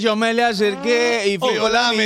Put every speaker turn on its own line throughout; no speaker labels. yo me le acerqué y fui
Oh,
la
la
miré.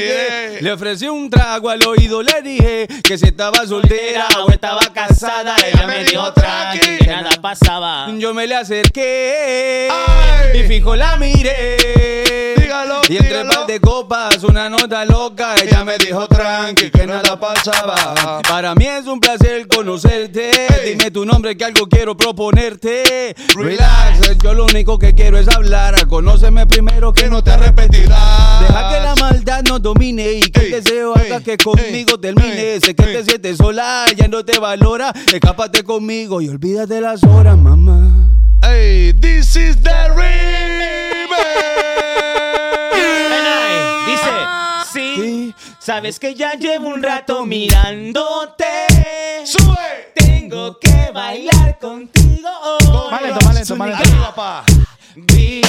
miré.
Le ofrecí un trago al oído, le dije que si estaba soltera o estaba casada, ella me dijo tranqui, que nada
pasaba.
Yo me le acerqué
Ay.
y fijo la miré.
Dígalo,
y entre
dígalo.
par de copas, una nota loca, ella me dijo tranqui que nada pasaba. Para mí es un placer conocerte.
Ey.
Dime tu nombre que algo quiero proponerte.
Relax.
Relax, yo lo único que quiero es hablar. Conóceme primero que
que
no
no te arrepentirás.
Deja que la maldad nos domine y que
Ey,
el deseo
ey,
haga que conmigo
ey,
termine.
ey,
sé que te
ey.
sientes sola, ya no te valora. Escápate conmigo y olvídate las horas, mamá.
Hey, this is the remix.
Dice,
Ah.
sí,
Sí,
sabes que ya llevo un rato mirándote.
Sube.
Tengo que bailar contigo. hoy.
Más lento, más lento, más lento.
Ahí, papá.
Vi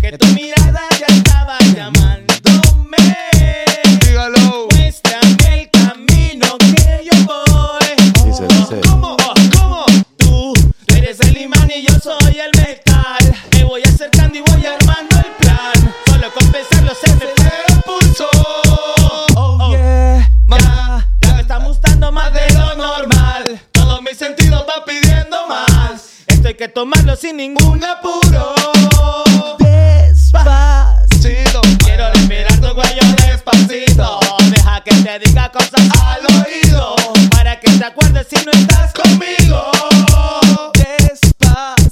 que tu mirada ya estaba llamándome.
Dígalo.
Muéstrame el camino que yo voy.
Sí, se dice.
¿Cómo? ¿Cómo? Tú eres el imán y yo soy el metal. Me voy acercando y voy armando el plan. Solo con pensarlo se me fue el pulso.
oh, yeah.
Ya, ya me está gustando más de lo normal. Todo mi sentido va pidiendo más. Esto hay que tomarlo sin ningún apuro.
Chido.
Quiero respirar tu cuello despacito. Deja que te diga cosas al oído. Para que te acuerdes si no estás conmigo.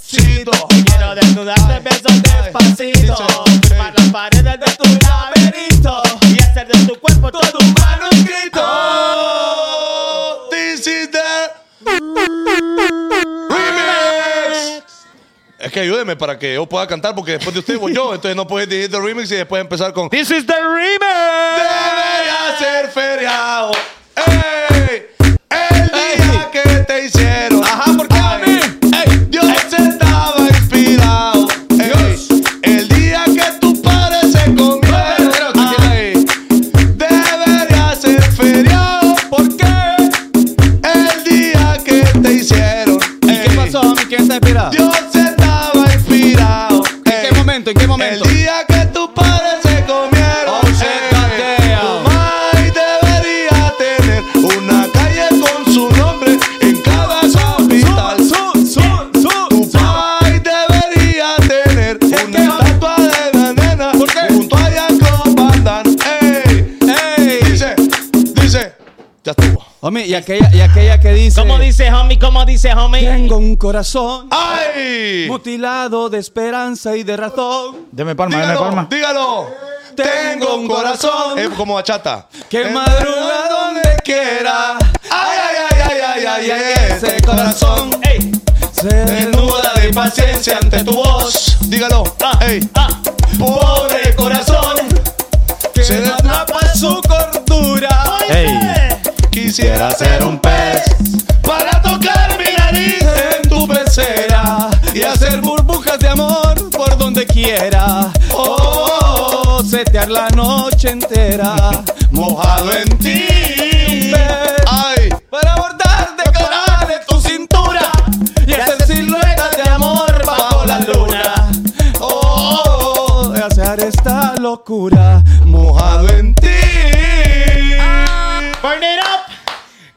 Chido.
Quiero desnudarte besos despacito. Firmar las paredes de tu laberinto. Y hacer de tu cuerpo todo un manuscrito.
This is the remix. Es que ayúdeme para que yo pueda cantar porque después de usted voy yo. Entonces no puedes decir the remix y después empezar con
This is the remix.
Debería ser feriado. ¡Ey! El día que te hicieron. Ajá, porque a mí. Dios estaba inspirado. Ey, El día que tus padres se comieron. Ay, debería ser feriado. ¿Por qué? El día que te hicieron.
¿Y qué
Ey,
pasó, mi querida inspirada?
Dios estaba inspirado.
¿En
Ey.
qué momento? ¿En qué momento?
El día que tus padres se comieron,
Oh, shit,
eh,
goddamn.
tu mai debería tener una calle con su nombre en cada capital. Tu mai debería tener una estatua de la nena junto a Jacob Bandan. Ey,
Ey.
dice, dice, ya estuvo.
Homie, y aquella, y aquella que dice.
¿Cómo dice, homie? ¿Cómo dice, homie?
Tengo un corazón
¡Ay!
mutilado de esperanza y de razón.
Deme palma, deme
Dígalo,
palma.
dígalo. Tengo un corazón. Es como bachata.
Que
Eh,
madruga donde quiera.
Ay, ay, ay, ay, ay, ay, ay, ese corazón
Ey,
Se
desnuda de impaciencia ante tu voz. Dígalo,
ah,
ey,
ah.
pobre corazón que se atrapa en su cordura.
Ey.
Quisiera ser un pez para tocar mi nariz en tu pecera y hacer burbujas de amor por donde quiera. Oh, oh, oh,
setear la noche entera.
mojado en ti. Ay,
Para abordar de cara de tu cintura Y hacer siluetas de amor bajo la luna Oh, oh, oh, de hacer esta locura
mojado en ti.
Burn it up.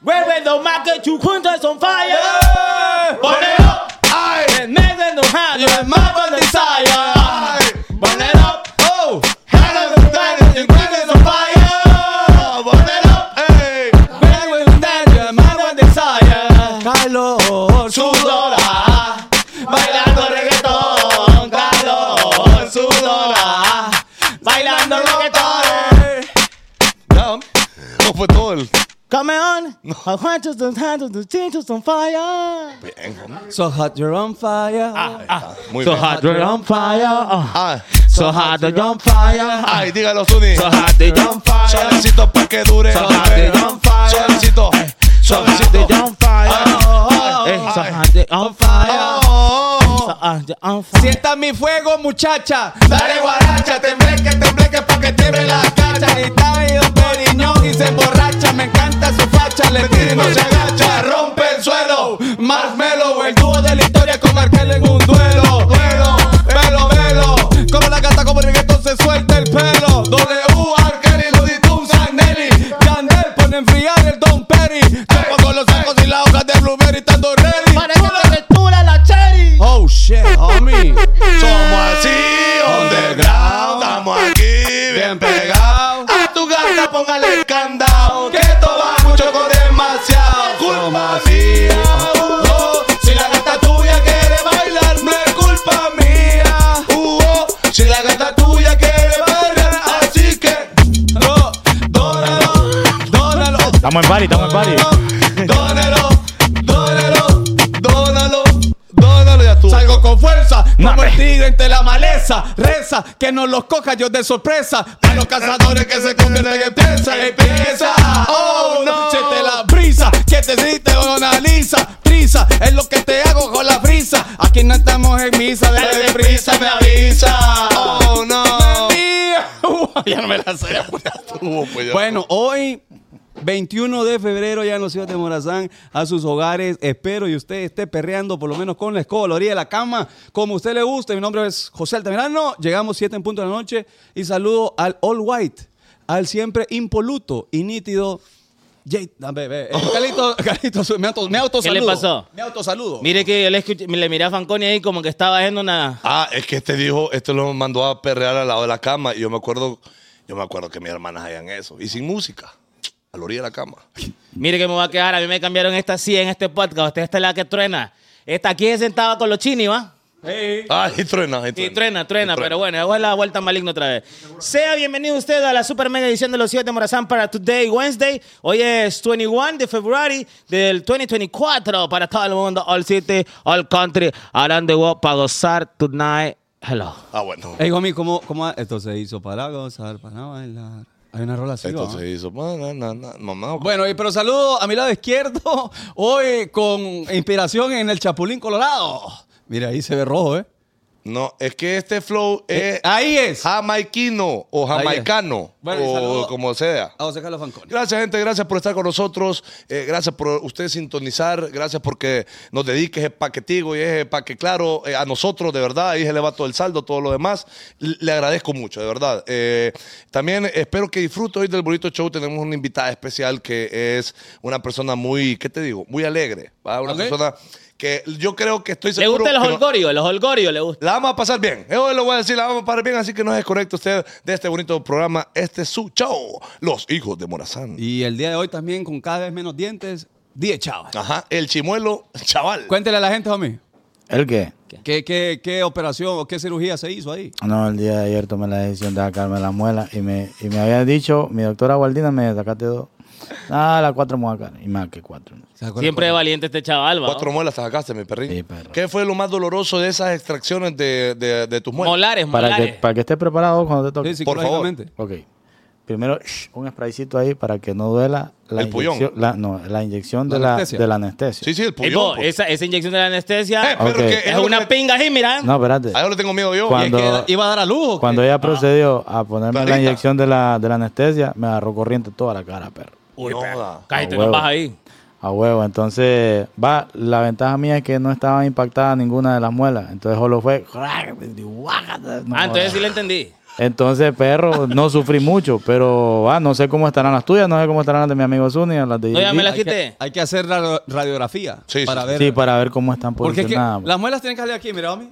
Where the market you juntos on fire.
Eh,
Burn it up.
Ay,
And make them know how you have my brother desire.
ay.
Burn it up.
Oh,
Hand of the diamonds and crackers on fire. Burn it up.
hey.
Burn it with that you have my brother desire.
Calor, ah,
Sudora. Bailando reggaetón. Calor.
ah,
Sudora. Bailando reggaetón.
Ya, no fue todo el.
Come on. I want you to handle the changes on fire.
so hot you're on fire
Muy bien.
you're on fire.
Ah,
So hot you're on fire.
ay, dígalo, Zuni.
hot that you're on
Solicito pa' que dure.
hot
Ay,
they on fire.
Solicito. Solicito.
on fire.
Ay,
Eh, so
ay.
hot they on fire.
Oh,
So
oh, oh.
hot they on fire.
Sienta mi fuego muchacha
Dale guaracha, tembleque, tembleque, pa' que tiemble la cacha.
Cacha y Don Periñón y se emborracha Me encanta su facha, le tira y no se agacha
rompe el suelo.
Marshmello, el dúo de la historia con Markel en un duelo. Duelo, velo, velo. Como la gata, como el reggaetón se suelta el pelo. Oh, La gata tuya quiere barra, así que. Oh, dónalo, dónalo,
Estamos en party, estamos en party.
dónalo, dónalo, dónalo.
Dónalo ya tú.
Salgo con fuerza, como
Mame.
el tigre entre la maleza. Reza, que no los coja yo de sorpresa. A los cazadores que se convierten en presa. Empieza, oh no. Se te la brisa, que te diste una lisa. Prisa, es lo que te hago con la brisa. Aquí no estamos en misa, dale de prisa, me avisa.
Oh, no.
ya no me la sé.
Tuvo, pues, ya.
Bueno, hoy, 21 de febrero, ya nos iba de Morazán a sus hogares. Espero y usted esté perreando, por lo menos con la escoloría de la cama, como a usted le guste. Mi nombre es José Altamirano. Llegamos 7 en punto de la noche y saludo al All White, al siempre impoluto y nítido. Jay, dame, ve, eh, Carlito, Carlito, me auto, me autosaludo.
¿Qué le pasó?
Me autosaludo.
Mire que yo le, escuché- le miré a Fanconi ahí como que estaba haciendo una...
Ah, es que este dijo, este lo mandó a perrear al lado de la cama. Y yo me acuerdo, yo me acuerdo que mis hermanas hacían eso. Y sin música. A la orilla de la cama.
Mire que me voy a quedar, a mí me cambiaron esta silla en este podcast, usted esta es la que truena. Esta aquí es sentada con los chinis, ¿va?
Ah, y truena, y truena.
Sí, truena, truena, pero bueno, hago la vuelta maligna otra vez. Sea bienvenido usted a la super mega edición de los 7 de Morazán para Today Wednesday. Hoy es 21 de febrero del 2024 para todo el mundo, all city, all country, around the world, para gozar tonight. Hello.
Ah, bueno.
Ey, homie, ¿cómo, cómo esto se hizo para gozar, para bailar? Hay una rola así, ¿va?
Entonces hizo, "Ma, na, na, na, mamá.
Bueno, y pero saludo a mi lado izquierdo, hoy con inspiración en el Chapulín Colorado. Mira, ahí se ve rojo, ¿eh?
No, es que este flow es
ahí es.
jamaiquino
Eh, Ahí
o
es.
jamaicano.
Bueno, y
o
saludo-
como sea.
A José Carlos Fanconi.
Gracias, gente. Gracias por estar con nosotros. Eh, gracias por usted sintonizar. Gracias porque nos dediques el paquetigo y es paque claro eh, a nosotros, de verdad. Ahí se le va todo el saldo, todo lo demás. L- Le agradezco mucho, de verdad. Eh, también espero que disfrute hoy del bonito show. Tenemos una invitada especial que es una persona muy, ¿qué te digo? Muy alegre. ¿va? Una
Ok.
persona que yo creo que estoy
¿Le
seguro.
gustan los
que no-
holgorios? Los holgorios le gustan.
la vamos a pasar bien. Yo lo voy a decir, la vamos a pasar bien, así que no es correcto usted de este bonito programa. Este es su show, Los Hijos de Morazán.
Y el día de hoy también con cada vez menos dientes, 10 chavas.
Ajá, el chimuelo, chaval.
Cuéntele a la gente, homie.
¿El qué?
¿Qué, qué, qué operación o qué cirugía se hizo ahí?
No, el día de ayer tomé la decisión de sacarme la muela y me, y me había dicho, mi doctora Gualdina, me sacaste dos. Ah, las cuatro me voy a sacar. Y más que cuatro.
¿Se acuerda?
Siempre es valiente este chaval, ¿va?
Cuatro muelas te sacaste, mi perrito.
Sí, perro.
¿Qué fue lo más doloroso de esas extracciones de, de- de tus muelas?
Molares,
Para que,
molares.
para que estés preparado cuando te toque.
Sí,
Por favor.
psicológicamente.
Ok. Primero, shh, un spraycito ahí para que no duela la
El pullón.
inyección. La, no, la inyección
La
de, la,
anestesia.
de la anestesia.
Sí, sí, el pues. Eh,
Ey,
puñón.
Eh, vos, esa, esa inyección de la anestesia
pero Ok. que
es una pinga ahí, mira.
No, espérate.
Ahora le tengo miedo yo.
¿Es
Cuando-
que iba a dar a luz. o qué?
Cuando ella procedió a ponerme
Clarita.
la inyección de la, de la anestesia, me agarró corriente toda la cara, perro.
Uy, no, da.
Cállate,
A
no
huevo.
vas ahí. Ah,
A huevo, entonces, va, la ventaja mía es que no estaba impactada ninguna de las muelas, entonces solo fue... No,
Ah, entonces sí le entendí.
Entonces, perro, no sufrí mucho, pero va, no sé cómo estarán las tuyas, no sé cómo estarán las de mi amigo Zuni, las de...
No, ya me las
JD.
hay que,
quité.
hay que hacer la radiografía
Sí, sí,
para
sí.
ver.
Sí, para ver cómo están
Porque es que
posicionadas.
las muelas tienen que salir aquí, mira, homie.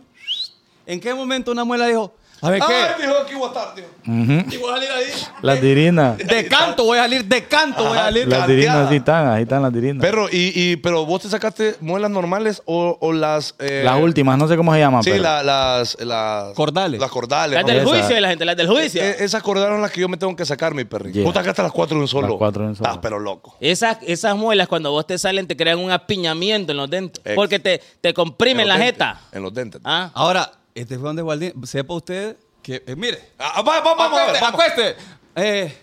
¿En qué momento una muela dijo, "Ah, a ver qué?
Ay, dijo que iba a estar, dijo. Y voy a salir ahí.
Las dirinas,
De canto voy a salir, de canto voy a salir.
las dirinas, ahí están, ahí están las dirinas.
Perro, y, y- pero vos te sacaste muelas normales o, o las. eh,
las últimas, no sé cómo se llaman,
Sí,
pero...
la- las, las.
Cordales.
Las cordales.
Las
¿no?
del
Esa.
juicio de la gente, las del juicio.
Eh, esas cordaron las que yo me tengo que sacar, mi perrito.
Yeah.
Vos sacaste las cuatro de un solo.
Las cuatro de un solo.
Ah, pero loco.
Esas, esas muelas cuando vos te salen te crean un apiñamiento en los dentes.
Ex.
Porque te, te comprimen
En
la
los
jeta.
dentes, En los dentes.
¿Ah?
Ahora, este fue donde Waldín, sepa usted que, eh, mire,
Ah, va- va- vamos a
acueste,
ver, vamos.
acueste. Eh,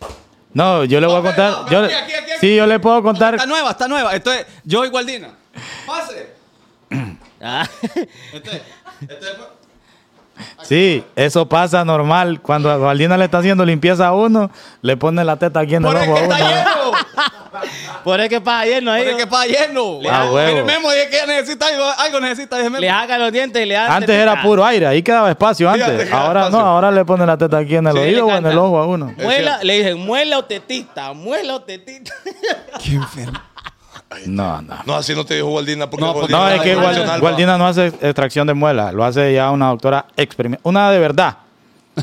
No, yo le voy a
No,
contar...
no,
yo,
aquí, aquí, aquí,
sí,
aquí.
yo le puedo contar...
está nueva, está nueva. Esto es yo y Waldina. Pase.
Ah.
Este, este fue-
Sí, eso pasa normal. Cuando a Valdina le está haciendo limpieza a uno, le pone la teta aquí en el
Por
ojo a
el que
uno.
está lleno.
Por eso es que pasa ayer, no
Por el
hay.
que está lleno.
Ah, huevo.
Mire, Memo, dije que necesita algo, algo necesita. dije, Memo.
Le hagan los dientes y le dan.
Antes era puro aire, ahí quedaba espacio antes.
Fíjate, quedaba
ahora
espacio.
no, ahora le pone la teta aquí en el
Sí, le
oído o en
canta.
el ojo a uno.
Muela, le dicen, muela o tetita, muela o tetita.
Qué enfermo.
No, no.
No, así no te dijo Waldina porque
No, porque
No,
Gualdina
es que
no,
Gual-
Gualdina.
Gualdina no hace extracción de muela, lo hace ya una doctora experimentada, una de verdad.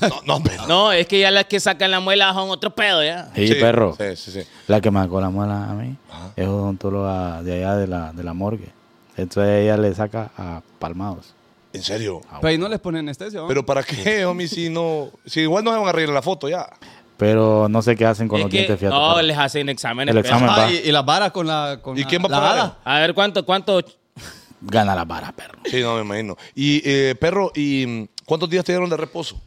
No, no, hombre, no.
No, es que ya las que sacan la muela son otro pedo ya.
Sí, perro.
Sí, sí, sí.
La que me sacó la muela a mí es odontóloga de allá de la, de la morgue. Entonces ella le saca a palmados.
En serio.
Pero ahí no les ponen anestesia, ¿va?
Pero ¿para qué, homie, si no. Si igual no se van a arreglar la foto ya.
Pero no sé qué hacen con
Es
los
que-
dientes, fíjate.
no,
pero-
les hacen exámenes.
El
pues.
examen.
Ah,
va.
y, y las varas con la. Con
¿Y
la-
quién va a
la
pagar?
vara.
A ver, ¿cuánto, cuánto?
Gana la vara, perro.
Sí, no, me imagino. Y, eh, perro, ¿y mm, cuántos días te dieron de reposo?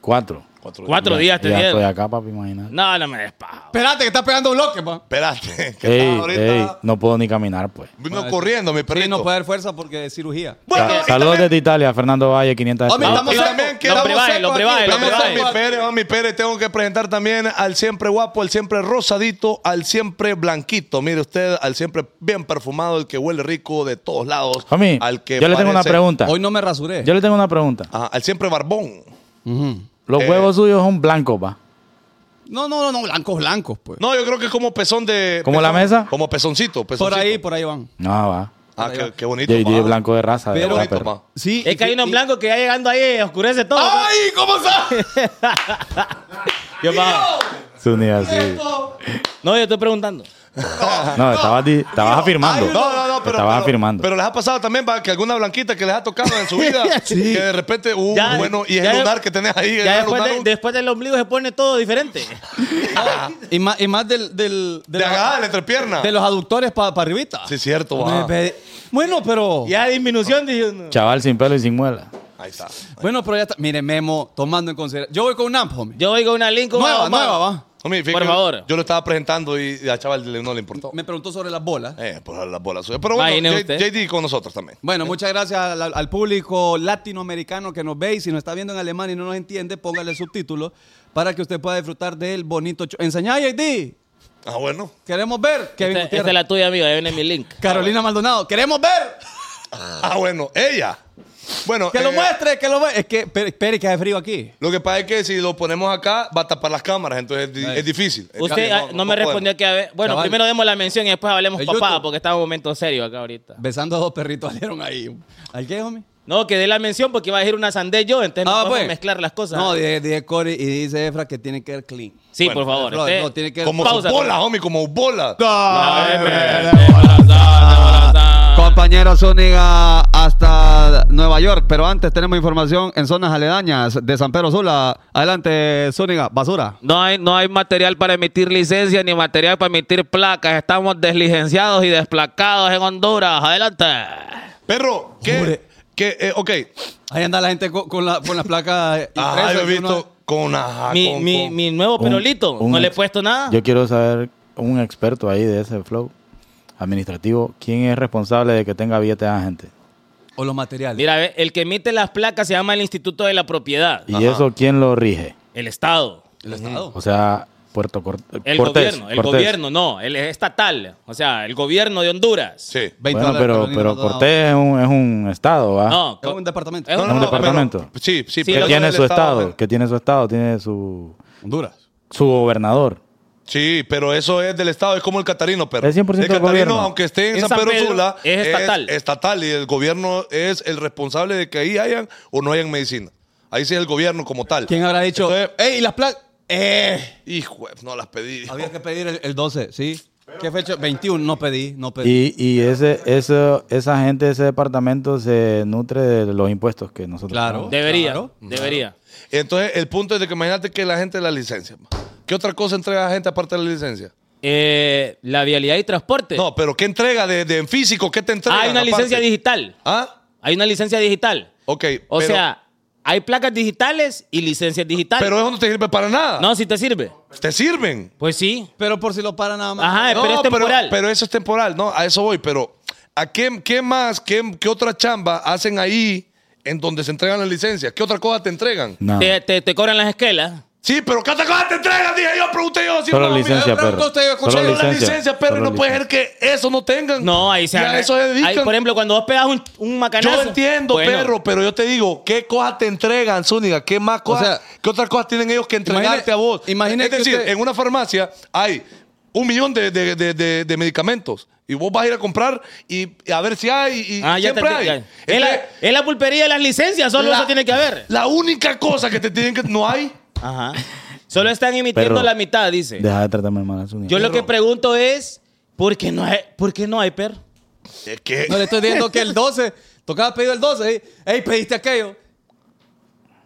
Cuatro.
Cuatro
Cuatro
Ya-
días te
ya estoy
dieron.
acá, papi, imagínate.
No, no me despajo.
Espérate, que estás pegando bloques, pa.
Espérate, que
Ey,
estás
ey,
ahorita.
no puedo ni caminar, pues.
Vino corriendo, mi perrito.
Sí, no puede dar fuerza porque es cirugía.
Bueno,
Sa-
y
Saludos
también-
desde Italia, Fernando Valle, 500
Hombre,
estrellas.
estamos
Ah, y
secos.
también que-
estamos
Lo
priváis,
secos
lo
aquí.
priváis, lo
Estamos
Vamos
priváis.
a
secos
mi
aquí.
Pérez, vamos a mi Pérez. Tengo que presentar también al siempre guapo, al siempre rosadito, al siempre blanquito. Mire usted, al siempre bien perfumado, el que huele rico de todos lados.
Homie,
al que
yo le tengo una
parece-
pregunta.
Hoy no me rasuré.
Yo le tengo una pregunta.
Ajá, al siempre barbón.
Los
Eh.
huevos suyos son blancos, va.
No, no, no, no, blancos, blancos, pues.
No, yo creo que es como pezón de.
¿Como
pezón-
la mesa?
Como pezoncito.
por
pezoncito.
ahí, por ahí van.
No, va.
Ah, qué, qué bonito.
JD
ma.
es blanco de raza, de
Pero-
verdad,
Bonito,
perro.
ma.
Sí.
Es que hay unos blancos que ya llegando ahí oscurece todo. pues.
¡Ay, cómo sabe!
Yo, pa-
Su nivel, sí.
No, yo estoy preguntando.
No, estabas, di- estabas afirmando.
No, no, no, pero.
Estabas
pero-
afirmando.
Pero les ha pasado también va, que alguna blanquita que les ha tocado en su vida, que de repente, uh,
Ya-
bueno, y es
ya-
el lunar que tenés ahí.
Ya
el
después,
lunar,
de-
uh,
después del ombligo se pone todo diferente.
y más, y más del, del,
de
los-
acá, la entrepierna.
de los aductores para arribita.
Sí, es cierto, va.
Me pe- Bueno, pero.
Ya disminución, dije uno.
Chaval sin pelo y sin muela.
Ahí está.
Bueno, pero ya está. Mire, Memo, tomando en consideración. Yo voy con un amp, homie.
Yo oigo una link.
nueva, nueva, va.
Homie, fíjate
Por
que
favor.
Yo lo estaba presentando y a chaval le- no le importó.
Me preguntó sobre las bolas.
Eh, por las bolas suyas. Pero bueno,
Imagine
J-
usted.
JD con nosotros también.
Bueno, muchas gracias al, al público latinoamericano que nos ve y si nos está viendo en alemán y no nos entiende, póngale subtítulos para que usted pueda disfrutar del bonito show. Enseñá, JD.
Ah, bueno.
Queremos ver. Kevin
Este,
Esta, esta
Gutiérrez.
es la tuya, amigo. Ahí viene mi link.
Carolina Maldonado. Queremos ver.
Ah, bueno. Ella. Bueno.
Que lo
eh,
muestre, que lo muestre. Es que, espere, espere, que hace frío aquí.
Lo que pasa es que si lo ponemos acá, va a tapar las cámaras, entonces es, di- es difícil.
Usted ah, no, me respondió que a ver. Bueno,
Chaval.
primero demos la mención y después hablemos
El
papá,
YouTube.
porque está un momento serio acá ahorita.
Besando a dos perritos salieron ahí. ¿Al qué, homie?
No, que dé la mención porque iba a decir una sandé yo, entonces no
Ah,
podemos
pues.
mezclar las cosas.
No, dice, dice Cory y dice Efra que tiene que ser clean.
sí,
bueno,
por favor. este
no,
usted-
no, tiene que-
Como
Pausa.
sus bolas, homie, como sus bolas.
Ay, me-
Compañero Zúñiga hasta Nueva York, pero antes tenemos información en zonas aledañas de San Pedro Sula. Adelante, Zúñiga, basura.
No hay, no hay material para emitir licencia ni material para emitir placas. Estamos deslicenciados y desplacados en Honduras. Adelante.
Ah,
Perro, ¿qué?
Jure.
que eh, ok.
Ahí anda la gente co- con, la, con las placas.
Ajá,
impresas
Ah, yo he
que uno-
visto con... Ajá,
mi,
con-
mi,
con-
mi nuevo
Un-
perolito.
un
Oh, no le he
ex-
puesto nada.
Yo quiero saber, un experto ahí de ese flow administrativo, ¿quién es responsable de que tenga billetes a gente?
O los materiales.
Mira, ve, el que emite las placas se llama el Instituto de la Propiedad.
¿Y eso quién lo rige?
El Estado.
el Estado.
O sea, Puerto Cor- Cortés.
El gobierno. El
Cortés.
gobierno, no. El estatal. O sea, el gobierno de Honduras.
Sí.
20
Bueno,
dólares,
pero,
Carolina
pero
Maldonado.
Cortés es un, es un estado, ¿va?
No.
Es un departamento.
Es
Es un
No,
departamento.
pero- sí, sí.
Sí,
que
lo-
pero
tiene
el
su estado,
pero-
que tiene su estado, tiene su,
Honduras.
su gobernador.
Sí, pero eso es del Estado, es como el Catarino, pero
Es 100%
el Catarino,
gobierno.
aunque esté en,
En
San,
San
Pedro,
Pedro
Sula,
es estatal.
estatal y el gobierno es el responsable de que ahí hayan o no hayan medicina. Ahí sí es el gobierno como tal.
¿Quién habrá dicho?
Entonces-
¡Ey, las placas! ¡Eh!
Hijo, no las pedí.
Había que pedir el, el 12, ¿sí? ¿Qué fecha? 21, no pedí, no
Pues,
pedí.
Y, y ese, eso, esa gente, ese departamento se nutre de los impuestos que nosotros
Claro.
pagamos.
Debería.
Claro.
Debería.
Entonces, el punto es de que imagínate que la gente de la licencia. ma. ¿Qué otra cosa entrega la gente aparte de la licencia?
Eh, la vialidad y transporte.
No, pero ¿qué entrega de, de en físico? ¿Qué te entrega?
Ah, Hay una licencia digital.
¿Ah?
Hay una licencia digital.
Ok.
O
pero-
sea, hay placas digitales y licencias digitales.
Pero eso no te sirve para nada.
no, si te sirve.
Te sirven.
Pues sí.
Pero por si lo para nada más.
Ajá, pero es temporal.
Pero, eso es temporal, ¿no? A eso voy, pero ¿a qué, qué más, qué, qué otra chamba hacen ahí en donde se entregan las licencias? ¿Qué otra cosa te entregan?
No.
Te, te- te cobran las esquelas.
Sí, pero ¿qué otra cosa te entregan? Dije yo, pregunté yo. Si
Solo
no,
licencia,
mira,
perro.
pregunto usted, yo escuché
Solo
yo la
licencia.
licencia, perro, y
Solo
no puede ser que eso no tengan.
No, ahí se
Y a
agarra-
eso se dedican.
Ahí, por ejemplo, cuando vos pegas un, un macanazo.
yo entiendo,
Bueno,
perro, pero yo te digo, ¿qué cosas te entregan, Zúñiga? ¿Qué más cosas?
sea,
¿Qué otras cosas tienen ellos que entregarte
imagine-
a vos?
imagine
es
que
decir,
usted-
en una farmacia hay un millón de, de- de- de- de medicamentos y vos vas a ir a comprar y, y a ver si hay y
Ah, ya
siempre
te
hay.
entiendo. Es la,
Entonces,
es la pulpería de las licencias, solo
La-
eso tiene que haber.
la única cosa que te tienen que... No hay.
Ajá. Solo están emitiendo
Perro.
la mitad, dice.
Deja de tratarme mal, Zúñiga.
Yo lo que pregunto es, ¿por qué no hay, por qué no hay perro?
Es que...
No le estoy diciendo que el 12. Estoy Tocaba pedido el 12, ¿eh? Ey, pediste aquello.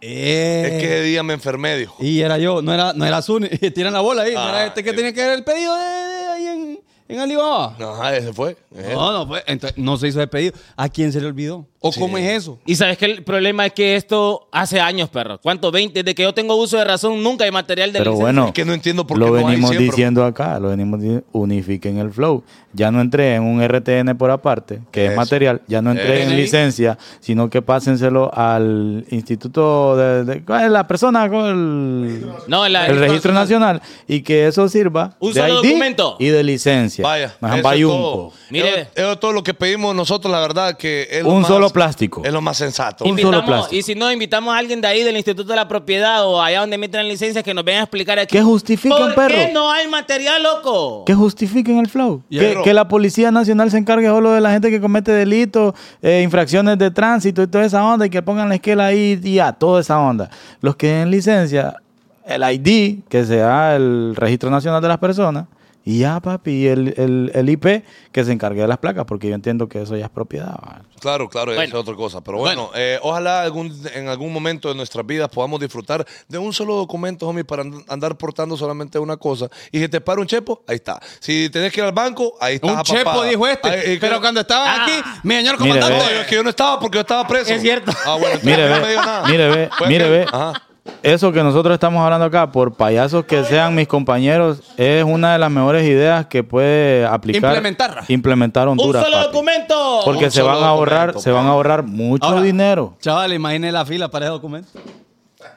Eh.
Es que ese día me enfermé, dijo.
Y era yo, no era, no era Zuni. Tiran la bola ahí. no era
Ah,
este que
eh.
tenía que ver el pedido de, de ahí en, en Alibaba.
Ajá, ah, ese fue. Ese.
No, no, pues, entonces no se hizo el pedido. ¿A quién se le olvidó? ¿O
Sí.
cómo es eso?
Y sabes que el problema es que esto hace años, perro. ¿Cuánto? 20. Desde que yo tengo uso de razón, nunca hay material de
Pero
licencia.
bueno,
Es que no entiendo por qué
lo
no hay
venimos
siempre.
diciendo acá, lo venimos diciendo, unifiquen el flow. Ya no entré en un RTN por aparte, que es
Eso. Eh,
material, ya no entré
Eso.
en licencia, sino que pásenselo al instituto de, de- ¿cuál es la persona con el,
No, la-
el registro nacional y que eso sirva
Un
de
solo
ID
documento.
y de licencia.
Vaya,
Majan
eso es
Bayunco.
todo.
Mire.
Eso- eso es todo lo que pedimos nosotros, la verdad, que es lo
Un
más-
solo plástico.
Es lo más sensato.
Un solo
Invitamos-
plástico.
Y si no, invitamos a alguien de ahí, del Instituto de la Propiedad o allá donde emiten licencias, que nos vengan a explicar aquí.
Que justifican,
¿Por qué
perro?
no hay material, loco?
Que justifiquen el flow.
Y
Que,
error.
que la Policía Nacional se encargue solo de la gente que comete delitos, eh, infracciones de tránsito y toda esa onda, y que pongan la esquela ahí y a toda esa onda. Los que den licencia, el ID, que sea el Registro Nacional de las Personas, y ya, papi, y el, el, el IP, que se encargue de las placas, porque yo entiendo que eso ya es propiedad. va.
Claro, claro,
Bueno.
eso es otra cosa. Pero bueno, eh, ojalá algún, en algún momento de nuestras vidas podamos disfrutar de un solo documento, homie, para and- andar portando solamente una cosa. Y si te para un chepo, ahí está. Si tenés que ir al banco, ahí está.
Un chepo dijo este. pero cuando estaban
Ah.
aquí, mi señor
Mire,
comandante.
ve.
es que yo no estaba porque yo estaba preso.
Es cierto.
Ah, bueno, entonces
Mire,
no
ve,
me digas nada.
mire, ve,
Fue
mire,
que-
ve.
Ajá.
Eso que nosotros estamos hablando acá, por payasos que sean mis compañeros, es una de las mejores ideas que puede aplicar.
Implementar.
Implementar
Un
Honduras.
solo
papi.
documento.
Porque
Un
se
solo
van a ahorrar,
documento,
se van a ahorrar mucho
Ahora,
dinero.
Chaval, imagine la fila para ese documento.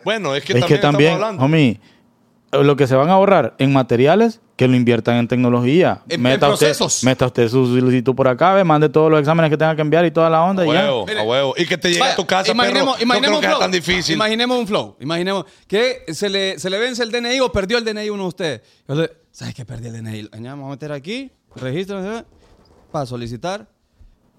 Bueno, es que
es que
también
también,
estamos hablando.
homie, lo que se van a ahorrar en materiales, que lo inviertan en tecnología.
En- en
usted,
procesos.
meta usted su solicitud por acá, ve, mande todos los exámenes que tenga que enviar y toda la onda.
A
y ya.
huevo, a huevo. Y que te llegue
Vaya,
a tu casa,
imaginemos,
perro.
imaginemos
no creo que
un
sea
flow.
tan difícil.
Imaginemos un flow. Imaginemos que se le, se le vence el DNI o perdió el DNI uno de ustedes. Yo le- ¿Sabes que perdí el DNI? Ya, Vamos a meter aquí, registro, ¿sabes? para solicitar.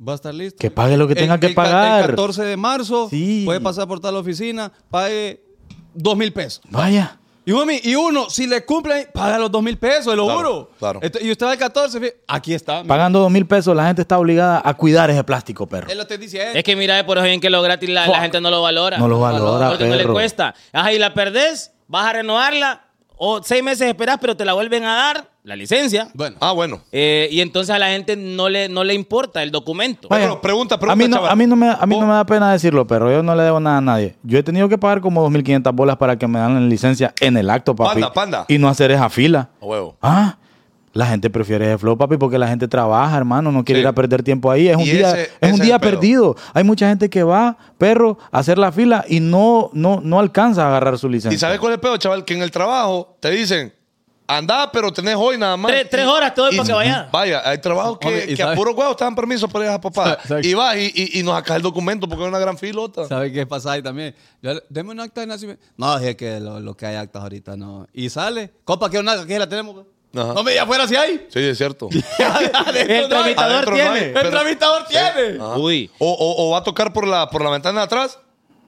Va a estar listo.
Que pague lo que
El-
tenga que
el ca-
pagar.
El 14 de marzo
Sí.
puede pasar por tal oficina, pague dos mil pesos.
Vaya.
Y uno, y uno, si le cumplen, paga los dos mil pesos, lo
Claro,
juro.
claro.
Entonces, y usted va al 14, fi- aquí está. mira.
Pagando dos mil pesos, la gente está obligada a cuidar ese plástico, perro.
Él lo te dice,
Es que mira, por ejemplo, que lo gratis la, la gente no lo valora.
No lo valora,
Porque no le
perro.
cuesta. Ajá, y la perdés, vas a renovarla, o seis meses esperás, pero te la vuelven a dar, la licencia.
Bueno,
Ah, bueno.
Eh, y entonces a la gente no le, no le importa el documento.
Bueno, pregunta, pregunta,
A mí, no,
chaval.
a mí, no me, a mí
Vos-
no me da pena decirlo, pero yo no le debo nada a nadie. Yo he tenido que pagar como 2.500 bolas para que me dan licencia en el acto, papi.
Panda, panda.
Y no hacer esa fila.
A huevo.
Ah, la gente prefiere ese flow, papi, porque la gente trabaja, hermano. No quiere
Sí.
ir a perder tiempo ahí. Es un
Y
día,
ese- ese
es
es
un
el
día
pedo.
perdido. Hay mucha gente que va, perro, a hacer la fila y no, no, no alcanza a agarrar su licencia.
¿Y sabes cuál es el pedo, chaval? Que en el trabajo te dicen, andá, pero tenés hoy nada más.
Tres- tres horas te doy
Y-
para que vayas.
Vaya, hay trabajos que,
Hombre, ¿y
que a
sabes?
puro huevo te dan permiso para ir a papá.
Sa- sabes-
Y vas y, y- y nos sacas el documento porque es una gran filota.
¿Sabe qué pasa ahí también? Yo, le- deme un acta de nacimiento. No, dije que lo, lo que hay actas ahorita no. Y sale. Copa, que una que la tenemos.
Ajá.
No me diga afuera si hay.
Sí, es cierto.
el
tramitador
Adentro no hay,
tiene.
El tramitador tiene.
Ajá.
Uy.
O, o- o va a tocar por la, por la ventana de atrás.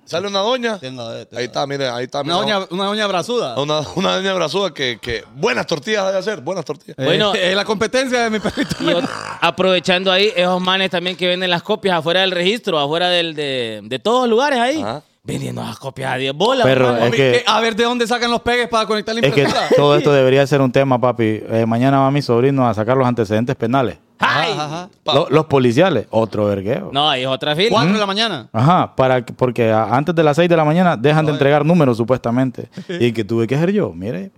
Sale una doña.
Tengo, eh, tengo.
Ahí está, mire, ahí está.
Una
mira.
doña, una doña brazuda.
Una, una doña brazuda que, que buenas tortillas ha de hacer, buenas tortillas.
Eh,
Bueno.
es la competencia de mi perrito.
Y ot- aprovechando ahí, esos manes también que venden las copias afuera del registro, afuera del, de, de todos los lugares ahí,
Ajá.
vendiendo las copias a 10 bolas.
Perro,
mano.
es
Mami,
que-
que- A ver de dónde sacan los pegues para conectar la
Es que
impresora.
todo esto debería ser un tema, papi. Eh, mañana va mi sobrino a sacar los antecedentes penales.
¡Ay!
Ajá, ajá.
Pa-
Lo- los policiales, otro vergueo.
No, ahí es otra fila.
Cuatro de la mañana.
Ajá, para, que- porque a- antes de las 6 de la mañana dejan
eh.
de entregar números supuestamente. y que tuve que hacer yo, mire.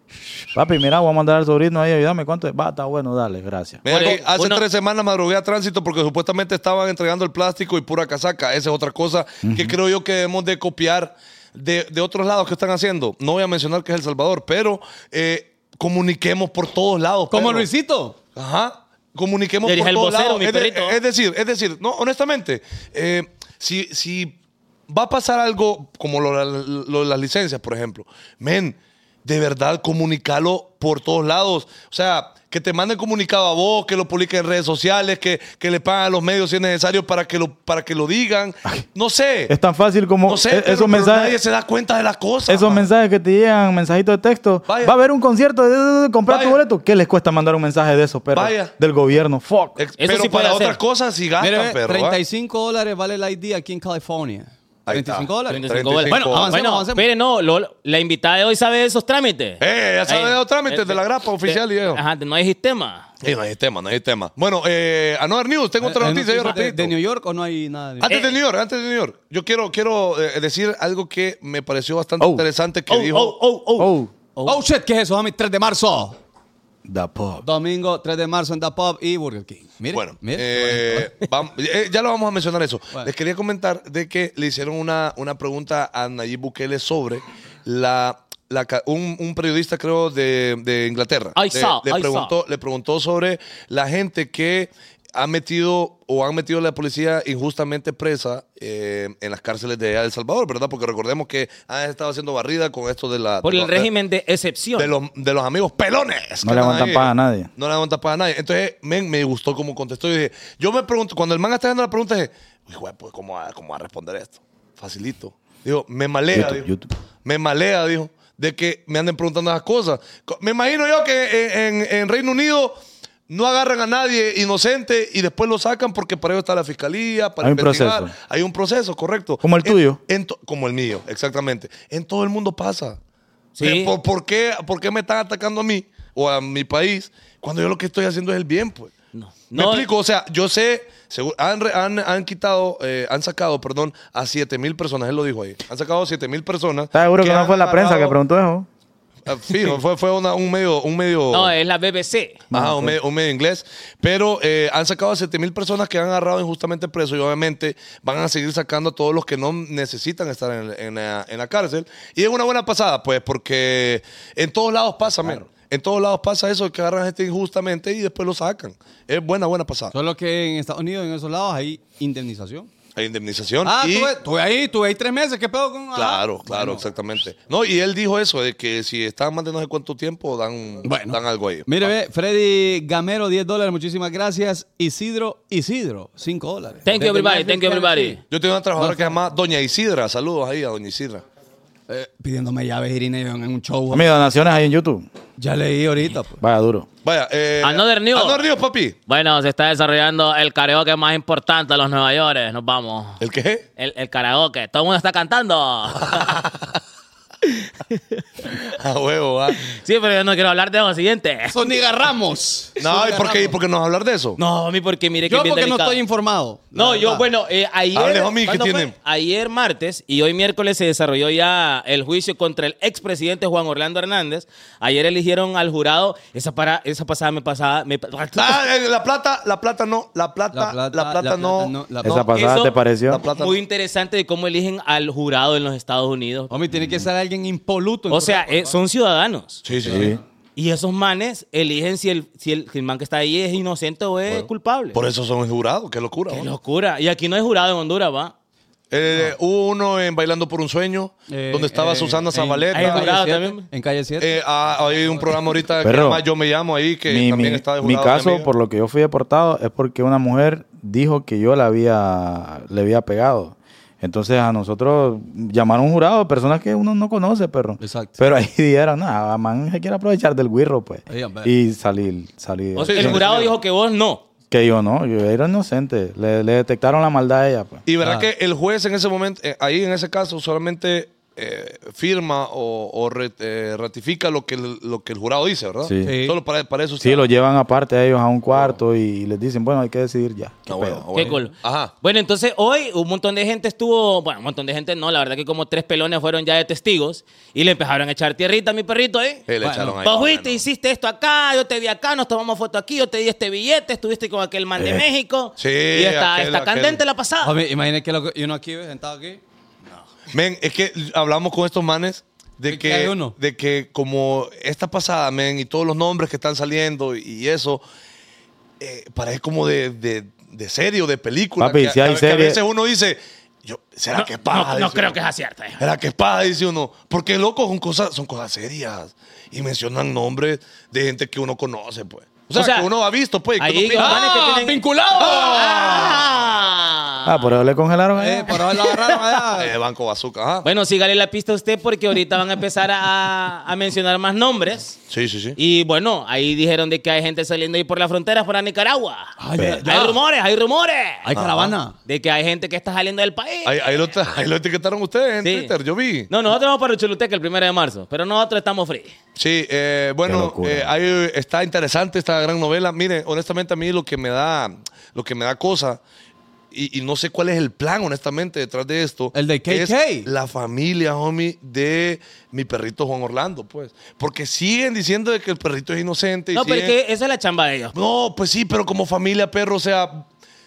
Papi, mira, voy a mandar al sobrino ahí, ayúdame, ¿cuánto es? Va, está bueno, dale, gracias.
Mira,
Bueno,
que eh, hace
uno-
tres semanas madrugué a tránsito porque supuestamente estaban entregando el plástico y pura casaca. Esa es otra cosa que creo yo que debemos de copiar de, de otros lados que están haciendo. No voy a mencionar que es El Salvador, pero eh, comuniquemos por todos lados.
Como
perro.
Luisito.
Ajá. Comuniquemos
Eres
por
el
todos
vocero,
lados.
mi
es, de-
perrito.
es decir, es decir, no, honestamente, eh, si, si va a pasar algo como lo, lo de las licencias, por ejemplo, men, de verdad comunicarlo por todos lados. O sea, que te manden comunicado a vos, que lo publiquen en redes sociales, que, que le pagan a los medios si es necesario para que lo, para que lo digan. No sé.
Es tan fácil como
no sé,
e-
pero-
esos
pero nadie
mensajes.
se da cuenta de las cosas.
Esos
man.
mensajes que te llegan, mensajitos de texto.
Vaya.
Va a haber un concierto, de, de- de- comprar tu
Vaya.
boleto. ¿Qué les cuesta mandar un mensaje de esos, perro?
Vaya.
Del gobierno. Fuck.
Ex-
Eso
pero
sí puede
para
hacer.
otras cosas sí gastan,
Mire, ve,
perro. ¿ah?
35 dólares vale el ID aquí en California.
Ahí está.
35 dólares.
35 dólares.
Bueno,
Bueno,
avancemos,
Bueno,
avancemos.
espere, no, lo- la invitada de hoy sabe de esos trámites.
Eh, ya sabe
Ahí.
de los trámites
Eh,
de la grapa oficial y eso.
Ajá, no hay sistema.
Eh, no hay tema, no hay tema. Bueno, eh, Another News, tengo otra
¿Hay
noticia yo
noticias de,
rapidito.
eh, de New York o no hay nada? de-
Antes
Eh.
de New York, antes de New York, yo quiero, quiero eh, decir algo que me pareció bastante
Oh.
interesante que
Oh,
dijo.
oh, oh, oh.
Oh.
Oh, shit, ¿qué es eso? Homie, 3 de marzo.
The pop.
Domingo 3 de marzo en The Pop y Burger King. Mire,
bueno,
mire.
eh, vam- eh, ya lo vamos a mencionar eso.
Bueno.
Les quería comentar de que le hicieron una, una pregunta a Nayib Bukele sobre la, la ca- un, un periodista, creo, de, de Inglaterra.
I
le,
saw,
le
I saw.
preguntó, le preguntó sobre la gente que ha metido o han metido a la policía injustamente presa eh, en las cárceles de El Salvador, ¿verdad? Porque recordemos que han estado haciendo barrida con esto de la...
Por
Oh, de
el
la-
régimen de excepción.
de los, de los amigos pelones.
No le aguantan paja a nadie.
No le aguantan paja a nadie. Entonces, men, me gustó cómo contestó. Yo dije, yo me pregunto, cuando el man está haciendo la pregunta, dije, "Uy, güey, pues, ¿cómo va, cómo va a responder esto? Facilito. Digo, me malea,
YouTube,
dijo.
YouTube.
Me malea, dijo, de que me anden preguntando esas cosas. Co- Me imagino yo que en, en- en Reino Unido no agarran a nadie inocente y después lo sacan porque para ello está la fiscalía, para
Hay un
investigar.
proceso.
Hay un proceso, correcto.
Como el
En-
tuyo.
en to- como el mío, exactamente. En todo el mundo pasa.
Sí.
Pero Eh, ¿Por, por qué, por qué me están atacando a mí o a mi país cuando yo lo que estoy haciendo es el bien, pues?
No.
Me
No. eh.
explico, o sea, yo sé, seguro- han, re- han, han quitado, eh, han sacado, perdón, a 7 mil personas, él lo dijo ahí. Han sacado 7 mil personas.
¿Estás seguro que, no
han
fue la prensa que
agarrado-
preguntó eso?
Ah, Fijo, fue, fue una- un medio, un medio.
No, es la BBC.
Ajá, un medio, un medio inglés. Pero eh, han sacado a 7 mil personas que han agarrado injustamente presos y obviamente van a seguir sacando a todos los que no necesitan estar en, en la, en la cárcel. Y es una buena pasada, pues, porque en todos lados pasa, men. En todos lados pasa eso, que agarran gente injustamente y después lo sacan. Es buena, buena pasada.
Solo que en Estados Unidos, en esos lados, hay indemnización.
Hay indemnización.
Ah,
y-
tuve, tuve ahí, tuve ahí tres meses. ¿Qué pedo con.? ajá.
Claro, claro,
Bueno.
exactamente. No, y él dijo eso, de que si están más de no sé cuánto tiempo, dan,
Bueno.
dan algo ahí. Ah.
Mire, ve, Freddy Gamero, 10 dólares, muchísimas gracias. Isidro, Isidro, 5 dólares.
Thank you,
Desde
everybody,
Memphis,
thank you, everybody.
Tennessee.
Yo tengo una trabajadora que se llama Doña Isidra. Saludos ahí a Doña Isidra.
Eh, pidiéndome llaves, Irina, en un show.
Mis donaciones ahí en YouTube.
Ya leí ahorita. pues.
Vaya duro.
Vaya, eh.
Another news.
Another news, papi.
Bueno, se está desarrollando el karaoke más importante de los Nueva York. Nos vamos.
¿El qué?
El, el karaoke. Todo el mundo está cantando.
A huevo, va.
sí, pero yo no quiero hablar de lo siguiente.
Zúñiga Ramos.
No, ¿y
Zúñiga
por qué, y
Ramos.
por qué nos vas a hablar de eso?
No, a mí porque mire que
Yo
es bien
porque no
delicado.
estoy informado.
No,
la
yo,
verdad.
bueno, eh, ayer.
Hable, homie, ¿qué
¿cuándo fue?
tienen?
Ayer martes y hoy miércoles se desarrolló ya el juicio contra el expresidente Juan Orlando Hernández. Ayer eligieron al jurado. Esa, para, esa pasada me pasaba. Me,
Ah, eh, la plata, la plata no, la plata, la plata, no.
la
Esa
plata-
pasada
eso-
te pareció.
La plata
muy
no.
interesante de cómo eligen al jurado en los Estados Unidos.
Homie, tiene que ser alguien impoluto.
O sea, eh, son ciudadanos.
Sí, sí, sí.
Sí.
Y esos manes eligen si el, si el, si el man que está ahí es inocente o es culpable.
Por eso son jurados, qué locura.
Qué
¿no?
locura. Y aquí no hay jurado en Honduras, va.
Eh, Hubo uno en Bailando por un Sueño,
Eh,
donde estaba
eh,
Susana
en-
Zabaleta.
ahí
En
jurado
calle siete,
también.
En calle 7.
Eh, ah, hay un programa ahorita que se
Perro.
llama Yo me llamo ahí, que
mi,
también
mi-
está de
mi
jurado, mi
caso,
amigo.
por lo que yo fui deportado, es porque una mujer dijo que yo la había, le había pegado. Entonces a nosotros llamaron un jurado, personas que uno no conoce, perro.
Exacto.
Pero ahí dijeron, nada, man, se quiere aprovechar del guirro, pues.
Ahí, hombre.
Y salir, salir.
O sea,
Sí,
el
sí,
jurado
sí.
dijo que vos no.
Que yo no, yo era inocente. Le, le detectaron la maldad a ella, pues.
Y verdad
Ah.
que el juez en ese momento, eh, ahí en ese caso, solamente eh, firma o, o re- eh, ratifica lo que, el, lo que el jurado dice, ¿verdad?
Sí.
Sí.
Solo para, para eso.
Sí, lo llevan aparte a ellos a un cuarto y les dicen, bueno, hay que decidir ya. ¿Qué
Ah, bueno,
pedo?
ah,
Qué
bueno.
cool.
Ajá.
Bueno, entonces hoy un montón de gente estuvo. Bueno, un montón de gente no. La verdad que como tres pelones fueron ya de testigos y le empezaron a echar tierrita a mi perrito, ¿eh?
Sí, le
Bueno,
echaron ahí. Ah,
Vos
más o
fuiste,
menos.
hiciste esto acá, yo te vi acá, nos tomamos foto aquí, yo te di este billete, estuviste con aquel man de
Eh.
México.
Sí,
Y está,
aquel,
está
aquel.
candente la pasada.
Homie, imagínate que lo, y uno aquí ve, sentado aquí.
Men, es que hablamos con estos manes de
¿Qué- qué hay
que,
uno?
de que como esta pasada, men, y todos los nombres que están saliendo y eso, eh, parece como de, de, de serie o de película.
Papi,
que,
si hay
que a- que a
serie-
veces uno dice, yo, ¿será
No,
que es paja?
no- no
Dice
creo
uno.
que sea cierta. eh.
¿Será que es paja? Dice uno. Porque, loco, son cosas, son cosas serias. Y mencionan nombres de gente que uno conoce, pues. O sea,
O sea,
que uno ha visto, pues. que Ah.
ahí
uno piensa,
yo- Van a que tienen-
¡Oh!
vinculado!
Ah, por eso le congelaron allá.
Eh, pero lo agarraron
"Ah,
allá.
eh, Banco Bazooka, ajá.
Bueno, sígale la pista a usted porque ahorita van a empezar a, a mencionar más nombres.
Sí, sí, sí.
Y bueno, ahí dijeron de que hay gente saliendo ahí por las fronteras para Nicaragua.
Ah, ya, ya.
Hay rumores, hay rumores.
Hay caravana.
De que hay gente que está saliendo del país.
Ahí, ahí lo, tra- ahí lo etiquetaron ustedes en
Sí.
Twitter, yo vi.
No, nosotros vamos para el Choluteca el primero de marzo, pero nosotros estamos free.
Sí, eh,
Qué
bueno,
locura.
eh, ahí está interesante esta gran novela. Mire, honestamente a mí lo que me da, lo que me da cosa, y, y no sé cuál es el plan, honestamente, detrás de esto.
El de KK.
es la familia, homie, de mi perrito Juan Orlando, pues. Porque siguen diciendo de que el perrito es inocente. y
No,
eh.
pero es
siguen-
que esa es la chamba de ellos.
No, pues sí, pero como familia, perro, o sea,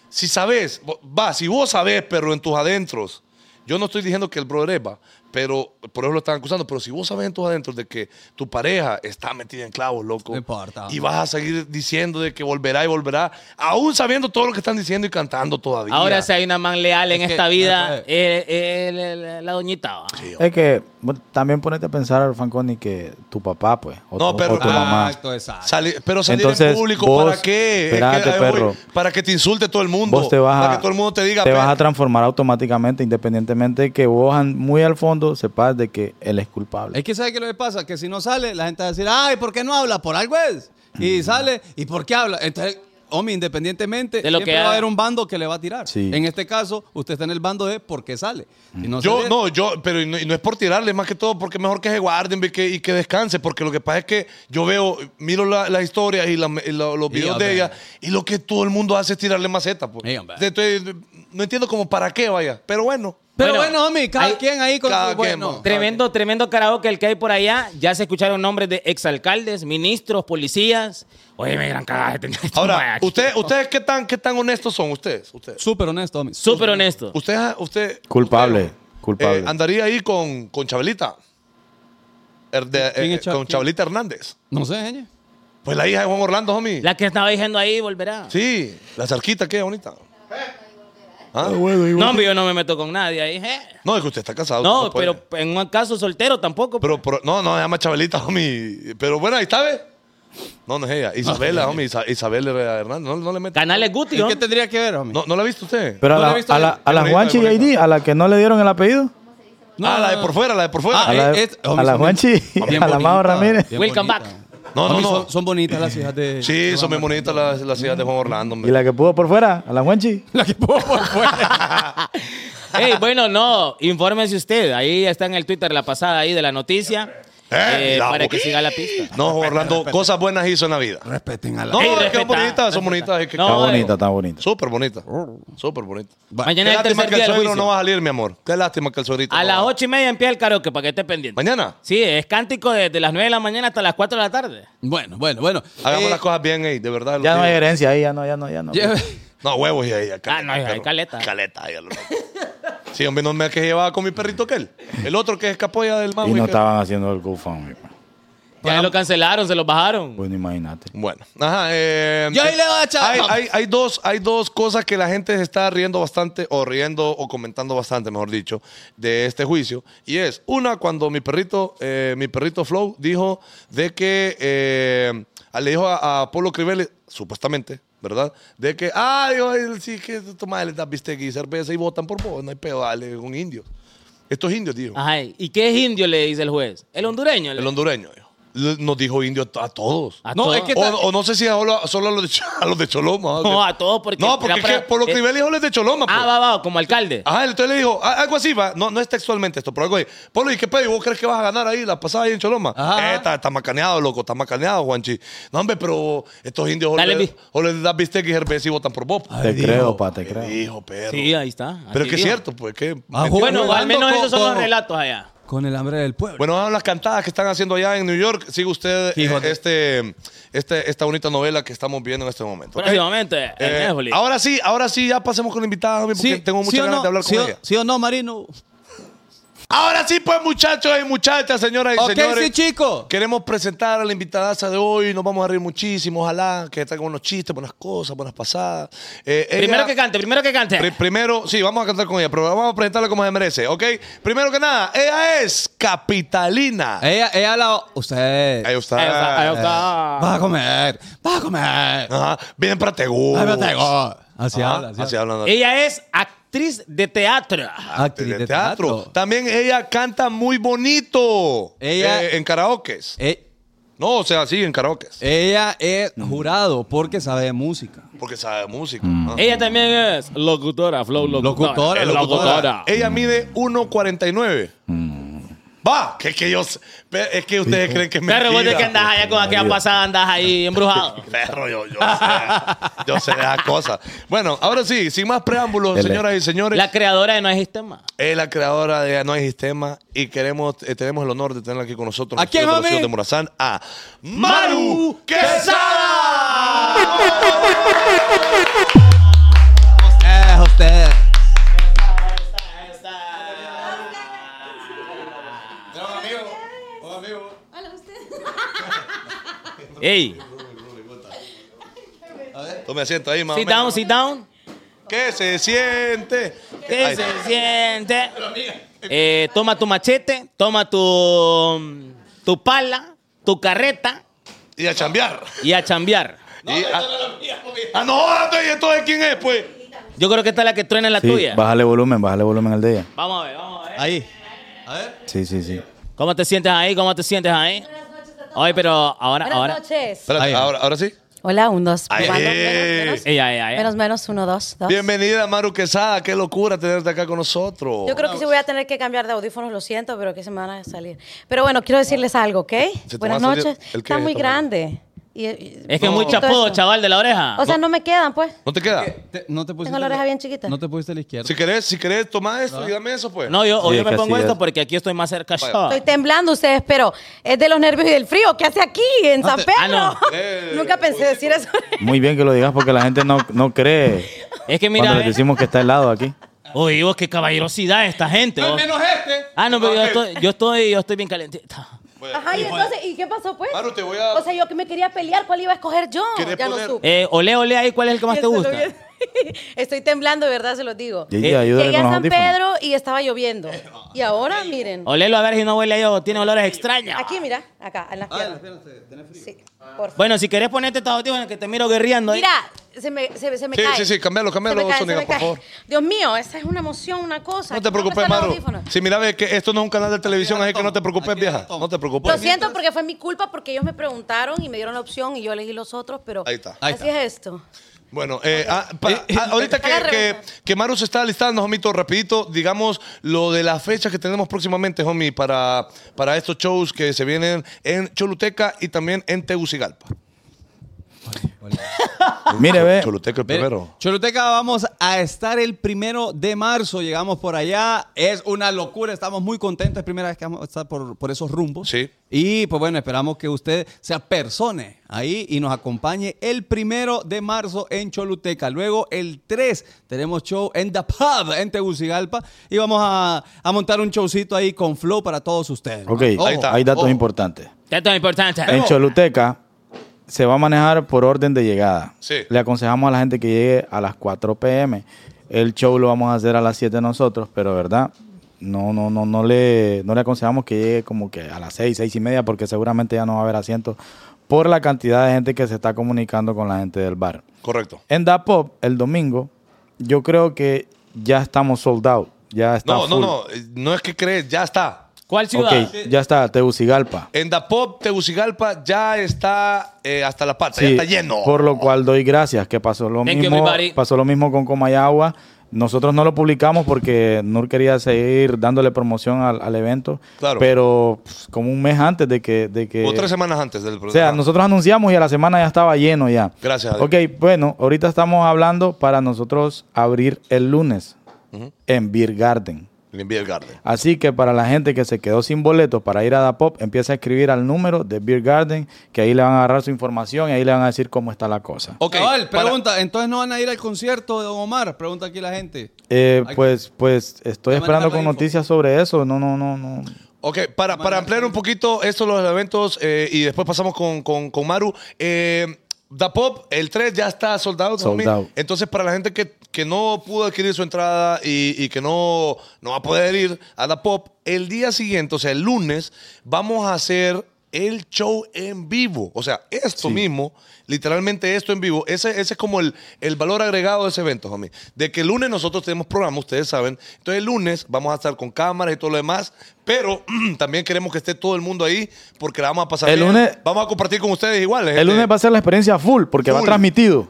si sabes, vo- va, si vos sabes, perro, en tus adentros, yo no estoy diciendo que el brother es, va, pero por eso lo están acusando, pero si vos sabes en tus adentros de que tu pareja está metida en clavos, loco,
No importa.
y vas a seguir diciendo de que volverá y volverá, aún sabiendo todo lo que están diciendo y cantando todavía.
Ahora si hay una man leal en
Es que-
esta vida,
no
es la doñita. va.
Es que bueno, también ponete a pensar, Fanconi, que tu papá, pues, o,
No,
tu,
pero-
o tu mamá.
Ah, Exacto, exacto.
Sali- pero salir en
Entonces,
público,
vos-
¿para qué? Es que,
espérate,
ahí voy,
perro.
para que te insulte todo el mundo.
Vos te vas
para
a,
que todo el mundo te diga.
te vas
"Pe-
a transformar automáticamente, independientemente de que vos an- muy al fondo sepas de que él es culpable.
Es que ¿sabe qué lo que pasa? Que si no sale, la gente va a decir, ay, ¿por qué no habla? Por algo es. Y sale, ¿y por qué habla? Entonces, hombre, independientemente,
De lo
siempre
que
va a
haga.
haber un bando que le va a tirar.
Sí.
En este caso, usted está en el bando de por qué sale. Si no
Yo,
sale-
no, yo, pero y no, y no es por tirarle, más que todo, porque mejor que se guarden ve, que- y que descanse, porque lo que pasa es que yo veo, miro la- las historias y, la- y la- los
Y
videos
ya ve.
de ella, y lo que todo el mundo hace es tirarle maceta. Pues.
Y ya ve.
Entonces, no entiendo como para qué vaya, pero bueno.
Pero bueno,
Bueno,
hombre, cada
hay-
quien ahí con
cada
su
quien,
bueno.
mo.
Tremendo, tremendo karaoke el que hay por allá. Ya se escucharon nombres de exalcaldes, ministros, policías. Oye, me gran cagada. este
Ahora, usted, ¿ustedes qué tan, qué tan honestos son ustedes? Ustedes,
Súper honesto, hombre.
Súper honesto.
usted, usted
Culpable,
usted,
culpable.
eh, andaría ahí con, con Chabelita. Er- de-
¿Quién
eh,
es Cha-
con
quién?
Chabelita Hernández.
No sé, Gene.
Pues la hija de Juan Orlando, homie.
La que estaba diciendo ahí volverá.
Sí, la zarquita, qué bonita. Ah,
No, hombre, yo no me meto con nadie ahí. eh.
No, es que usted está casado.
No,
puede.
pero en un caso soltero
pues.
tampoco.
pero, pero- No, no, se llama Chabelita, homie. Pero bueno, ahí está, ¿ves? No, no es ella. Isabela, homie. Isa- Isabel Herrera Hernández. No, no le mete.
Canales Guti,
¿Y
¿no?
qué tendría que ver, hombre?
No, ¿No la ha visto usted?
Pero a
No lo
la,
he visto
a
yo.
la, a la
Qué bonita,
Juanchi
qué bonita.
JD, a la que no le dieron el apellido,
No,
ah,
no,
la de
no.
por fuera, la de por fuera.
Ah,
a la,
eh, es- homie,
a la
son
Juanchi,
bien
a la Mauro
bonitas,
Ramírez.
bien
Welcome
bonitas.
back.
No, no,
Homie,
no.
Son, son bonitas las hijas de.
sí, son bien bonitas las,
Mm.
las ciudades de Juan Orlando. hombre.
¿Y la que pudo por fuera? ¿A la Juanchi?
La que puedo por fuera.
Ey, bueno, no, infórmese usted. Ahí está en el Twitter la pasada ahí de la noticia.
Eh,
Eh,
la
para que
bo-
siga la pista.
No, Juan Orlando, cosas buenas hizo en la vida.
Respeten a la.
No,
Ey,
es que
respeta,
son bonitas, son
respeta.
bonitas. es que-
No,
Está
eh.
bonita, Oh. está bonita.
Súper bonita. Súper bonita. Qué
Mañana es el
lástima
tercer
que el
día del
suegro
juicio.
no va a salir, mi amor. Qué lástima que el suegrito.
A
no
las
va.
ocho y media empieza el karaoke para que esté pendiente.
¿Mañana?
Sí, es cántico desde las nueve de la mañana hasta las cuatro de la tarde.
Bueno, bueno, bueno.
Hagamos
Eh,
las cosas bien, ey, de verdad. lo
Ya no
digo.
hay herencia ahí, ya no, ya no, ya no.
lleve-
No, huevos y ahí.
Ah, no, ahí, ahí, caleta.
Caleta, ahí, a lo loco. Sí, hombre, no me que llevaba con mi perrito aquel. El otro que escapó ya del
Y
mambo. y
no
que-
estaban haciendo el GoFundMe. man.
Ya lo cancelaron, se lo bajaron.
Bueno, imagínate.
Bueno, ajá. Eh,
Yo ahí le doy a Chava.
hay, hay, hay dos, hay dos cosas que la gente se está riendo bastante, o riendo, o comentando bastante, mejor dicho, de este juicio. Y es, una, cuando mi perrito, eh, mi perrito Flow dijo de que, eh, le dijo a, a Polo Crivelli, supuestamente, ¿verdad? De que, ay, él sí que toma, le da bistec y cerveza y votan por vos, no hay pedo, dale, un indio. Estos indios, dijo.
Ajá, ¿y qué es indio? Le dice el juez. El hondureño. le-
El hondureño, dijo. Le- Nos dijo indio a, a todos.
A
No,
todos.
es que-
O, o no sé si solo, solo a, los de, Ch- a los de Choloma.
No, a todos, porque-
No, porque
era
es que
para-
por lo que
eh,
Ibel dijo, los de Choloma. pues. Ah,
Ah, va, va, como alcalde.
Ajá, entonces le dijo, a- algo así va. No, no es textualmente esto, pero algo ahí. Polo, ¿y qué pedo? ¿Y ¿Vos crees que vas a ganar ahí la pasada ahí en Choloma?
Ajá.
Eh, está, está macaneado, loco, está macaneado, Juanchi. No, hombre, pero estos indios o
Dale,
les-
vi.
o les das bistec y cerveza y votan por vos.
Te
dijo,
creo, pa, te
¿Qué
creo.
dijo, perro?
Sí, ahí está.
Pero es que
así
es
dijo.
cierento, pues, que...
Ah,
¿me
bueno,
entiendes?
Bueno, al menos
Con-
esos son los
con-
relatos allá.
Con el hambre del pueblo.
Bueno, vamos a las cantadas que están haciendo allá en New York. Sigue usted eh,
Hijo de-
este, este, esta bonita novela que estamos viendo en este momento. ¿ok?
Próximamente, en
Eh,
Netflix.
ahora sí, ahora sí, ya pasemos con la invitada, homie, porque tengo mucha
o
ganas
no,
de hablar con
sí o-
ella.
sí o no, Marino.
Ahora sí, pues, muchachos y muchachas, señoras y
Ok,
señores.
sí, chico.
Queremos presentar a la invitadaza de hoy. Nos vamos a reír muchísimo. Ojalá que traiga buenos chistes, buenas cosas, buenas pasadas. Eh, ella-
Primero que cante, primero que cante.
Pri- primero, sí, vamos a cantar con ella, pero vamos a presentarla como se merece, ¿ok? Primero que nada, ella es Capitalina.
Ella, ella la. Usted.
Ahí está.
Eh. Ahí está, ahí está.
ah.
Va a comer. Va a comer.
Ajá, Bien prategú.
Ay, me tengo. Ah, Así
Ajá,
habla.
así hablan.
Ella es actriz de teatro.
Actriz de teatro.
También ella canta muy bonito.
Ella-
eh, en karaokes.
Eh,
No, o sea, sí, en karaokes.
ella es jurado porque sabe de música.
Porque sabe música.
Mm.
¿no?
Ella también es locutora, flow locutora.
Locutora,
Es
locutora. Mm.
Ella mide 1.49. Va, que, que yo. s- pe- Es que ustedes creen que me.
Perro, vos de que andas allá con aquella pasada, andas ahí embrujado.
Perro, yo, yo sé. yo sé de esas cosas. Bueno, ahora sí, sin más preámbulos, señoras y señores.
La creadora de No hay sistema.
Es la creadora de No hay sistema y queremos, eh, tenemos el honor de tenerla aquí con nosotros.
¿A quién,
Nosotros,
mami?
los de Morazán, a Maru Quesada.
Es usted.
Hola, usted.
Ey,
Tome asiento ahí, mamá.
sit down, sit down.
¿Qué se siente?
¿Qué
Ahí.
se siente? Eh, toma tu machete, toma tu, mm, tu pala, tu carreta
Y a chambear.
y a chambear.
Y a- Ah, no, ahora ¿y entonces quién es, pues?
Yo creo que esta es la que truena en la
Sí,
tuya.
bájale volumen, bájale volumen al de ella.
Vamos a ver, vamos a ver.
Ahí. A ver.
Sí, sí, sí.
¿Cómo te sientes ahí? ¿Cómo te sientes ahí?
Buenas noches a todos.
Ay, pero ahora,
Buenas
ahora.
noches.
Espérate,
Ahí.
ahora, ahora sí.
Hola, un, dos.
Ay,
probando.
eh.
menos, menos,
Ey, ay, ay, ay.
menos, menos, uno, dos, dos.
Bienvenida, Maru Quesada. Qué locura tenerte acá con nosotros.
Yo creo que sí voy a tener que cambiar de audífonos, lo siento, pero que se me van a salir. Pero bueno, quiero decirles algo, ¿ok?
te
Buenas
va a salir
noches.
el que
Está
es,
muy
Tomás.
grande. Y- y-
Es que es
y
muy
todo
chapudo,
eso.
chaval, de la oreja.
O sea, no me quedan, pues.
¿No te queda?
Te- no te pusiste
Tengo la oreja bien chiquita.
No te pusiste a la izquierda.
Si querés, si querés, toma esto y dame eso, pues.
No, yo, o
Sí,
yo
es
me
que
pongo
así
esto
es.
porque aquí estoy más cerca. yo.
Estoy temblando ustedes, pero es de los nervios y del frío. ¿Qué hace aquí en San Pedro?
Ah, no.
Eh,
Nunca pensé decir eso.
Muy bien que lo digas porque la gente no, no cree
Es que mira,
cuando le
eh.
decimos que está helado aquí.
Oye, vos, qué caballerosidad esta gente. vos.
este.
Ah, no, pero yo
Ok.
estoy, yo estoy, yo estoy bien calentita.
Ajá, y entonces, ¿y qué pasó, pues?
Maru, te voy a-
O sea, yo que me quería pelear, ¿cuál iba a escoger yo?
¿Querés
Ya
poner-
lo supe.
Eh, ole, ole ahí, ¿cuál es el que más te
Eso lo
gusta?
vi- Estoy temblando, de verdad, se los digo.
Gigi,
Eh,
ayúdale
Llegué a
con los
San
audífonos.
Pedro y estaba lloviendo. Y ahora, miren.
Olelo a ver si no huele yo, tiene olores extraños.
Aquí, mira, acá, en las
Ah,
piernas. Sí,
Ah.
por favor.
Bueno, si querés ponerte estos audífonos que te miro guerriendo. ahí.
Mira, se me, se, se me
Sí,
cae.
sí, sí, cámbialo, cámbialo,
Se me cae, se
Zúñiga,
me
por
cae.
favor.
Dios mío, esa es una emoción, una cosa.
No
¿Cómo
te preocupes,
están los
Maru.
audífonos?
Si mira, ve que esto no es un canal de televisión, así que no te preocupes, vieja. No te preocupes.
Lo siento porque fue mi culpa, porque ellos me preguntaron y me dieron la opción y yo elegí los otros, pero
Ahí está.
Ahí
así
está.
es esto.
Bueno, eh, ah, pa- ah, ahorita que,
Está la
que,
reversa.
que Maru se está listando, homito, rapidito, digamos lo de las fechas que tenemos próximamente, homie, para, para estos shows que se vienen en Choluteca y también en Tegucigalpa.
Mire, ve.
Choluteca el
Mire,
primero.
Choluteca, vamos a estar el primero de marzo. Llegamos por allá. Es una locura. Estamos muy contentos. Es primera vez que vamos a estar por, por esos rumbos.
Sí.
Y pues bueno, esperamos que usted se apersone ahí y nos acompañe el primero de marzo en Choluteca. Luego el 3 tenemos show en The Pub en Tegucigalpa. Y vamos a, a montar un showcito ahí con Flow para todos ustedes.
Ok,
Ojo,
ahí está.
hay datos
ojo.
importantes.
Esto es importante.
En Choluteca se va a manejar por orden de llegada.
Sí.
Le aconsejamos a la gente que llegue a las 4 pm. El show lo vamos a hacer a las 7 nosotros, pero verdad, no, no, no, no le, no le aconsejamos que llegue como que a las 6, 6 y media, porque seguramente ya no va a haber asientos por la cantidad de gente que se está comunicando con la gente del bar.
Correcto.
En Da Pop, el domingo, yo creo que ya estamos sold out. Ya está
No, no,
full.
no, eh, no es que crees, ya está.
¿Cuál ciudad?
Ok, ya está, Tegucigalpa.
En Dapop, Tegucigalpa ya está eh, hasta la pata, ya
Sí,
está lleno.
Por lo cual doy gracias, que pasó lo
Thank you,
mismo.
everybody.
pasó lo mismo con Comayagua. Nosotros no lo publicamos porque Nur quería seguir dándole promoción al, al evento.
Claro.
Pero pff, como un mes antes de que. De que
o tres semanas antes del
o sea,
programa.
nosotros anunciamos y a la semana ya estaba lleno ya.
Gracias a Dios.
Ok, bueno, ahorita estamos hablando para nosotros abrir el lunes en Beer Garden.
Le envía el Garden.
Así que para la gente que se quedó sin boletos para ir a Da Pop, empieza a escribir al número de Beer Garden, que ahí le van a agarrar su información y ahí le van a decir cómo está la cosa.
Oh,
Ok.
Cabal,
para-
pregunta, ¿entonces no van a ir al concierto de Don Omar? Pregunta aquí la gente.
Eh,
Hay-
pues, pues estoy
Te mandaron
esperando
la
con
info.
noticias sobre eso. No, no, no, no.
Ok, para, para ampliar un poquito estos los eventos eh, y después pasamos con, con- con Maru. Eh, Da Pop, el 3 ya está soldado.
Sold out.
Entonces, para la gente que, que no pudo adquirir su entrada y, y que no, no va a poder ir a Da Pop, el día siguiente, o sea, el lunes, vamos a hacer el show en vivo. O sea, esto mismo, literalmente esto en vivo, ese, ese es como el, el valor agregado de ese evento, homie. De que el lunes nosotros tenemos programa, ustedes saben. Entonces, el lunes vamos a estar con cámaras y todo lo demás, pero también queremos que esté todo el mundo ahí porque la vamos a pasar
El
bien.
lunes-
Vamos a compartir con ustedes igual.
Este
El lunes va Oh, a ser la experiencia full porque va
Full.
transmitido.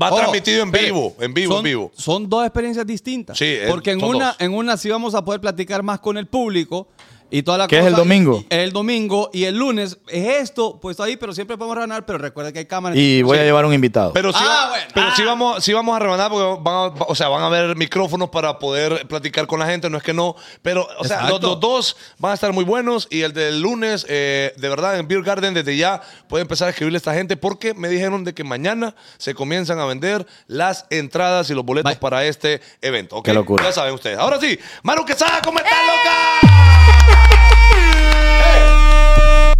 Va
Ojo,
transmitido en
espere,
vivo, en vivo,
son,
en vivo.
Son dos experiencias distintas.
Sí, eh,
Porque en
son
una,
dos.
en una sí vamos a poder platicar más con el público y toda la
Que es el domingo.
Y- el domingo y el lunes es esto, puesto ahí, pero siempre podemos ganar, pero recuerda que hay cámaras.
Y voy
Sí.
a llevar un invitado.
Pero sí,
Ah,
va-
bueno.
pero
Ah.
sí vamos, sí vamos a rebanar porque van a, va- o sea, van a haber micrófonos para poder platicar con la gente, no es que no, pero o sea, los,
Exacto.
los dos van a estar muy buenos y el del lunes, eh, de verdad, en Beer Garden desde ya puede empezar a escribirle a esta gente porque me dijeron de que mañana se comienzan a vender las entradas y los boletos
Bye.
para este evento. ¿ok?
Qué locura.
Ya saben ustedes. Ahora sí, Maru Quesada, ¿cómo
¡Eh!
estás, loca?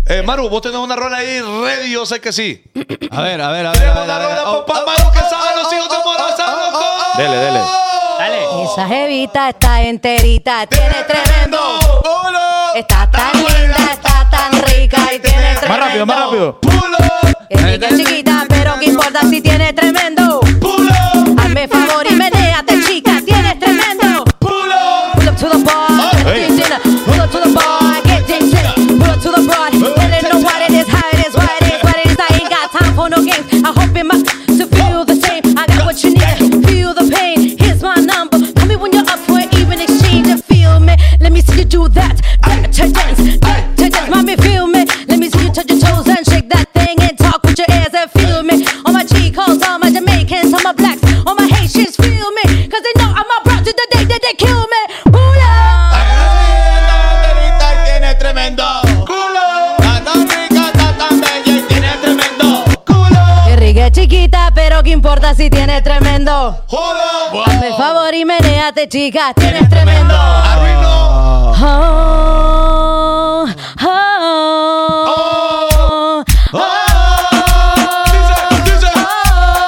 Eh, eh, Maru, vos tenés una rola ahí ready, yo sé que sí.
A ver, a ver, a ver. a
Tenemos
ver, a
la
ver,
rola
oh,
papá
oh,
Maru
oh,
Quesada,
oh,
los hijos de
oh,
Morazán,
oh, oh,
loco.
oh,
Dele, dele.
Dale.
Oh.
Esa jevita está enterita, tiene tremendo.
Pulo.
Está tan linda, está tan rica y tiene tremendo.
Más rápido, más rápido.
Pulo.
Es rica y chiquita, pero qué importa si tiene tremendo.
Pulo.
Hazme favor y meneate, chica, tienes tremendo.
Pulo.
Pull up to the bar, get
hey.
hey. Pull up to the bar, get ding ding. Pull up to the bar, let it know what it is, how it is, what it is, what it is. I ain't got time for no games. I hope it must to feel the same. I got what you need, feel the pain. Here's my number. Call me when you're up for an even exchange. You feel me? Let me see you do that. That to dance, that to dance. Mommy, feel me? Let me see you touch your toes and shake that thing and talk with your ears and feel me. All my Chicos, all my Jamaicans, all my blacks, all my Haitians, feel me? Cause they know I'm a brought to the day that they kill me. Booyah!
Tiene tremendo culo. Está tan rica, está tan bella y tiene tremendo culo.
Qué rica es chiquita, pero qué importa si tiene tremendo.
Culo.
Hazme favor y meneate, chica, tienes tremendo. Oh, oh, oh.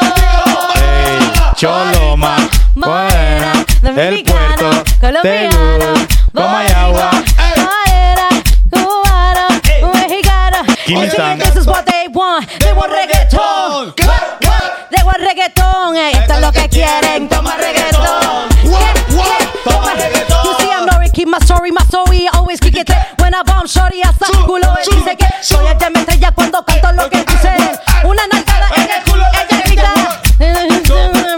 Choloma,
Morena,
el
dominicana,
puerto,
colombiana,
Tegu, Comayagua.
morena, cubana, mexicana.
Kimi
They
San.
think This is what they want. They want reggaeton. What, what? They want reggaeton. Eh, Esto es lo que quieren. Toma reggaeton. Yeah, yeah, Toma reggaeton. You see, I'm no Ricky, my story, my story. Always kick it. When I bomb shorty, hasta el culo. Él dice que soy el de estrella cuando canto lo que dice. Una nalgada en el culo, ella grita.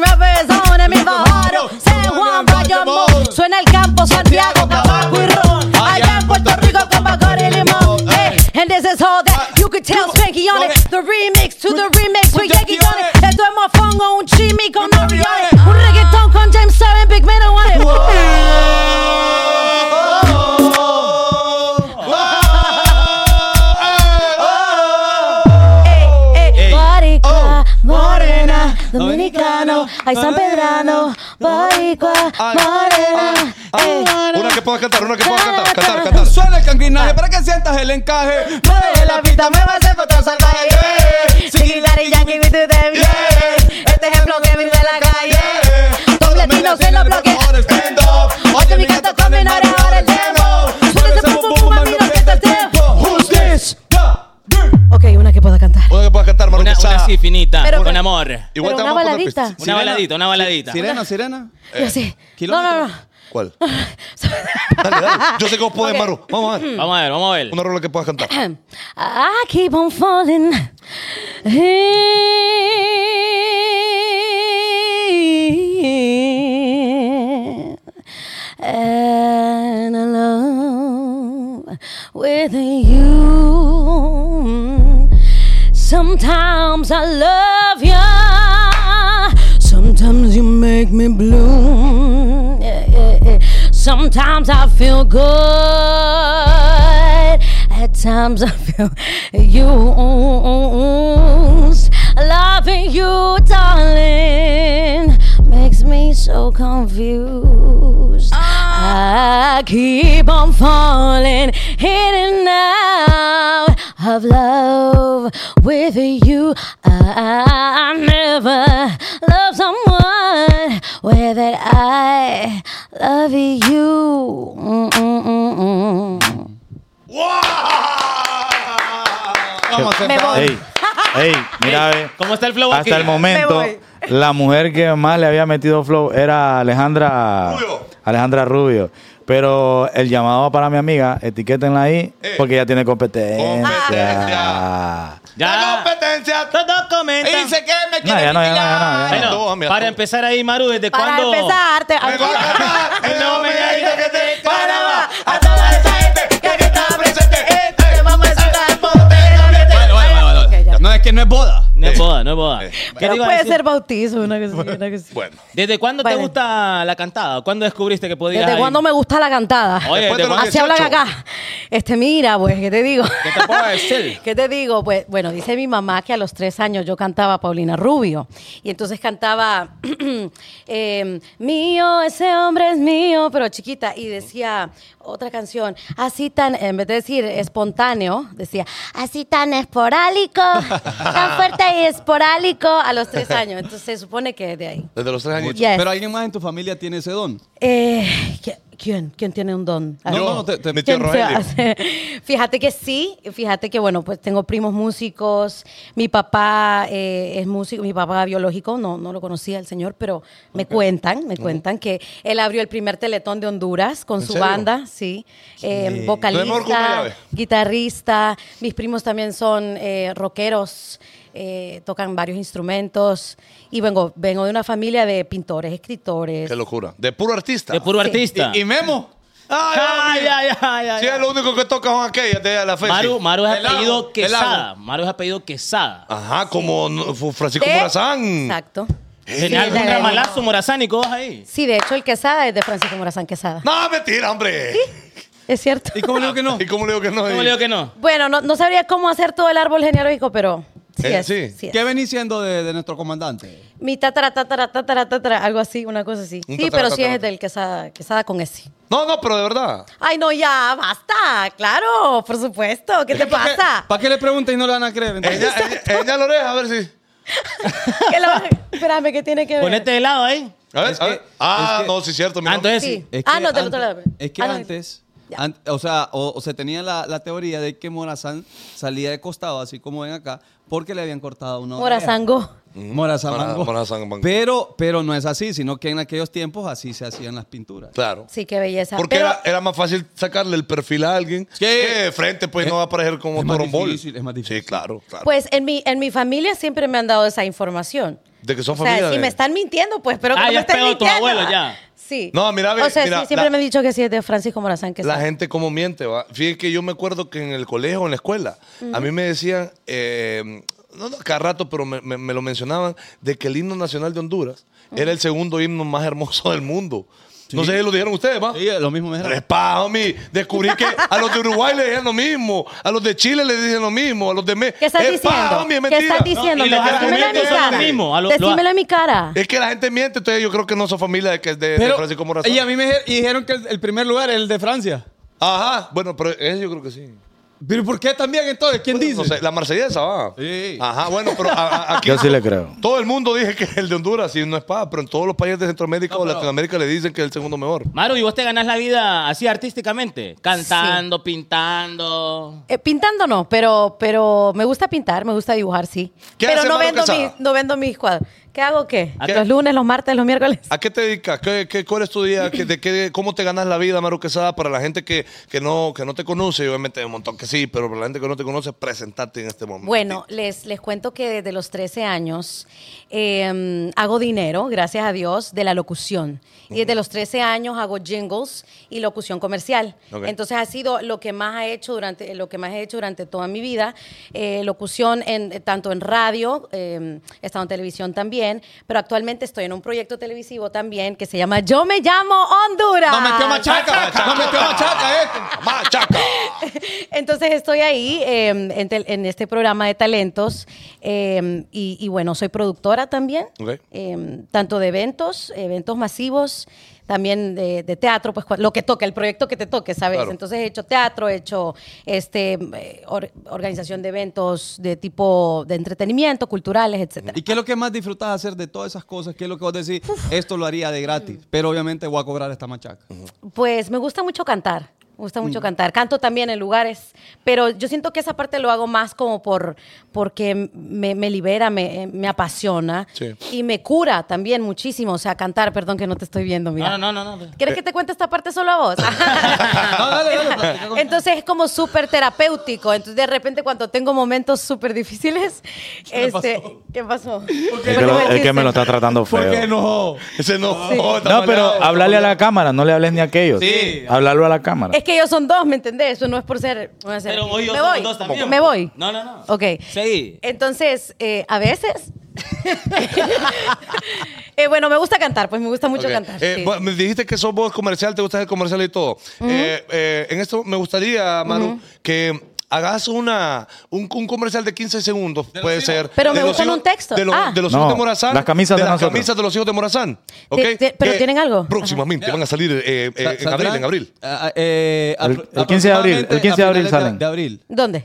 Rappers on en mi bajaro. San Juan, Bayamón. Suena el campo, Santiago, Cabaco y Ron. Allá en Puerto Rico, con Bacor y Limón. Eh, And this is all that you could tell Spanky on it. The remix to the remix with Yankee on it. Esto es mofongo, un chimi con Orioles. Un reggaetón con James Seven, Big Man on it.
eh,
Eh, eh,
Oh.
Boricua, morena, dominicano, ay San Pedrano, boricua, morena, eh.
Una que pueda cantar, una que pueda cantar, cantar, cantar.
Suena el cangrinaje para que sientas el encaje.
Mueve la pista, muévase con todo salvaje.
Eh,
Si gritar y yankee, vi tú te vienes. Este ejemplo que vive en la calle. Doble tino se lo bloque.
Stand up.
Oye, mi gato come y no le jode el tiempo. Suéltese, pum, pum, pum, mami, no pierdas tiempo.
Who's this?
Ok, una que pueda cantar.
Una que pueda cantar, Maru
Una, una
Quesada.
así finita,
Pero-
con amor.
Pero una
vamos a poner-
baladita.
Una baladita, una baladita.
Sirena, sirena.
Yo sí. No,
kilómetro.
no, no.
¿Cuál? Dale, dale. Yo sé que vos podés,
Ok.
Maru. Vamos a ver.
Vamos a ver, vamos a ver.
Una rola que puedas cantar.
I keep on falling in and alone with you. Sometimes I love you. Sometimes you make me bloom. Yeah, yeah, yeah. Sometimes
Sometimes I feel good. At times I feel used. Loving you, darling, makes me so confused. I keep on falling in and out of love with you. I never love someone where that I love you. Mm-mm-mm-mm.
Vamos a
Me voy.
Ey, ey, mira, ve,
¿Cómo está el flow aquí?
hasta el momento,
Me voy.
la mujer que más le había metido flow era Alejandra
Rubio.
Alejandra Rubio. Pero el llamado para mi amiga, etiquétenla ahí,
Eh.
porque ella tiene competencia.
Competencia. La
Ya.
competencia.
Todo comenta.
Dice que me
No,
quiere
ya no, ya no, ya no,
mitigar.
ya no.
Bueno,
Toma,
para
toma.
empezar ahí, Maru, ¿desde
Para
cuándo?
empezar, te-
Me voy a ganar el
No me
homenaje que te paraba
a toda esa gente
que aquí está presente. Eh,
te este, vamos a sacar por
Bueno, bueno, bueno, bueno.
Ok, ya.
No es que no es boda.
No es boda, no es boda. ¿Qué
Pero
te iba a
puede
decir?
ser bautizo, una cosa así, una cosa así.
Bueno,
¿Desde cuándo te
Vale.
gusta la cantada? ¿Cuándo descubriste que podías?
¿Desde
ahí?
cuándo me gusta la cantada?
Oye,
Después
¿desde
de los
cuándo?
Así hablan
18.
acá. Este, mira, pues, ¿qué te digo?
¿Qué te puedo decir?
¿Qué te digo? Pues, bueno, dice mi mamá que a los tres años yo cantaba Paulina Rubio. Y entonces cantaba, eh, mío, ese hombre es mío, pero chiquita. Y decía otra canción, así tan, en vez de decir espontáneo, decía, así tan esporálico, tan fuerte y esporálico a los tres años. Entonces se supone que de ahí.
desde los tres años.
Yes.
Pero alguien más en tu familia tiene ese don.
Eh, ¿qui- ¿Quién? ¿Quién tiene un don?
No, no, no, te- te-
Mi tío
¿Quién se
Rogelio.
hace? Fíjate que sí, fíjate que bueno, pues tengo primos músicos, mi papá eh, es músico, mi papá biológico, no, no lo conocía el señor, pero me cuentan, me cuentan que él abrió el primer teletón de Honduras con
¿En
su
serio?
banda, sí, eh,
No es Morco, una
vocalista,
llave.
guitarrista, mis primos también son eh, rockeros. eh, tocan varios instrumentos y vengo, vengo de una familia de pintores, escritores,
Qué locura. De puro artista.
De puro artista.
Y, y Memo. Ay,
Ay,
Dios mío.
ay, ay, ay,
Sí, es
ay.
lo único que toca son aquellas de la fecha.
Maru, Maru es
El lago,
apellido
el
Quesada.
lago.
Maru es apellido Quesada.
Ajá, como no- fu- Francisco
de-
Morazán.
Exacto. Sí,
Tenía algún
de-
ramalazo morazánico ahí.
Sí, de hecho, el Quesada es de Francisco Morazán Quesada.
No, mentira, hombre.
¿Es cierto?
¿Y cómo le digo que no?
¿Y cómo le digo que no?
¿Cómo le digo que no?
Bueno, no, no sabría cómo hacer todo el árbol genealógico, pero sí
Eh,
es.
sí.
sí es.
¿Qué venís siendo de, de nuestro comandante?
Mi tatara, tatara, tatara, tatara, algo así, una cosa así.
Un
sí,
tatara,
pero sí
tatara.
es del Quesada, Quesada con ese.
No, no, pero de verdad.
Ay, no, ya, basta, claro, por supuesto. ¿Qué te pasa?
¿Para qué le preguntas y no le van a creer?
Pues
entonces?
Ella, ella, ella lo deja, a ver si.
¿Qué la- Espérame, ¿qué tiene que ver?
Ponete de lado ahí.
A ver,
Es
a
que-
ver. ah,
es que-
no, sí, cierto.
Ah,
mira.
entonces
Sí.
sí.
Es
Ah, no,
que
del
antes-
otro lado.
Es que
Ah, no,
antes,
ya.
an- o sea, o, o se tenía la, la teoría de que Morazán salía de costado, así como ven acá, porque le habían cortado una oreja.
Morazango.
Morazán
Mora-
Mango.
Morazán Mango.
Pero, pero no es así, sino que en aquellos tiempos así se hacían las pinturas.
Claro.
Sí, qué belleza.
Porque
Pero-
era, era más fácil sacarle el perfil a alguien
Sí.
que de frente, pues
Eh,
Es-
no va a aparecer como
es más
torombol.
difícil, es más difícil.
Sí, claro, claro.
Pues en mi, en mi familia siempre me han dado esa información.
De que son
O sea,
familia
si
de-
me están mintiendo, pues, pero que
Ah,
no
ya
me estén
es pedo de tus
mintiendo.
abuelos, ya.
Sí.
No, mira, ve,
O sea,
mira,
sí, siempre
la-
me han dicho que sí es de Francisco Morazán. Que
la
sí.
gente como miente, va. Fíjate que yo me acuerdo que en el colegio, en la escuela, a mí me decían, eh, no, no, cada rato, pero me, me- me lo mencionaban, de que el himno nacional de Honduras era el segundo himno más hermoso del mundo. No sé si lo dijeron ustedes, ¿va?
Sí, lo mismo me
Pero es
dijeron.
pa, homie. Descubrí que a los de Uruguay le dicen lo mismo, a los de Chile le dicen lo mismo, a los de México.
¿Qué estás diciendo? ¿Qué estás diciendo?
y los
Decímelo en mi
argumentos son los
cara.
mismos, a lo- lo-
Decímelo en mi cara.
Es que la gente miente, entonces yo creo que no son familia de, que- de, de
Pero-
Francisco Morazán.
y a mí me dijer- y dijeron que el, el primer lugar es el de Francia.
Ajá, bueno, pero eso yo creo que sí.
¿Pero por qué también entonces? ¿Quién dice?
No sé, la marsellesa va.
Sí.
Ajá, bueno, pero a- a- aquí
Yo sí le creo.
todo el mundo dice que el de Honduras y no es pa, pero en todos los países de Centroamérica
No,
o
pero-
Latinoamérica le dicen que es el segundo mejor.
Maru, ¿y vos te ganás la vida así artísticamente? Cantando, pintando.
Eh, pintando no, pero, pero me gusta pintar, me gusta dibujar, sí.
¿Qué
pero
hace
no
Maru
vendo,
Quesada?
mis, no vendo mis cuadros. ¿Qué hago qué?
¿Qué?
Los lunes, los martes, los miércoles.
¿A qué te dedicas? ¿Qué, qué, cuál es tu día? ¿Qué- de qué- ¿Cómo te ganas la vida, Maru Quesada? Para la gente que, que, no, que no te conoce, y obviamente hay un montón que sí, pero para la gente que no te conoce, presentate en este momento.
Bueno, les, les cuento que desde los 13 años eh, hago dinero, gracias a Dios, de la locución. Y desde los 13 años hago jingles y locución comercial.
Ok.
Entonces ha sido lo que más ha hecho durante, lo que más he hecho durante toda mi vida. eh, locución en, tanto en radio, eh, he em, estado en televisión también. bien, pero actualmente estoy en un proyecto televisivo también que se llama Yo me llamo Honduras.
No
Ah,
metió machaca,
Machaca.
no metió machaca ¿eh? esto.
Machaca.
Entonces estoy ahí eh, en, tel- en este programa de talentos eh, y, y bueno, soy productora también,
Ok.
eh, tanto de eventos, eventos masivos, también de, de teatro, pues cua- lo que toque, el proyecto que te toque, ¿sabes?
Claro.
Entonces he hecho teatro, he hecho este, eh, or- organización de eventos de tipo de entretenimiento, culturales, etcétera.
¿Y qué es lo que más disfrutas hacer de todas esas cosas? ¿Qué es lo que vos decís? Esto lo haría de gratis, pero obviamente voy a cobrar esta machaca.
Pues me gusta mucho cantar. Me gusta
Mm.
mucho cantar. Canto también en lugares, pero yo siento que esa parte lo hago más como por porque me, me libera, me, me apasiona
Sí.
y me cura también muchísimo. O sea, cantar, perdón que no te estoy viendo, mira.
No, no, no, no.
¿Quieres que te cuente esta parte solo a vos?
No, dale, dale, platica con-
Entonces es como súper terapéutico. Entonces de repente cuando tengo momentos súper difíciles, ¿Qué este,
pasó?
¿qué pasó?
Es que, lo- es que me lo está tratando
¿Por qué
feo.
no?
Ese no. está
No, pero
maleado.
hablarle a la cámara, no le hables ni a aquellos.
Sí.
Hablarlo a la cámara.
Es que ellos son dos, ¿me entendés? Eso no es por ser. no es ser-
Pero hoy yo
me
somos
voy.
dos también.
Me voy.
No, no, no.
Ok.
Sí.
Entonces, eh, a veces. Eh, bueno, me gusta cantar, pues me gusta mucho
Ok.
cantar.
Eh,
sí.
vos- Me dijiste que sos vos comercial, te gusta el comercial y todo. Eh, eh, en esto me gustaría, Maru, que hagas una un, un comercial de 15 segundos, puede ser.
Pero
de
me
los
buscan
hijos-
un texto.
De, los-
Ah.
de los
No,
hijos de Morazán.
las camisas de
las
nosotros.
camisas de los hijos de Morazán. ¿ok?
Te- te- pero
Que
¿tienen algo?
Próximamente, van a salir eh, eh, en abril, en abril.
Ah, ah, eh,
El-
apro-
el 15 de abril,
aproximadamente
el 15 de
a
abril
finales
salen.
De abril.
¿Dónde?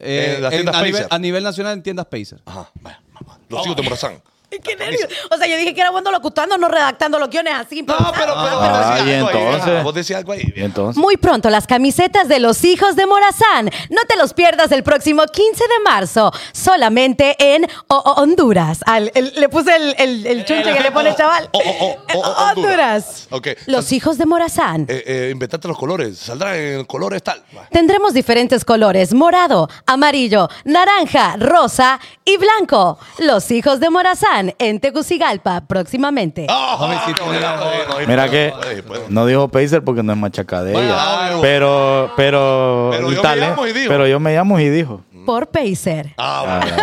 Eh,
Eh, las
en-
tiendas
a, nivel,
Pacer.
a nivel nacional en tiendas Pacer.
Ajá, vaya, vamos. Los hijos de Morazán.
Qué nervios. O sea, yo dije que era bueno locutando, no redactando los guiones así. pues.
No, pero, pero, pero
Ah,
decía
y
algo ahí,
entonces.
ajá, Vos decías algo ahí.
Y entonces.
Muy pronto las camisetas de los hijos de Morazán. No te los pierdas el próximo 15 de marzo, solamente en O- O- Honduras. Al- el- le puse el, el, el chunche que le pone el chaval.
O- O- O- O-
Honduras.
Honduras. Ok.
Los hijos de Morazán.
Eh, eh, inventate los colores. Saldrá en colores tal. Va.
Tendremos diferentes colores, morado, amarillo, naranja, rosa y blanco. Los hijos de Morazán en Tegucigalpa próximamente.
Ah,
sí,
no,
tiene la
no,
voz.
no, no,
Mira
no,
que
no, pues.
no dijo Pacer porque no es machacadella.
Bueno,
Pero, pero,
Pero
el
yo me llamo y dijo.
pero yo me llamo y dijo.
Por Pacer.
Ah, bueno,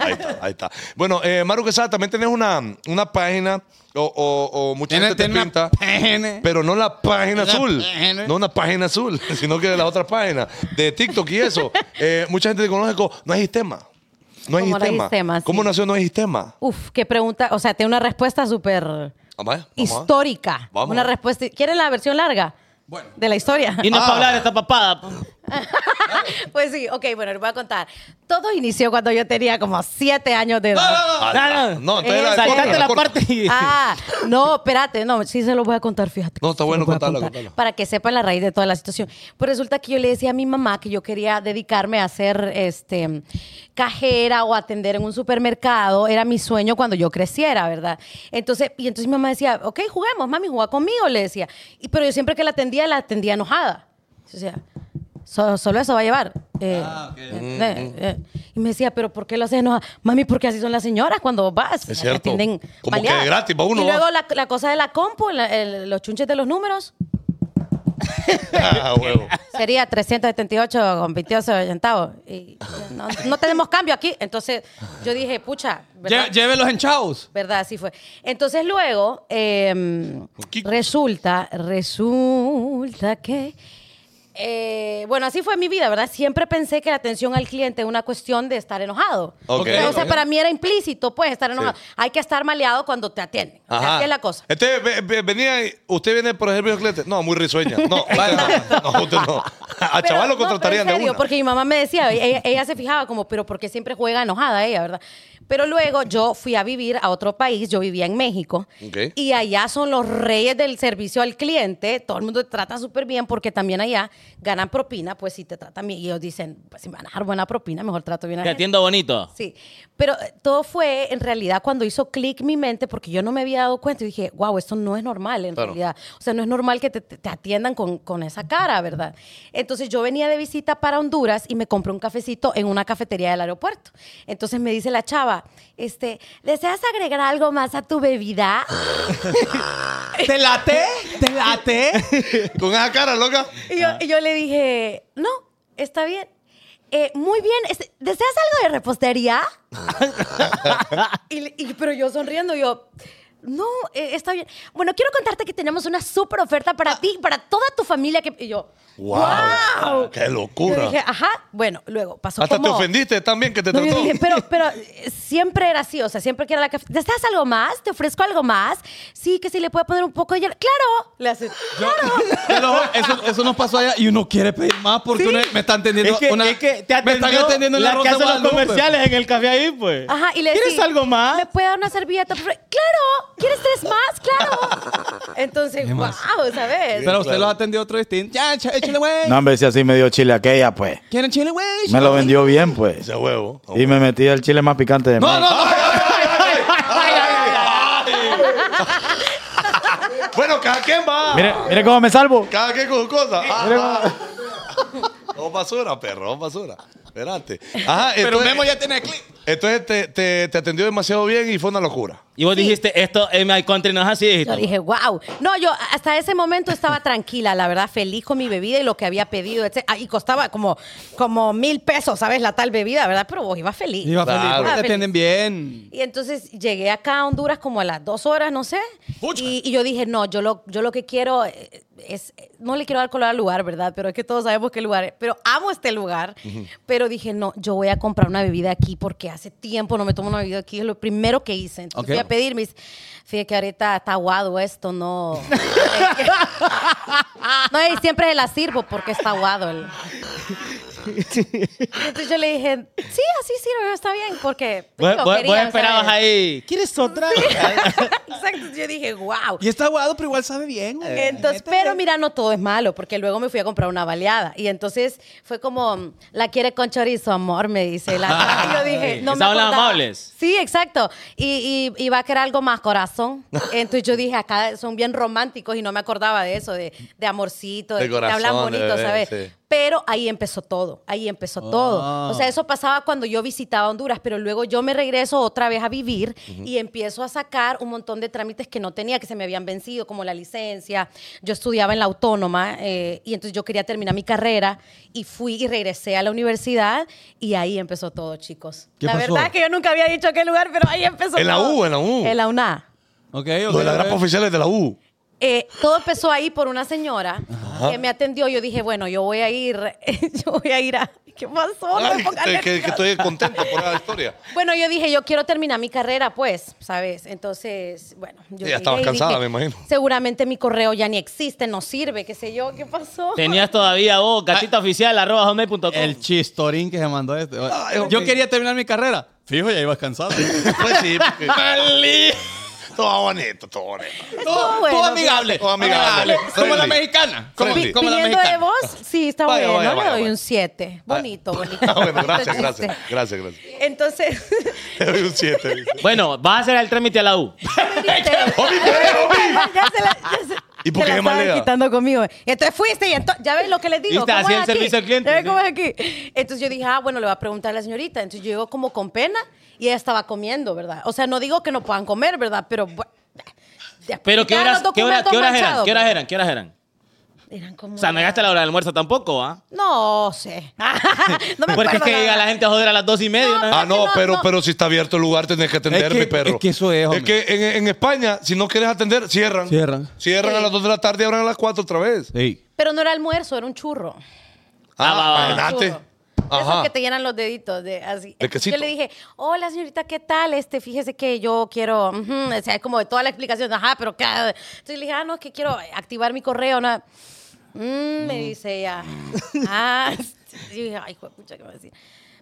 ahí está, ahí está. Bueno, eh, Maru Quesada, también tenés una, una página o, o, o mucha gente te
Tiene-
pinta,
tiene una pene.
pero no la página
Una
azul,
página.
no una página azul, sino que la otra página de TikTok y eso. Eh, mucha gente te conoce como, no hay sistema. No hay
Como no hay
sistema.
sistema, sí.
¿Cómo nació no hay sistema?
Uf, qué pregunta. O sea, tiene una respuesta súper
Ah, vaya, vamos a-
histórica.
Vamos.
Una respuesta. ¿Quieren la versión larga?
Bueno.
De la historia.
Y no es para hablar esta papada. po.
pues sí, ok, bueno, les voy a contar. Todo inició cuando yo tenía como siete años de edad.
Ah,
No, no.
No, entonces
Eh,
la,
Saltate
corta,
la
corta.
parte y...
Ah, no, espérate, no, sí se lo voy a contar, fíjate.
No, está
Sí
bueno
lo voy a
contarlo,
contar,
contarlo.
Para que sepan la raíz de toda la situación. Pues resulta que yo le decía a mi mamá que yo quería dedicarme a ser este, cajera o atender en un supermercado. Era mi sueño cuando yo creciera, ¿verdad? Entonces, y entonces mi mamá decía, ok, juguemos, mami, juega conmigo, le decía. Y, pero yo siempre que la atendía, la atendía enojada. O sea, so- solo eso va a llevar. Eh,
Ah,
eh, eh. Y me decía, pero ¿por qué lo haces enojada? Mami, porque así son las señoras cuando vos vas.
Es
Te
cierto.
atienden
Como que
baleada.
de gratis pa' uno,
Y luego
¿va?
la, la cosa de la compu, la- el- los chunches de los números,
Ah, huevo.
sería 378 con 28 centavos. Y no, no tenemos cambio aquí. Entonces yo dije, pucha, ¿verdad?
Lle- Llévelos en chavos.
¿Verdad? Así fue. Entonces luego, eh,
Kiko.
resulta, resulta que... eh, bueno, así fue mi vida, ¿verdad? Siempre pensé que la atención al cliente es una cuestión de estar enojado.
Ok.
Entonces,
Ok.
para mí era implícito, pues, estar enojado. Hay que estar maleado cuando te atienden.
Ajá.
Así es la cosa.
Este, ve- ve- venía, y- usted viene por ejemplo el cliente. No, muy risueña. No, vaya, no, no, usted no. A
Pero,
chaval lo
no, pero
contratarían
en
de
serio,
una.
Porque mi mamá me decía, ella, ella se fijaba como, pero porque siempre juega enojada ella, ¿verdad? Pero luego yo fui a vivir a otro país, yo vivía en México,
Ok.
y allá son los reyes del servicio al cliente, todo el mundo te trata súper bien porque también allá ganan propina, pues si te tratan bien, y ellos dicen, pues si me van a dar buena propina, mejor trato bien a la
Te
gente.
atiendo bonito.
Sí, pero eh, todo fue en realidad cuando hizo clic mi mente porque yo no me había dado cuenta y dije, wow, esto no es normal en
Claro.
realidad. O sea, no es normal que te, te- te atiendan con, con esa cara, ¿verdad? Entonces yo venía de visita para Honduras y me compré un cafecito en una cafetería del aeropuerto. Entonces me dice la chava, este, ¿deseas agregar algo más a tu bebida?
¿Te late? ¿Te late?
Con esa cara, loca.
Y yo, y yo le dije, no, está bien. Eh, muy bien, este, ¿deseas algo de repostería? y, y- pero yo sonriendo, yo, no, eh, está bien. Bueno, quiero contarte que tenemos una súper oferta para ti y para toda tu familia. Que, y yo,
Wow.
wow.
Qué locura.
Yo dije, ajá, bueno, luego pasó
Hasta
como...
te ofendiste también que te
No, yo
trató.
dije, pero, pero eh, siempre era así, o sea, siempre que era la café. ¿Te estás algo más? ¿Te ofrezco algo más? Sí, que sí, le puedo poner un poco de hielo. ¡Claro! Le hace, ¡Claro!
Pero eso, eso nos pasó allá y uno quiere pedir más porque uno- me están atendiendo.
Es que,
una-
es que te
me están atendiendo
atendió
en la,
la que
Rosa
hace los
Guadalupe.
comerciales en el café ahí, pues.
Ajá, y le
¿Quieres
decí,
algo más?
¿Me puede dar una servilleta? por favor?" ¡Claro! ¿Quieres tres más? ¡Claro! Entonces, wow, ¿sabes?
Pero usted los atendió otro distinto. Ya, echa- échale, güey.
No, hombre, si así me dio chile aquella, pues.
¿Quieren chile, güey?
Me lo vendió bien, pues.
Ese huevo.
Y me metí el chile más picante de
No,
México.
no, no.
Bueno, cada quien va.
Mire, mire cómo me salvo.
Cada quien con su cosa. Ah, oh, basura, perro, oh, basura. Espérate. Ajá,
Pero
entonces-
Memo ya tiene clip.
Entonces te, te- te atendió demasiado bien y fue una locura.
Y vos dijiste, esto en My Country no es así,
Yo
dijiste.
dije, wow. No, yo hasta ese momento estaba tranquila, la verdad, feliz con mi bebida y lo que había pedido. etc. Ah, Y costaba como, como mil pesos, ¿sabes? La tal bebida, ¿verdad? Pero vos ibas feliz.
Iba feliz,
Claro.
porque
Ah,
te
feliz.
atienden bien.
Y entonces llegué acá a Honduras como a las dos horas, no sé.
Pucha.
Y, y yo dije, no, yo lo, yo lo que quiero eh, es, no le quiero dar color al lugar, ¿verdad? Pero es que todos sabemos qué lugar es. Pero amo este lugar. Pero dije, no, yo voy a comprar una bebida aquí porque hace tiempo no me tomo una bebida aquí. Es lo primero que hice. Entonces
Ok.
fui a pedir mis... Fíjate que ahorita está aguado esto, no. Es que- no, y siempre la sirvo porque está aguado el... Entonces yo le dije, sí, así sirve, está bien, porque
Vos,
yo
vos-
quería,
vos
¿sabes?
esperabas ahí. ¿Quieres otra?
Exacto, yo dije, wow.
Y está aguado, pero igual sabe bien. güey.
Eh, Entonces,
Neta, eh.
pero
güey.
mira, no todo es malo, porque luego me fui a comprar una baleada. Y entonces fue como, la quiere con chorizo, amor, me dice. La, y yo dije, no me
Estaban las
acordaba.
amables.
Sí, exacto. Y, y, y va a querer algo más corazón. Entonces yo dije, acá son bien románticos y no me acordaba de eso, de, de amorcito, de,
De
que te hablan
corazón, de
bonito,
bebé,
¿sabes?
sí.
Pero ahí empezó todo, ahí empezó todo. O
Ah.
sea, eso pasaba cuando yo visitaba Honduras, pero luego yo me regreso otra vez a vivir y empiezo a sacar un montón de trámites que no tenía, que se me habían vencido, como la licencia. Yo estudiaba en la autónoma eh, y entonces yo quería terminar mi carrera y fui y regresé a la universidad y ahí empezó todo, chicos.
¿Qué
la
pasó?
verdad que yo nunca había dicho qué lugar, pero ahí empezó
En la
todo.
U, en la U.
En la UNA.
Ok,
Lo
ok,
de
ok.
las grapas oficiales de la U.
Eh, todo empezó ahí por una señora que me atendió. Yo dije, bueno, yo voy a ir, yo voy a ir a... ¿Qué pasó? No me
Ay,
pongas
que, que- que
nerviosa.
estoy contento por la historia.
Bueno, yo dije, yo quiero terminar mi carrera, pues, ¿sabes? Entonces, bueno, yo
Ya
llegué
estabas
y
cansada,
dije,
me imagino.
Seguramente mi correo ya ni existe, no sirve, qué sé yo, ¿qué pasó?
Tenías todavía vos, gatita oficial, arroba hotmail punto com.
Ah. El chistorín que se mandó este. Yo quería terminar mi carrera. Fijo, ya ibas cansado.
Pues sí. porque- todo bonito, todo bonito.
Estuvo bueno,
Todo amigable.
Todo amigable.
Como la
Friendly.
mexicana. Como,
Friendly.
Pi-
como la
Pidiendo
mexicana.
de vos, sí, está
Vaya,
bueno,
vaya,
le
vaya,
doy
vaya.
un 7. Bonito, bonito.
Ah, bueno, gracias,
Entonces,
gracias. Gracias, gracias.
Entonces,
Te doy un 7.
Bueno, vas a hacer el trámite a la U.
ya se la, ya se-
¿Y por
se
qué
la
me
estaban
malea?
quitando conmigo. Y entonces fuiste y entonces, ya ves lo que les digo.
Viste,
¿cómo
así
es
el
aquí?
servicio al cliente,
¿Ya ves cómo
sí.
es aquí? Entonces yo dije, ah, bueno, le voy a preguntar a la señorita. Entonces yo llego como con pena y ella estaba comiendo, ¿verdad? O sea, no digo que no puedan comer, ¿verdad? Pero... bu- ya,
Pero ¿qué
ya
horas,
los
qué horas,
documentos
qué horas eran?
manchados, pues.
¿Qué horas eran? ¿Qué horas eran?
Eran como...
O sea, no llegaste a la hora del almuerzo tampoco, ¿ah?
No sé. no me
Porque es
acuerdo
que
la
llega
verdad.
la gente a joder a las dos y media. ¿no?
Ah, no,
no,
pero,
no.
pero si está abierto el lugar, tenés que atender,
Es que-
mi perro.
es que eso es,
Es
hombre.
que en, en España, si no quieres atender, cierran.
Cierran.
Cierran a las 2 de la tarde y abran a las 4 otra vez.
Sí.
Pero no era almuerzo, era un churro.
Ah, va, va.
imagínate.
Churro. Esos
Ajá.
que te llenan los deditos de así.
De quesito.
Yo le dije, hola señorita, ¿qué tal? Este, fíjese que yo quiero, ujú, o sea, como de toda la explicación, ajá, pero qué. Entonces le dije, ah, no, es que quiero activar mi correo, nada. Mm, me dice ella.
Mm.
ah, yo dije, ay, hijo de pucha, ¿qué me va a decir?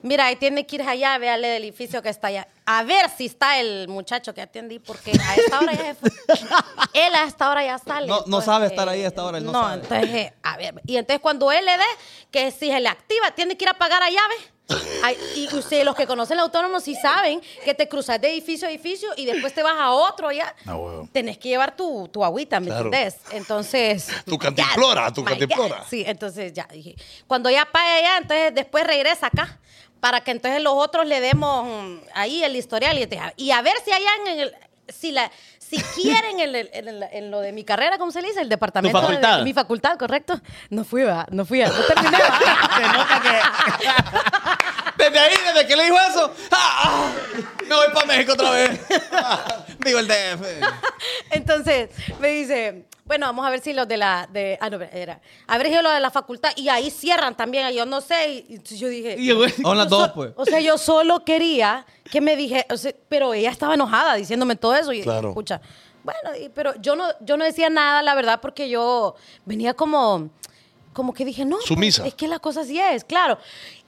Mira, ahí tiene que ir allá, véale el edificio que está allá. A ver si está el muchacho que atendí, porque a esta hora ya se fue. Él a esta hora ya sale.
No- no sabe estar ahí a esta hora, él no sabe.
entonces, eh, a ver. Y entonces cuando él le dé, que si se le activa, tiene que ir a pagar a llave. Ay, y ustedes, los que conocen el autónomo, sí saben que te cruzas de edificio a edificio y después te vas a otro ya.
Ah, huevo.
Tenés que llevar tu, tu agüita, ¿me
Claro.
entendés? Entonces.
Tu cantimplora, tu
my God.
cantimplora.
Sí, entonces ya dije. Cuando ya pague allá, entonces después regresa acá. Para que entonces los otros le demos mm, ahí el historial. Y, te- y a ver si allá en el. Si, la, si quieren en, el- en el- en lo de mi carrera, ¿cómo se le dice? El departamento. de-
facultad.
mi facultad, correcto. No fui, va. No fui, ¿verdad? no terminé. ¿verdad?
Se nota que-
Desde ahí, desde que le dijo eso, ¡ah! ah, me voy para México otra vez. Digo el DF.
Entonces me dice, bueno, vamos a ver si los de la. De, ah, no, era. A ver si los de la facultad. Y ahí cierran también. y Yo no sé. Y, y entonces yo dije.
Y yo, güey,
Son las
yo
dos,
so-
pues.
O sea, yo solo quería que me dije. o sea, pero ella estaba enojada diciéndome todo eso. Y
Claro.
escucha. Bueno, y- pero yo no, yo no decía nada, la verdad, porque yo venía como. Como que dije, no. pues,
Sumisa.
Es que la cosa así es, claro.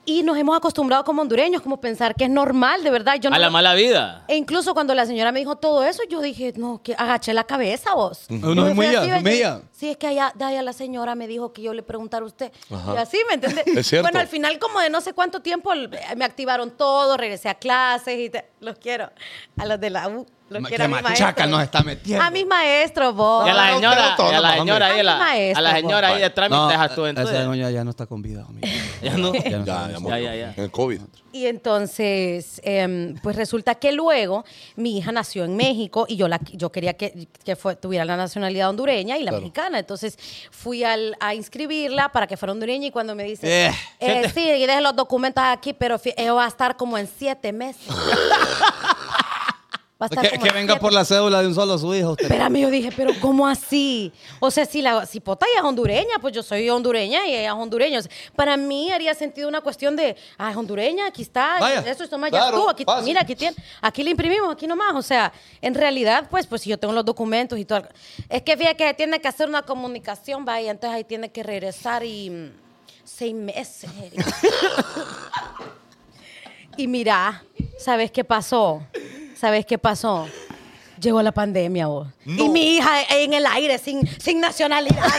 Y nos hemos acostumbrado como hondureños, como pensar que es normal, de verdad. Yo no
A la
lo-
mala vida.
e incluso cuando la señora me dijo todo eso, yo dije, no, que agaché la cabeza vos.
Ujú.
Yo
No,
me
muy
fui
ella,
así, ve,
muy
yo-
ella.
Sí, es que allá, de allá la señora me dijo que yo le preguntara a usted.
Ajá.
Y así, ¿me entiendes?
Es cierto.
Bueno, al final como de no sé cuánto tiempo el- me activaron todo, regresé a clases y te- los quiero. A los de la U. Los
Ma-
quiero
qué
a mis
machaca
maestros.
nos está metiendo.
A mis maestros, vos.
Y a la señora, y a la señora ahí, a la, a la señora ahí de trámite, dejas tú en
esa doña ya no está con vida, amigo.
Ya no.
Ya no.
Ya, ya, murió.
Ya, ya, ya.
El COVID.
Y entonces, em, pues resulta que luego mi hija nació en México y yo la yo quería que, que fue- tuviera la nacionalidad hondureña y la mexicana. Entonces fui al- a inscribirla para que fuera hondureña y cuando me dice,
Eh,
eh, sí, y deje los documentos aquí, pero fi- eh, va a estar como en siete meses. Va a estar
Que,
como
que
en
venga
siete
por la cédula de un solo su hijo. Usted.
Espérame, yo dije, pero ¿cómo así? O sea, si la si Pota ya es hondureña, pues yo soy hondureña y ella es hondureña. O sea, para mí haría sentido una cuestión de, ah, es hondureña, aquí está,
Vaya,
eso es toma ya
claro,
tú, aquí,
fácil.
mira, aquí tiene, aquí le imprimimos, aquí nomás. O sea, en realidad, pues, pues si yo tengo los documentos y todo. Es que fíjate que tiene que hacer una comunicación, vaya, entonces ahí tiene que regresar y mm, seis meses. y mira, ¿sabes qué pasó? ¿Sabes qué pasó? Llegó la pandemia, vos. Y mi hija en el aire, sin, sin nacionalidad.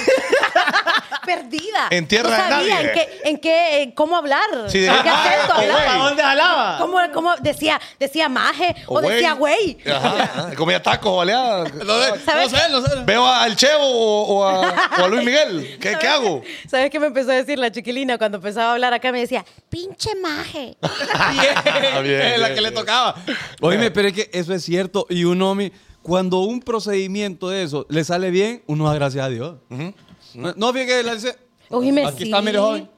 Perdida.
En tierra de
no sabía
nadie.
En qué, en qué, en cómo hablar.
Sí, de-
en qué acento
Ah,
hablaba.
¿Para dónde
jalaba?
¿Cómo, cómo decía, decía maje o, decía güey?
Ajá, ajá. Comía tacos, baleada.
No, sé,
¿Sabes?
no sé, no sé.
Veo a- al Chevo o, o a, o a Luis Miguel. ¿Qué, ¿qué hago?
¿Sabes qué me empezó a decir la chiquilina cuando empezaba a hablar acá? Me decía, pinche maje.
Bien,
Bien,
es la
bien,
que le
bien.
tocaba. Oíme, pero es que eso es cierto. Y uno, mi- cuando un procedimiento de eso le sale bien, uno da gracias a Dios. No, No, fíjate que le dice,
Oíme,
Aquí
sí.
está, mire, joven.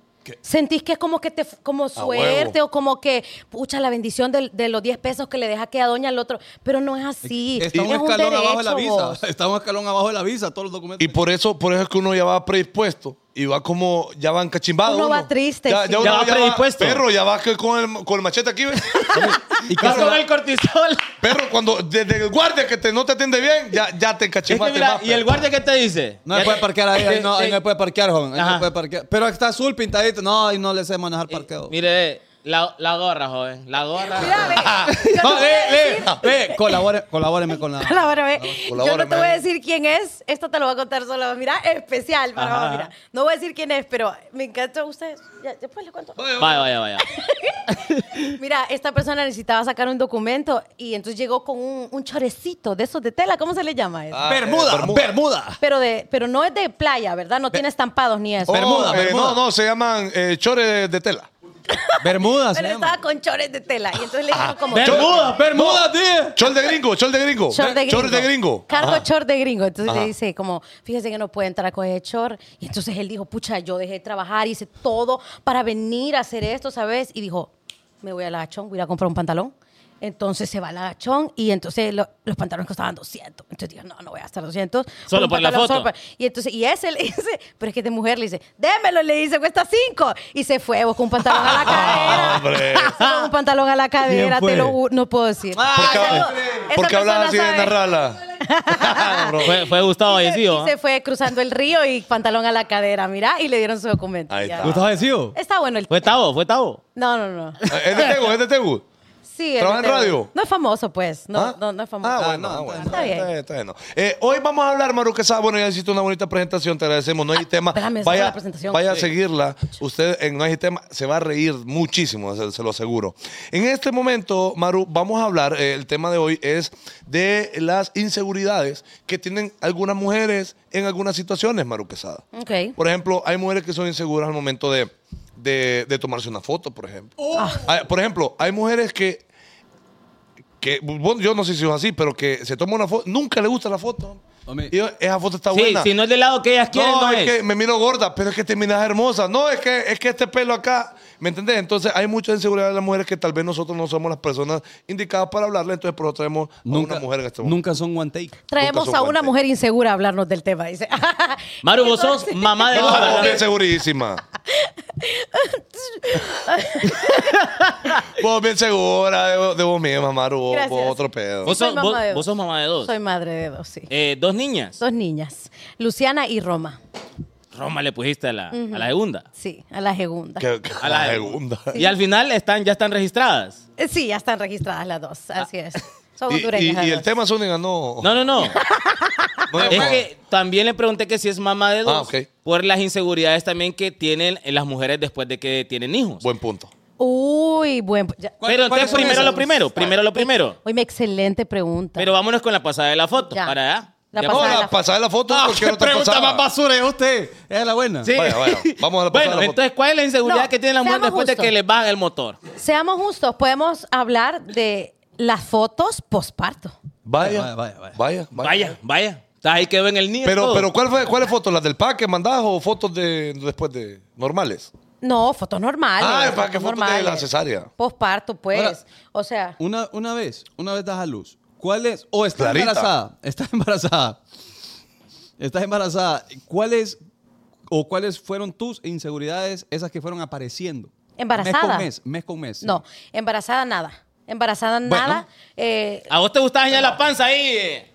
Sentís que es como que te como suerte o como que pucha la bendición del- de, los 10 pesos que le deja que a doña al otro, pero no es así.
está un
es
escalón abajo de la
derecho,
visa.
vos.
Está un escalón abajo de la visa, todos los documentos.
Y por eso, por eso es que uno ya va predispuesto y va como, ya van cachimbado.
Uno va triste,
Ya,
sí.
ya uno
Ya va predispuesto.
perro, ya va que con el, con el machete aquí, ¿ves?
Y que
Vas
se
con
la-
el cortisol.
perro, cuando desde el guardia que te, no te atiende bien, ya, ya te
Es que
encachimbaste
mira,
más,
¿y el
perro.
guardia qué te dice?
No me puede parquear ahí, ahí no, ahí no me puede parquear, joven. Ahí no
Ajá. Eh,
puede parquear. Pero está azul pintadito. No, ahí no le sé manejar parqueo.
Mire, la, la gorra, joven. La gorra.
Mira, ve, yo no
No,
voy
eh,
a
eh,
decir-
eh, colabore- colabóreme con la.
A la hora, ve. Yo no
colabórame.
te voy a decir quién es, esto te lo voy a contar solo, mira, especial, para
Ajá.
vos, mira. No voy a decir quién es, pero me encanta usted. Ya, después le cuento.
Vaya, vaya, vaya.
Mira, esta persona necesitaba sacar un documento y entonces llegó con un, un chorecito de esos de tela, ¿cómo se le llama eso?
Ah, eh,
Bermuda, Bermuda.
Pero, de, pero no es de playa, ¿verdad? No tiene estampados ni eso.
Oh,
Bermuda,
eh,
Bermuda.
No, no, se llaman eh, chores de, de tela.
Bermuda, se
Pero
llama.
estaba con chores de tela. Y entonces le dijeron como.
Bermuda,
Bermuda, tío.
Chor de gringo, chor de gringo.
Short de gringo.
Chor de gringo.
Cargo short de gringo. Entonces
Ajá.
le dice como, fíjese que no puede entrar con ese short. Y entonces él dijo, pucha, yo dejé de trabajar, hice todo para venir a hacer esto, ¿sabes? Y dijo, me voy a la Gachón, voy a ir a comprar un pantalón. Entonces se va a la Gachón y entonces lo- los pantalones costaban 200. Entonces dijo, no, no voy a gastar 200.
Solo
un
por la
pantalón,
foto.
pa- Y entonces, y ese le dice, pero es que de mujer le dice, démelo, le dice, cuesta 5. Y se fue, buscó un pantalón a la cadera.
Hombre.
Solo un pantalón a la cadera,
fue?
te lo ju- no puedo decir.
¿Por qué,
Ah, Esa- esa
por qué
persona
hablas Ah, así de
sabe.
narrala? Bro.
Fue, fue Gustavo
Y se-
Yesivo.
y se fue cruzando el río y pantalón a la cadera, mira, y le dieron su documento.
Ahí
Ya.
está.
¿Gustavo decido?
Está bueno el
Fue Tavo, fue Tavo.
No, no, no.
Eh, ¿Es de Tegu? ¿Es de Tegu?
Sí, el
¿Trabaja en
entero.
radio?
No es famoso, pues. No,
¿Ah?
no, no es famoso.
Ah, bueno, ah,
no,
bueno.
Está bien.
Está bien, Eh, hoy vamos a hablar, Maru Quesada. Bueno, ya hiciste una bonita presentación, te agradecemos. No hay tema.
Ah, espérame, esa fue
vaya
la presentación.
vaya a
Sí.
seguirla. Usted en No hay tema se va a reír muchísimo, se, se lo aseguro. En este momento, Maru, vamos a hablar. eh, el tema de hoy es de las inseguridades que tienen algunas mujeres en algunas situaciones, Maru Quesada.
Ok.
Por ejemplo, hay mujeres que son inseguras al momento de, de- de tomarse una foto, por ejemplo. Hay- por ejemplo, hay mujeres que, que, bueno, yo no sé si es así, pero que se toma una foto, nunca le gusta la foto.
Hombre.
Y yo, esa foto está
Sí,
buena.
si no es del lado que ellas quieren,
No,
no,
es,
es.
que me miro gorda, pero es que te miras hermosa. No, es que, es que este pelo acá ¿Me entendés? Entonces hay mucha inseguridad de las mujeres que tal vez nosotros no somos las personas indicadas para hablarle, entonces por eso traemos a
Nunca,
una mujer este que estemos-
nunca son one take.
Traemos
Nunca
a
son
una
guantes.
mujer insegura a hablarnos del tema. Dice.
Maru, vos sos mamá de
No,
obra.
vos Ah, bien segurísima. vos bien segura de, de vos misma, Maru. Vos,
Gracias.
vos otro pedo.
Vos
Soy
sos,
mamá
vos-
de dos.
vos sos mamá de dos.
Soy madre de dos, sí.
Eh, dos niñas.
Dos niñas, Luciana y Roma.
Roma le pusiste a la, a la segunda.
Sí, a la segunda.
Que- que-
A la
la segunda.
Y al final están, ya están registradas.
Eh, Sí, ya están registradas las dos, así es. Son
Ah. Y, y-
hondureñas. las
y el
dos.
tema Zúñiga no.
No, no, no.
no
es
no.
que también le pregunté que si es mamá de dos.
Ah, ok.
Por las inseguridades también que tienen las mujeres después de que tienen hijos.
Buen punto.
Uy, bueno.
Pero entonces primero lo primero, primero lo primero.
Oye, excelente pregunta.
Pero vámonos con la pasada de la foto.
Ya.
Para allá.
La
Ya
No,
pasada
vamos.
de
la,
la-
pasada de la foto, porque no te
pregunta
pasaba.
más basura es usted. Es la buena.
Sí.
Bueno, bueno, vamos a la pasada de la
Bueno,
foto.
entonces, ¿cuál es la inseguridad
No,
que tiene la mujer
seamos
después de
justos.
que le bajan el motor?
Seamos justos, podemos hablar de las fotos posparto.
Vaya,
Vaya, vaya, vaya.
vaya,
Vaya, vaya. Estás ahí quedó en el nido.
Pero,
todo.
pero ¿cuál fue, ¿cuáles fotos? ¿Las del pack que mandás o fotos de después de normales?
No, fotos normales.
Ah, ¿para
fotos
qué fotos de la cesárea?
Posparto, pues.
Ahora-
o sea,
Una, una vez, una vez das a luz. ¿Cuál es? O estás
Clarita.
embarazada. Estás embarazada. Estás embarazada. ¿Cuáles o cuáles fueron tus inseguridades, esas que fueron apareciendo? Mes
Embarazada.
con mes, mes con mes.
no, embarazada nada. Embarazada nada. Eh,
¿A vos te gustaba ya la panza ahí? eh?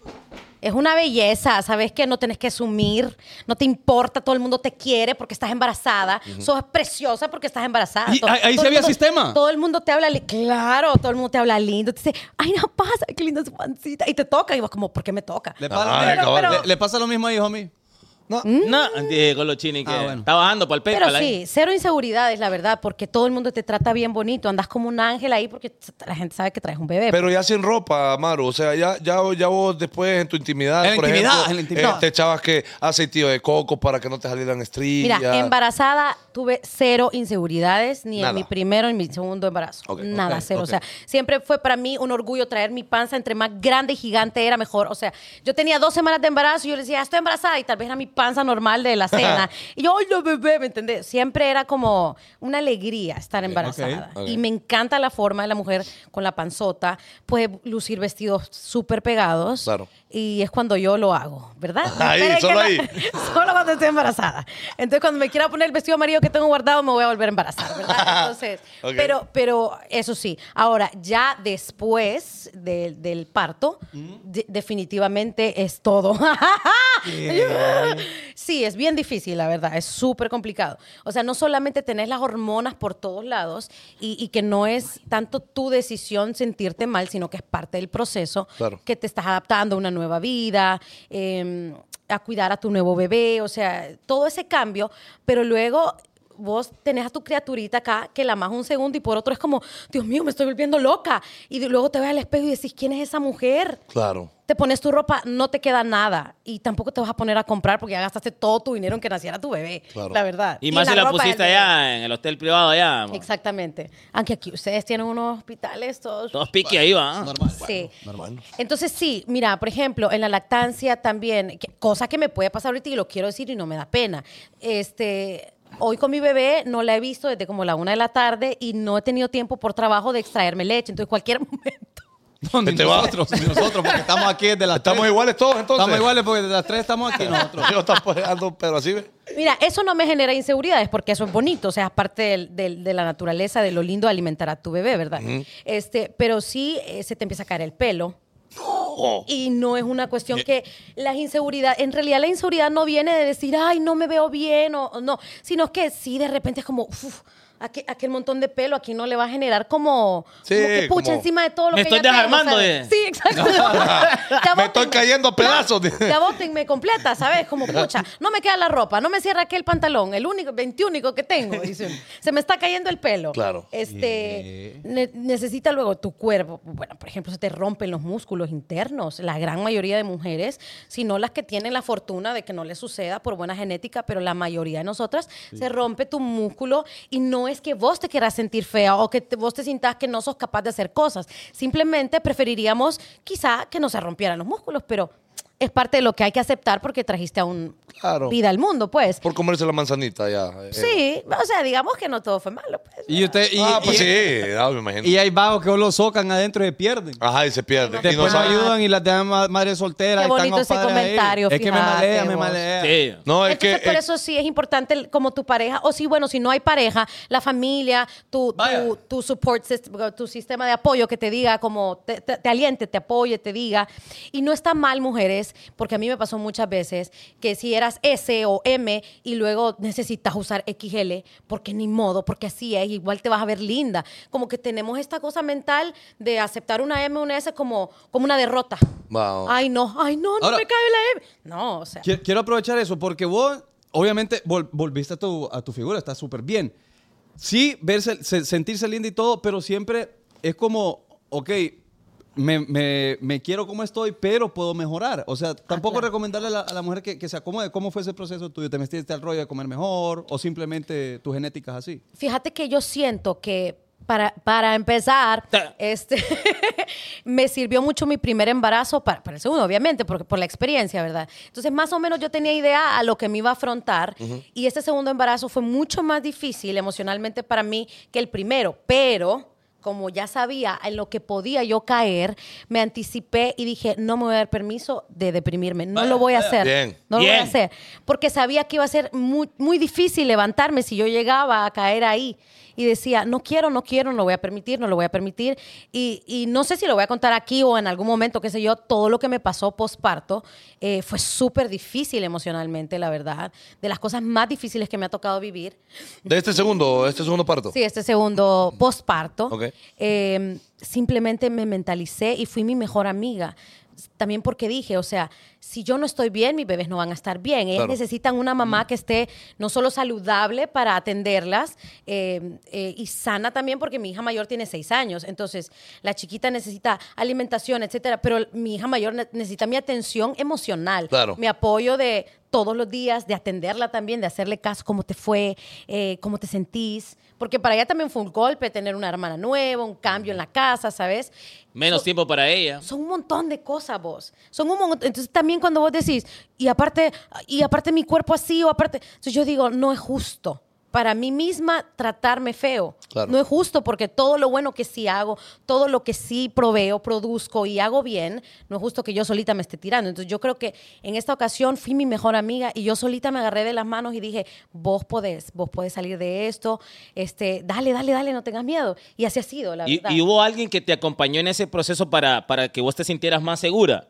Es una belleza, sabes que no tenés que asumir, no te importa, todo el mundo te quiere porque estás embarazada, sos preciosa porque estás embarazada.
Y
Todo-
ahí- ahí
todo
sí
el
había
mundo-
sistema.
Todo el mundo te habla, li- claro, todo el mundo te habla lindo, te dice, ay, no pasa, qué linda su pancita, y te toca, y vos como, ¿por qué me toca?
Le,
Ah,
pasa, le-
cabal.
le- le pasa lo mismo ahí, homie.
No, Diego lo chini que
Ah, bueno.
está bajando para el
¿Mm? Pero
PayPal. ahí.
sí, cero inseguridades, la verdad, porque todo el mundo te trata bien bonito, andas como un ángel ahí porque t- la gente sabe que traes un bebé.
Pero ya sin ropa, Maru. O sea, ya, ya, ya vos después en tu intimidad,
En la
por
intimidad,
ejemplo,
en la intimidad.
eh, te echabas que aceitillo de coco para que no te salieran
Mira,
estrías.
embarazada tuve cero inseguridades, ni
Nada.
en mi primero ni en mi segundo embarazo.
Ok,
Nada,
ok,
cero.
ok.
O sea, siempre fue para mí un orgullo traer mi panza. Entre más grande y gigante era mejor. O sea, yo tenía dos semanas de embarazo y yo le decía, "Ah, estoy embarazada, y tal vez era mi panza normal de la cena. y yo, ay, no, bebé, ¿me entendés? Siempre era como una alegría estar embarazada.
ok.
Y me encanta la forma de la mujer con la panzota. Puede lucir vestidos súper pegados.
Claro.
Y es cuando yo lo hago, ¿verdad?
Ahí,
Esperen que
solo
no-
ahí.
Solo cuando estoy embarazada. Entonces, cuando me quiera poner el vestido amarillo que tengo guardado, me voy a volver a embarazar, ¿verdad? Entonces,
Ok.
pero, pero eso sí. Ahora, ya después del- del parto,
Mm.
de- definitivamente es todo. sí, es bien difícil, la verdad. Es súper complicado. O sea, no solamente tenés las hormonas por todos lados y, y que no es tanto tu decisión sentirte mal, sino que es parte del proceso
Claro.
que te estás adaptando a una nueva vida, eh, a cuidar a tu nuevo bebé, o sea, todo ese cambio, pero luego vos tenés a tu criaturita acá que la más un segundo y por otro es como, Dios mío, me estoy volviendo loca. Y de- luego te ves al espejo y decís, ¿quién es esa mujer?
Claro.
Te pones tu ropa, no te queda nada y tampoco te vas a poner a comprar porque ya gastaste todo tu dinero en que naciera tu bebé,
Claro.
la verdad.
Y más si la
ropa del
pusiste
bebé.
allá en el hotel privado allá. amor.
Exactamente. Aunque aquí ustedes tienen unos hospitales todos
Todos pique ahí va. ah.
Normal.
Sí.
Normal.
Entonces, sí, mira, por ejemplo, en la lactancia también, que- cosa que me puede pasar ahorita y lo quiero decir y no me da pena. Este. Hoy con mi bebé no la he visto desde como la una de la tarde y no he tenido tiempo por trabajo de extraerme leche. Entonces, cualquier momento.
No, ni
Este va.
nosotros, ni nosotros, porque estamos aquí desde las
Estamos
tres.
iguales todos entonces.
Estamos iguales porque desde las tres estamos aquí nosotros.
Yo tampoco ando, pero así ve.
Mira, eso no me genera inseguridades porque eso es bonito, o sea, es parte del- del- de la naturaleza, de lo lindo de alimentar a tu bebé, ¿verdad? este, pero sí eh, se te empieza a caer el pelo. Y no es una cuestión
Eh.
que las inseguridades, en realidad la inseguridad no viene de decir, ay, no me veo bien o o no, sino que sí de repente es como, uff, aquel, aquel montón de pelo aquí no le va a generar como,
Sí,
como que pucha
como-
encima de todo lo
Me
que
estoy
ya tengo,
desarmando,
¿sabes?
eh.
Sí, exacto. Ya
Me
vos
estoy
te-
cayendo a pedazos.
ya me completa, ¿sabes? Como, pucha, no me queda la ropa, no me cierra aquel pantalón, el único, veintiúnico que tengo, dice. Se me está cayendo el pelo.
Claro.
Este, ne- necesita luego tu cuerpo, bueno, por ejemplo, se te rompen los músculos internos, la gran mayoría de mujeres, sino las que tienen la fortuna de que no les suceda por buena genética, pero la mayoría de nosotras se rompe tu músculo y no es que vos te quieras sentir fea o que te- vos te sintas que no sos capaz de hacer cosas, simplemente preferiríamos quizá que no se rompieran los músculos, pero es parte de lo que hay que aceptar porque trajiste a un
Claro.
vida al mundo, pues.
Por comerse la manzanita ya. eh.
Sí, o sea, digamos que no todo fue malo, pues.
Y usted. Y,
Ah, pues
y-
sí, ah, me imagino.
y hay vagos que lo socan adentro y se pierden.
Ajá, y se pierde. Ah, y no
Después no
sabe.
ayudan y las dejan ma- madres
Qué
solteras. y están
bonito
los
ese
padres ahí.
comentario,
Es que me
fíjate
malea, me
vos.
malea.
Sí.
No, es que.
Entonces, por
eh,
eso sí es importante el- como tu pareja, o si, bueno, si no hay pareja, la familia, tu,
Vaya.
tu, tu support system, tu sistema de apoyo que te diga, como te, te- te aliente, te apoye, te diga. Y no está mal, mujeres, porque a mí me pasó muchas veces que si eras S o M y luego necesitas usar XL, porque ni modo, porque así es, igual te vas a ver linda. Como que tenemos esta cosa mental de aceptar una M o una S como, como una derrota.
Wow.
Ay, no, ay, no, no
Ahora-
me cabe la M. No, o sea.
Qui- Quiero aprovechar eso porque vos, obviamente, vol- volviste a tu, a tu figura, está súper bien. Sí, verse, se- sentirse linda y todo, pero siempre es como, ok, me, me- me quiero como estoy, pero puedo mejorar. O sea, tampoco
Ah, claro.
recomendarle a la, a la mujer que, que se acomode. ¿Cómo fue ese proceso tuyo? ¿Te metiste al rollo de comer mejor o simplemente tu genética es así?
Fíjate que yo siento que para, para empezar,
Ta-
este, me sirvió mucho mi primer embarazo, para, para el segundo, obviamente, porque por la experiencia, ¿verdad? Entonces, más o menos yo tenía idea a lo que me iba a afrontar y este segundo embarazo fue mucho más difícil emocionalmente para mí que el primero, pero como ya sabía en lo que podía yo caer, me anticipé y dije, no me voy a dar permiso de deprimirme, no lo voy a hacer.
Bien.
No lo voy a
Bien.
hacer. Porque sabía que iba a ser muy, muy difícil levantarme si yo llegaba a caer ahí. Y decía, no quiero, no quiero, no lo voy a permitir, no lo voy a permitir. Y, y no sé si lo voy a contar aquí o en algún momento, qué sé yo, todo lo que me pasó posparto eh, fue súper difícil emocionalmente, la verdad. De las cosas más difíciles que me ha tocado vivir.
de este segundo, este segundo parto.
Sí, este segundo posparto.
Ok.
Eh, simplemente me mentalicé y fui mi mejor amiga. También porque dije, o sea, si yo no estoy bien, mis bebés no van a estar bien. Ellas
Claro.
necesitan una mamá que esté no solo saludable para atenderlas eh, eh, y sana también, porque mi hija mayor tiene seis años. Entonces, la chiquita necesita alimentación, etcétera, pero mi hija mayor ne- necesita mi atención emocional.
Claro.
Mi apoyo de todos los días, de atenderla también, de hacerle caso, cómo te fue, eh, cómo te sentís. Porque para ella también fue un golpe tener una hermana nueva, un cambio en la casa, ¿sabes?
Menos tiempo para ella.
Son un montón de cosas vos. Son un montón. Entonces también cuando vos decís, y aparte, y aparte mi cuerpo así, o aparte. Entonces yo digo, no es justo. Para mí misma tratarme feo.
Claro.
No es justo porque todo lo bueno que sí hago, todo lo que sí proveo, produzco y hago bien, no es justo que yo solita me esté tirando. Entonces yo creo que en esta ocasión fui mi mejor amiga y yo solita me agarré de las manos y dije, vos podés, vos podés salir de esto, este, dale, dale, dale, no tengas miedo. Y así ha sido, la
¿Y,
verdad.
y hubo alguien que te acompañó en ese proceso para, para que vos te sintieras más segura?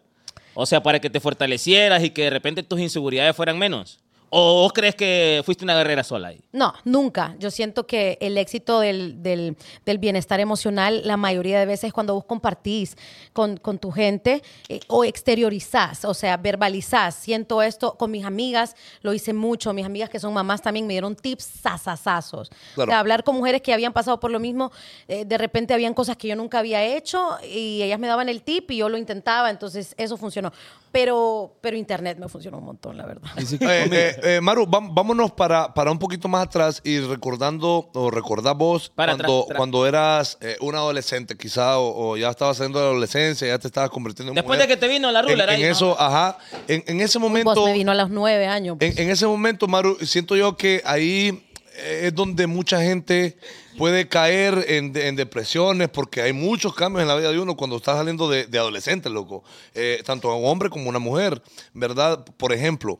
O sea, para que te fortalecieras y que de repente tus inseguridades fueran menos. ¿O vos crees que fuiste una guerrera sola ahí?
No, nunca. Yo siento que el éxito del, del- del bienestar emocional, la mayoría de veces es cuando vos compartís con, con tu gente eh, o exteriorizás, o sea, verbalizás. Siento esto con mis amigas, lo hice mucho. Mis amigas que son mamás también me dieron tips sasasazos. O
Claro.
sea, hablar con mujeres que habían pasado por lo mismo, eh, de repente habían cosas que yo nunca había hecho y ellas me daban el tip y yo lo intentaba, entonces eso funcionó. Pero, pero internet me funcionó un montón, la verdad.
Y si-
Eh, eh, eh, Maru, vam- vámonos para, para un poquito más atrás y recordando, o recordá vos,
Para
cuando,
atrás, atrás.
cuando eras eh, un adolescente, quizá, o, o ya estabas saliendo de la adolescencia, ya te estabas convirtiendo en
Después
mujer.
de que te vino la ruler
En, en
ahí, ¿no?
eso, ajá. En, en ese momento.
Vos me vino a los nueve años. pues.
En, en ese momento, Maru, siento yo que ahí eh, es donde mucha gente puede caer en, de- en depresiones porque hay muchos cambios en la vida de uno cuando está saliendo de, de adolescente, loco. Eh, tanto a un hombre como a una mujer, ¿verdad? Por ejemplo,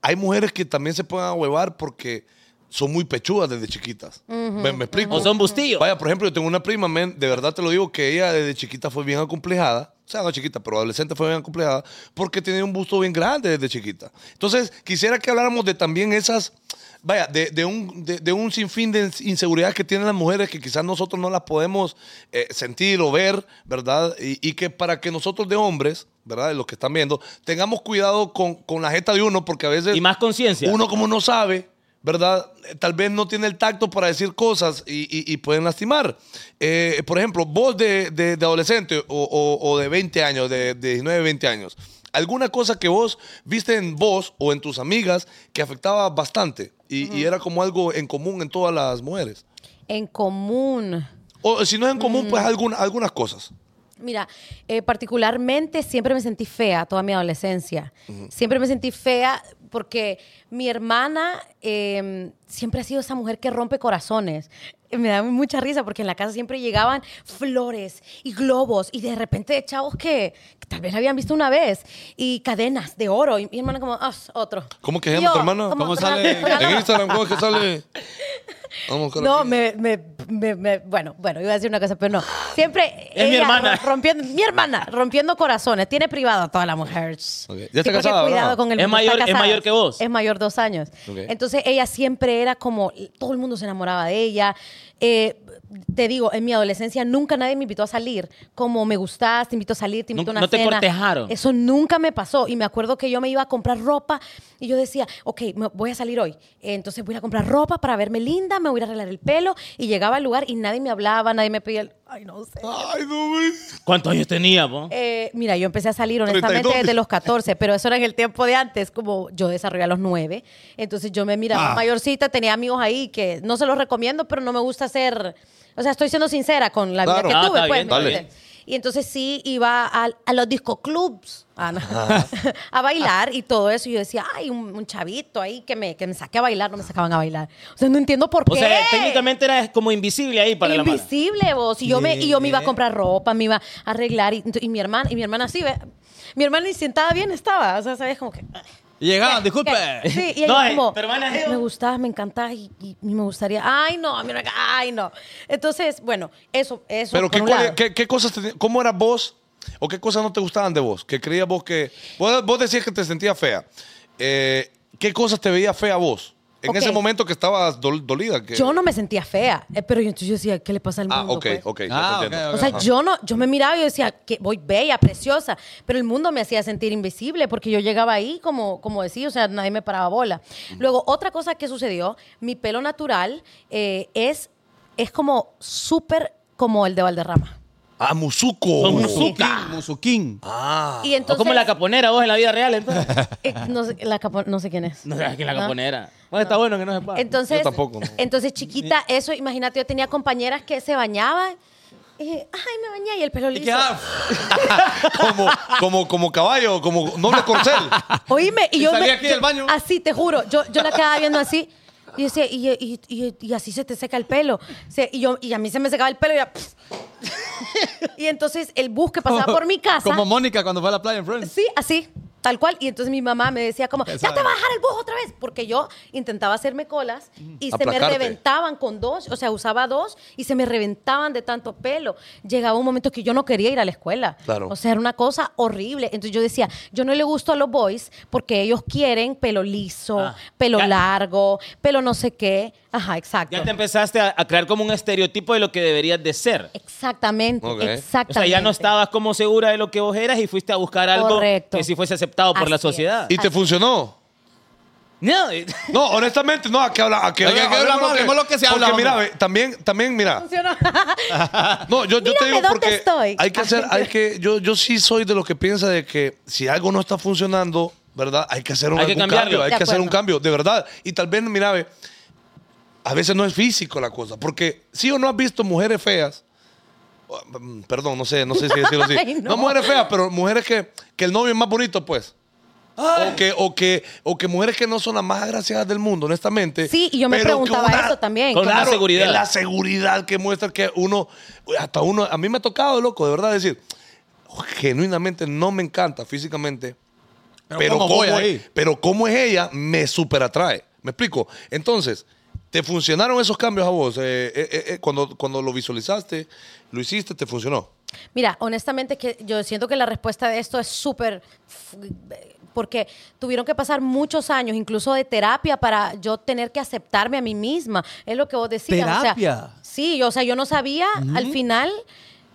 hay mujeres que también se pueden ahuevar porque son muy pechudas desde chiquitas. ¿Me, me explico?
¿O son bustillos?
Vaya, por ejemplo, yo tengo una prima, men, de verdad te lo digo, que ella desde chiquita fue bien acomplejada. O sea, no chiquita, pero adolescente fue bien acomplejada porque tenía un busto bien grande desde chiquita. Entonces, quisiera que habláramos de también esas, vaya, de, de un, de, de un sinfín de inseguridades que tienen las mujeres que quizás nosotros no las podemos eh, sentir o ver, ¿verdad? Y, y que para que nosotros de hombres, ¿verdad? De los que están viendo, tengamos cuidado con, con la jeta de uno porque a veces...
Y más conciencia.
Uno como no sabe, ¿verdad? Eh, Tal vez no tiene el tacto para decir cosas y, y- y pueden lastimar. Eh, por ejemplo, vos de, de- de adolescente o, o- o de 20 años, de, de 19, 20 años, ¿alguna cosa que vos viste en vos o en tus amigas que afectaba bastante y, y era como algo en común en todas las mujeres?
en común.
O si no es en común,
Mm.
pues alguna- algunas cosas.
Mira, eh, particularmente siempre me sentí fea toda mi adolescencia. Siempre me sentí fea porque mi hermana eh, siempre ha sido esa mujer que rompe corazones. Me da mucha risa porque en la casa siempre llegaban flores y globos y de repente chavos que, que tal vez la habían visto una vez y cadenas de oro. Y mi hermana como, ah, otro.
¿Cómo que se
Y
llama
yo,
tu hermana?
como,
¿Cómo sale?
"Regálame".
En Instagram, ¿cómo es que sale? Vamos, cara.
No, me, me, me- me- bueno, bueno, iba a decir una cosa, pero no. Siempre
Es mi
ella
hermana.
ro- Rompiendo, mi hermana, rompiendo corazones. Tiene privado a toda la mujer.
Ok. Ya
Sí,
está
porque
casada,
cuidado
¿verdad?
con el
Es
mundo, está
mayor- es
casada.
mayor que vos.
Es mayor dos años.
Ok.
Entonces ella siempre era como, todo el mundo se enamoraba de ella. Eh, te digo, en mi adolescencia nunca nadie me invitó a salir. Como me gustás, te invito a salir, te invito a
Nunca-
una
no te
cena.
cortejaron.
Es- eso nunca me pasó. Y me acuerdo que yo me iba a comprar ropa y yo decía, ok, me voy a salir hoy. Eh, Entonces voy a ir a comprar ropa para verme linda, me voy a ir a arreglar el pelo. Y llegaba al lugar y nadie me hablaba, nadie me pedía el... Ay, no sé.
Ay, no, güey.
¿Cuántos años tenía, po?
Eh, mira, yo empecé a salir honestamente
32.
desde los 14, pero eso era en el tiempo de antes, como yo desarrollé a los 9. Entonces yo me miraba
Ah.
mayorcita, tenía amigos ahí que no se los recomiendo, pero no me gusta ser, o sea, estoy siendo sincera con la
Claro.
vida
Ah,
que tuve.
está
pues,
bien,
¿me
dale.
entiendes? Y entonces sí iba al- a, los discoclubs ah, no. a bailar y todo eso. Y yo decía, ay, un, un chavito ahí que me, que me saque a bailar, no me sacaban a bailar. O sea, no entiendo por
O
qué.
sea, técnicamente era como invisible ahí para la mano.
Invisible vos. Y yo, me, y yo me iba a comprar ropa, me iba a arreglar. Y, y mi hermana, y mi hermana sí, ve. Mi hermana ni sentada bien estaba. O sea, sabes como que. ah,
Y llegaba,
¿qué?
disculpe.
¿qué? Sí, y ella
No, eh,
como,
tu hermana es-
me gustabas, me encantabas y, y- y me gustaría. Ay, no, a mí no me- ay, no. Entonces, bueno, eso, eso.
Pero
por
¿qué,
un
cuál-
lado.
qué- qué cosas, te- cómo eras vos o qué cosas no te gustaban de vos? ¿Qué creías vos que... Vos, vos decías que te sentías fea. Eh, ¿Qué cosas te veía fea vos? En
Ok.
ese momento que estabas dol- dolida. Que...
Yo no me sentía fea, eh, pero yo, entonces yo decía, ¿qué le pasa al
Ah,
mundo?
ok,
pues?
ok. ya te
Ah,
entiendo.
ok,
O sea,
Ajá.
yo no, yo me miraba y yo decía que voy bella, preciosa, pero el mundo me hacía sentir invisible porque yo llegaba ahí como, como decía, o sea, nadie me paraba bola. Luego, otra cosa que sucedió, mi pelo natural eh, es, es como súper como el de Valderrama.
Ah, Muzuco.
Son Muzuco.
Musuquín, Musuquín.
Ah.
Y
O
entonces,
como la caponera, vos en la vida real, entonces.
eh, no, sé, la capo- no sé quién es.
No sabes quién es la
¿No?
caponera. Bueno, está bueno que no sepa.
Entonces,
Yo tampoco, no.
entonces chiquita, eso, imagínate, yo tenía compañeras que se bañaban. Y, dije, Ay, me bañé y el pelo
Y
liso.
quedaba-
como, como, como caballo, como noble corcel.
Oíme, y,
Y
yo
salí
me,
aquí
yo-
del baño.
Así, te juro. Yo, yo la quedaba viendo así. Y decía, y, y- y- y así se te seca el pelo. O sea, y, yo, y a mí se me secaba el pelo y era, pss. Y entonces el bus que pasaba por mi casa.
Como Mónica cuando fue a la playa en Friends.
Sí, así, tal cual. Y entonces mi mamá me decía como, ya te
sabe.
vas a bajar el bus otra vez. Porque yo intentaba hacerme colas y
Mm.
se me
Aplacarte.
reventaban con dos. O sea, usaba dos y se me reventaban de tanto pelo. Llegaba un momento que yo no quería ir a la escuela.
Claro.
O sea, era una cosa horrible. Entonces yo decía, yo no le gusto a los boys porque ellos quieren pelo liso,
Ah.
pelo
Ya-
largo, pelo no sé qué. Ajá, exacto.
Ya te empezaste a, a crear como un estereotipo de lo que deberías de ser.
Exactamente,
Ok.
O
exactamente.
sea, ya no estabas como segura de lo que vos eras y fuiste a buscar algo
Correcto.
que sí fuese aceptado por la
Así es.
sociedad.
¿Y te funcionó?
No, eh,
No, honestamente, no, a que habla, a que,
Oiga, que hablamos,
lo
hablemos lo que se habla,
Porque mira,
hombre.
ve, también, también, mira.
Funcionó.
No, yo, yo te
Mírame
digo
dónde
porque
estoy.
hay que hacer, hay que, yo, yo sí soy de los que piensa de que si algo no está funcionando, ¿verdad? Hay que hacer un,
Hay que
algún
cambiarlo.
cambio,
De
hay que hacer
acuerdo.
un cambio, de verdad. Y tal vez, mira, ve, a veces no es físico la cosa, porque si o no has visto mujeres feas, o, mm, perdón, no sé, no sé si decirlo así,
Ay,
no.
no.
mujeres feas, pero mujeres que, que el novio es más bonito, pues. O que, o, que, o que mujeres que no son las más agraciadas del mundo, honestamente.
Sí, y yo me
pero que
preguntaba
una-
eso también.
con la
Claro,
seguridad.
es la seguridad que muestra que uno, hasta uno, a mí me ha tocado, loco, de verdad decir, genuinamente no me encanta físicamente, pero,
¿cómo voy
es-
ahí?
pero cómo es ella me super atrae. ¿Me explico? Entonces, ¿te funcionaron esos cambios a vos? Eh, eh, eh, eh, cuando, cuando lo visualizaste, lo hiciste, te funcionó.
Mira, honestamente que yo siento que la respuesta de esto es súper f- porque tuvieron que pasar muchos años, incluso de terapia, para yo tener que aceptarme a mí misma. Es lo que vos decías. o sea,
Terapia.
sí, yo- o sea, yo no sabía al final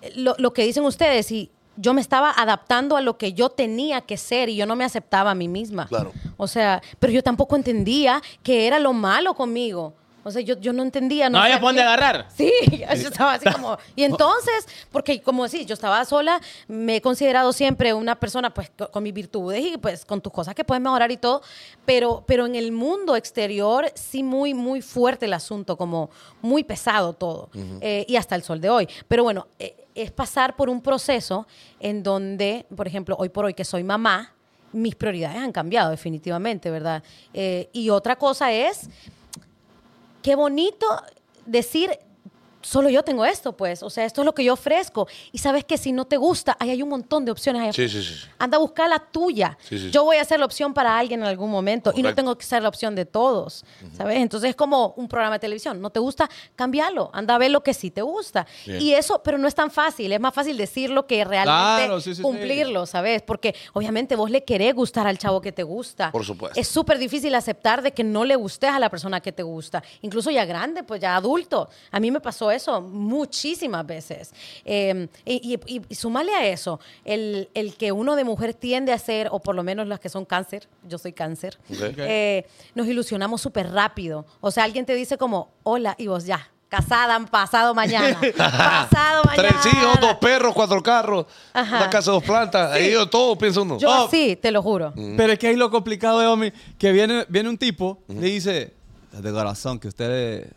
eh, lo, lo que dicen ustedes y yo me estaba adaptando a lo que yo tenía que ser y yo no me aceptaba a mí misma.
Claro.
O sea, pero yo tampoco entendía que era lo malo conmigo. O sea, yo, yo no entendía.
no había
sabía-
por dónde agarrar.
Sí, yo estaba así como. Y entonces, porque como decís, yo estaba sola, me he considerado siempre una persona pues co- con mis virtudes y pues con tus cosas que puedes mejorar y todo, pero, pero en el mundo exterior sí muy, muy fuerte el asunto, como muy pesado todo, Eh, y hasta el sol de hoy. Pero bueno, eh, es pasar por un proceso en donde, por ejemplo, hoy por hoy que soy mamá, mis prioridades han cambiado definitivamente, ¿verdad? Eh, y otra cosa es, qué bonito decir, solo yo tengo esto, pues, o sea, esto es lo que yo ofrezco. Y sabes que si no te gusta, ahí hay un montón de opciones. allá
Sí, sí, sí, sí.
Anda a buscar la tuya.
Sí, sí.
Yo voy a ser la opción para alguien en algún momento y no
Correcto.
tengo que ser la opción de todos, ¿sabes? Entonces es como un programa de televisión. No te gusta, cámbialo. Anda a ver lo que sí te gusta.
Bien.
Y eso, pero no es tan fácil. Es más fácil decirlo que realmente
Claro, sí, sí, sí.
cumplirlo, ¿sabes? Porque obviamente vos le querés gustar al chavo que te gusta.
Por supuesto.
Es súper difícil aceptar de que no le gustes a la persona que te gusta. Incluso ya grande, pues ya adulto. A mí me pasó eso muchísimas veces. Eh, y, y- y sumarle a eso, el, el que uno de mujer tiende a ser, o por lo menos las que son cáncer, yo soy cáncer,
Ok. Ok.
eh, nos ilusionamos súper rápido. O sea, alguien te dice como, hola, y vos ya. Casada, pasado mañana. pasado mañana.
Tres hijos, dos perros, cuatro carros,
Ajá.
una casa, dos plantas. Ahí yo todo pienso uno.
Yo
Oh.
sí, te lo juro.
Mm.
Pero es que ahí lo complicado de Omi, que viene, viene un tipo, le dice, de corazón, que usted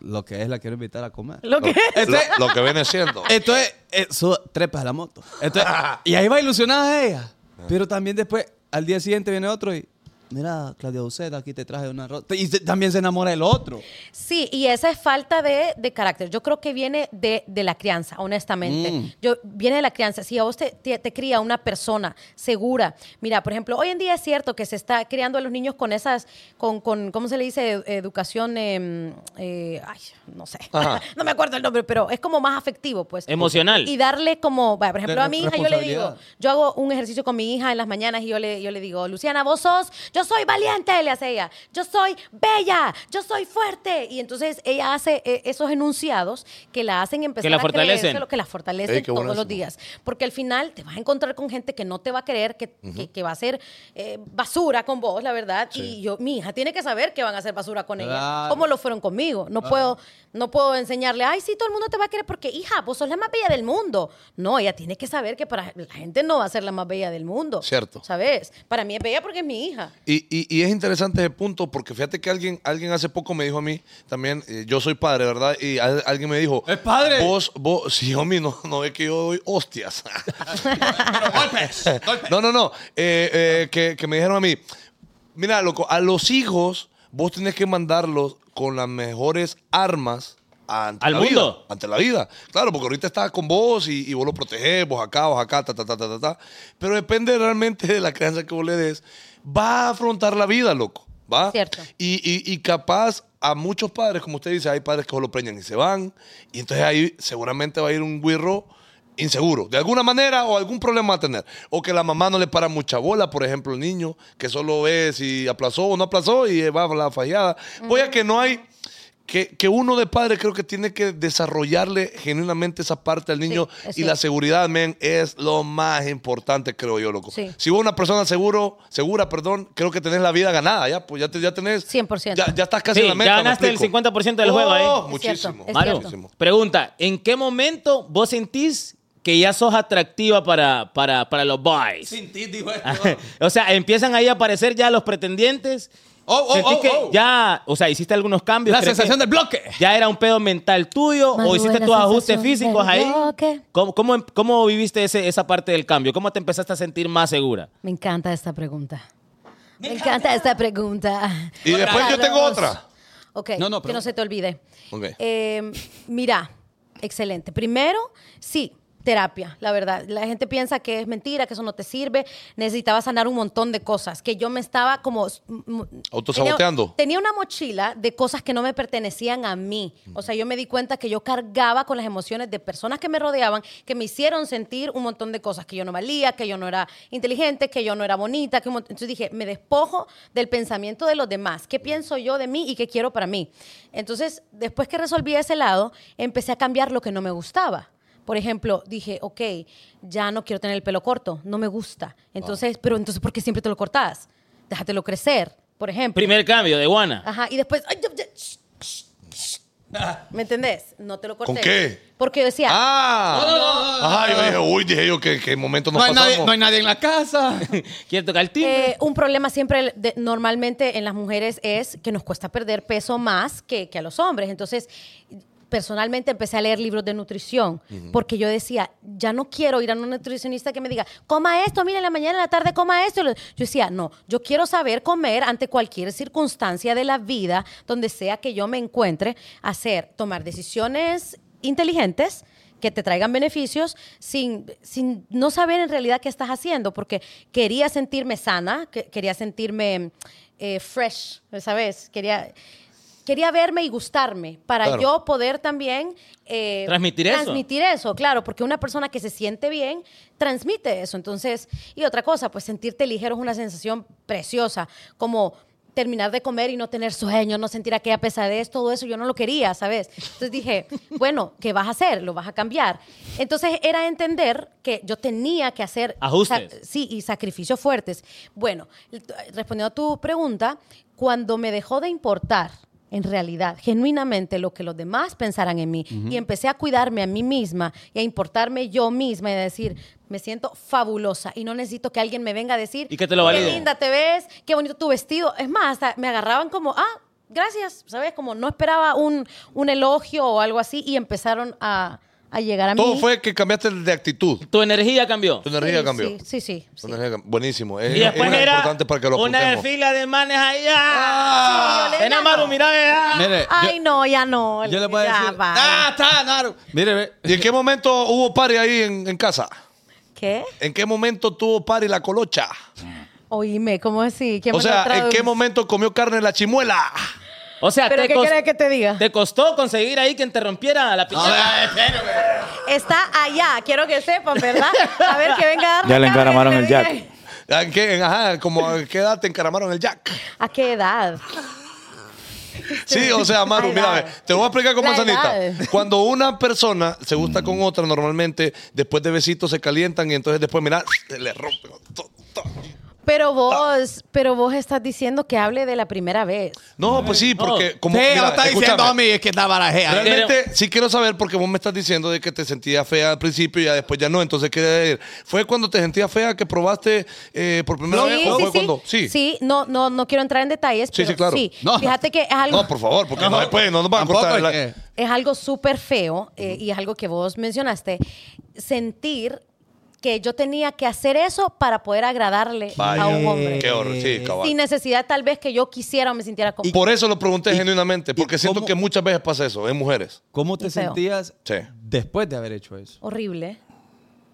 lo que es la quiero invitar a comer.
Lo que
Este-
lo, lo que viene siendo.
Este
Entonces, eh, su- trepas a la moto. Entonces, y ahí va ilusionada ella.
Ah.
Pero también después, al día siguiente viene otro y, mira, Claudia Ucet, aquí te traje una ropa. Y se- también se enamora el otro.
Sí, y esa es falta de, de carácter. Yo creo que viene de, de la crianza, honestamente. Yo, viene de la crianza. Si a vos te, te- te cría una persona segura, mira, por ejemplo, hoy en día es cierto que se está criando a los niños con esas, con, con ¿cómo se le dice? Ed- Educación, em, eh, ay, no sé,
Ajá.
no me acuerdo el nombre, pero es como más afectivo, pues.
Emocional.
Y darle como, vaya, por ejemplo,
De
a mi hija yo le digo,
responsabilidad.
yo hago un ejercicio con mi hija en las mañanas y yo le, yo le digo, Luciana, vos sos, yo soy valiente, le hace ella, yo soy bella, yo soy fuerte. Y entonces ella hace eh, esos enunciados que la hacen empezar
Que la
a
fortalecen.
creérselo, que la fortalecen
Ey, qué
todos los
buenísimo.
días. Porque al final te vas a encontrar con gente que no te va a creer, que, que- que va a ser eh, basura con vos, la verdad. Y yo, mi hija tiene que saber que van a hacer basura con ella.
Claro.
¿Cómo lo fueron conmigo? No puedo no puedo enseñarle, ay, sí, todo el mundo te va a querer porque, hija, vos sos la más bella del mundo. No, ella tiene que saber que para la gente no va a ser la más bella del mundo.
Cierto.
¿Sabes? Para mí es bella porque es mi hija.
Y, y- y es interesante ese punto porque fíjate que alguien, alguien hace poco me dijo a mí, también, eh, yo soy padre, ¿verdad? Y al- alguien me dijo,
¡Es padre!
Vos, vos, sí, homie, no, no es que yo doy hostias. No, no, no. Eh, eh, que, que me dijeron a mí, mira, loco, a los hijos vos tenés que mandarlos con las mejores armas ante
¿Al
la
mundo?
vida, ante la vida. Claro, porque ahorita está con vos y, y vos lo protegés, vos acá, vos acá, ta, ta, ta, ta, ta, ta. Pero depende realmente de la crianza que vos le des. Va a afrontar la vida, loco. ¿Va?
Cierto.
Y, y- y capaz a muchos padres, como usted dice, hay padres que solo preñan y se van. Y entonces ahí seguramente va a ir un guirro inseguro, de alguna manera o algún problema va a tener. O que la mamá no le para mucha bola, por ejemplo, el niño, que solo ve si aplazó o no aplazó y va a la fallada. Voy a que no hay... Que, que uno de padre creo que tiene que desarrollarle genuinamente esa parte al niño
es
y la
cierto.
seguridad, men, es lo más importante, creo yo, loco.
Sí.
Si vos una persona seguro, segura, perdón, creo que tenés la vida ganada, ya, pues ya, te- ya tenés
100%.
ya, ya estás casi
Sí,
en la meta.
ya
¿me
ganaste el
explico?
50% del juego ahí.
Oh,
Es cierto,
muchísimo.
es
Mano,
cierto.
muchísimo.
pregunta, ¿en qué momento vos sentís que ya sos atractiva para, para, para los boys? o sea, empiezan ahí a aparecer ya los pretendientes.
Oh, oh,
¿Sentís
oh,
que
oh.
ya, o sea, hiciste algunos cambios?
La
¿Crees que
sensación del bloque.
¿Ya era un pedo mental tuyo
Madre,
o hiciste
la
tus ajustes
sensación
físicos
del
ahí?
bloque.
¿Cómo, cómo, cómo viviste ese- esa parte del cambio? ¿Cómo te empezaste a sentir más segura?
Me encanta esta pregunta. Me encanta esta pregunta.
Y después yo tengo
Carlos.
otra.
Ok,
No, no,
que no
pregunta.
se te olvide.
Ok.
Eh, mira, excelente. Primero, sí, terapia, la verdad. La gente piensa que es mentira, que eso no te sirve. Necesitaba sanar un montón de cosas, que yo me estaba como... mm,
Autosaboteando.
Tenía, tenía una mochila de cosas que no me pertenecían a mí. O sea, yo me di cuenta que yo cargaba con las emociones de personas que me rodeaban, que me hicieron sentir un montón de cosas, que yo no valía, que yo no era inteligente, que yo no era bonita. Que un mont- Entonces dije, me despojo del pensamiento de los demás. ¿Qué pienso yo de mí y qué quiero para mí? Entonces, después que resolví ese lado, empecé a cambiar lo que no me gustaba. Por ejemplo, dije, ok, ya no quiero tener el pelo corto, no me gusta. Entonces, pero entonces, ¿por qué siempre te lo cortabas? Déjatelo crecer, por ejemplo.
Primer cambio de Guana.
Ajá, y después. ay, ya, ya, shh, shh, shh. ¿Me entendés? No te lo corté.
Ah. ¿Con qué?
Porque yo decía.
Ah, Ajá, yo dije, uy, dije yo que, que momento nos
No hay,
pasamos.
nadie, no hay nadie en la casa.
¿Quieres tocar el timbre?
eh, un problema siempre de- normalmente en las mujeres es que nos cuesta perder peso más que, que a los hombres. Entonces, personalmente empecé a leer libros de nutrición porque yo decía, ya no quiero ir a un nutricionista que me diga, coma esto, mira, en la mañana, en la tarde, coma esto. Yo decía, no, yo quiero saber comer ante cualquier circunstancia de la vida, donde sea que yo me encuentre, hacer, tomar decisiones inteligentes que te traigan beneficios sin, sin no saber en realidad qué estás haciendo, porque quería sentirme sana, que- quería sentirme eh, fresh, ¿sabes? Quería, quería verme y gustarme para
Claro.
yo poder también... eh,
Transmitir eso.
Transmitir eso, claro, porque una persona que se siente bien transmite eso. Entonces, y otra cosa, pues sentirte ligero es una sensación preciosa, como terminar de comer y no tener sueño, no sentir aquella pesadez, todo eso, yo no lo quería, ¿sabes? Entonces dije, bueno, ¿qué vas a hacer? Lo vas a cambiar. Entonces era entender que yo tenía que hacer
Ajustes.
sa- sí, y sacrificios fuertes. Bueno, l- t- respondiendo a tu pregunta, cuando me dejó de importar, en realidad, genuinamente, lo que los demás pensaran en mí, y empecé a cuidarme a mí misma y a importarme yo misma y a decir, me siento fabulosa y no necesito que alguien me venga a decir,
Y que te lo valide.
qué linda te ves, qué bonito tu vestido. Es más, hasta me agarraban como, ah, gracias, ¿sabes? Como no esperaba un, un elogio o algo así y empezaron a, a llegar a mí.
Todo fue que cambiaste de actitud.
Tu energía cambió.
Tu
Sí,
energía cambió.
Sí, sí, sí. sí.
Tu energía cambió. Buenísimo. Es,
Y después
es
era
importante para que lo
una
apuntemos.
fila de manes
Ah.
allá.
Sí, Yolanda,
Era Maru,
no.
mira, vea.
Mire, yo-
Ay, no, ya no.
yo, le puedo
Ya,
decir.
va.
¡Ah, está! Naru! Mire, ve.
¿Y en qué momento hubo party ahí en, en casa?
¿Qué?
¿En qué momento tuvo party la colocha?
Oíme, ¿cómo así? ¿Quién
O
me lo
sea, ¿en
traduce?
qué momento comió carne la chimuela?
O sea,
¿Pero
te,
qué
cos-
quieres que te diga?
te costó conseguir ahí quien te rompiera la piñata.
Está allá, quiero que sepan, ¿verdad? A ver que venga a darle
Ya le
acá,
encaramaron
que
el
te
jack.
diga.
¿En qué, en- ajá, como a qué edad te encaramaron el jack?
¿A qué edad?
Sí, o sea, Maru,
La
mira,
edad.
ve, te voy a explicar con
La
manzanita.
edad.
Cuando una persona se gusta con otra, normalmente después de besitos se calientan y entonces después, mira, se le rompen. todo, todo.
Pero vos, pero vos estás diciendo que hable de la primera vez.
No, pues sí, porque como.
Sí,
mira,
lo está diciendo
escúchame.
a mí, es que está barajea.
Realmente sí quiero saber porque vos me estás diciendo de que te sentías fea al principio y ya después ya no. Entonces, ¿qué decir? ¿Fue cuando te sentías fea que probaste eh, por primera vez? o fue cuando?
sí. Sí, no, no, no quiero entrar en detalles,
Sí,
pero
sí,
No.
claro.
Fíjate que es algo...
No, por favor, porque no, después no nos van a
Tampoco
cortar.
es
la-
que-
es algo súper feo eh, y es algo que vos mencionaste, sentir que yo tenía que hacer eso para poder agradarle
Vaya,
a un hombre.
Qué horror, sí, cabal.
Sin necesidad tal vez que yo quisiera o me sintiera como...
Por eso lo pregunté genuinamente, porque
y
siento
cómo-
que muchas veces pasa eso en mujeres.
¿Cómo te
Qué feo.
sentías
Sí.
después de haber hecho eso?
Horrible.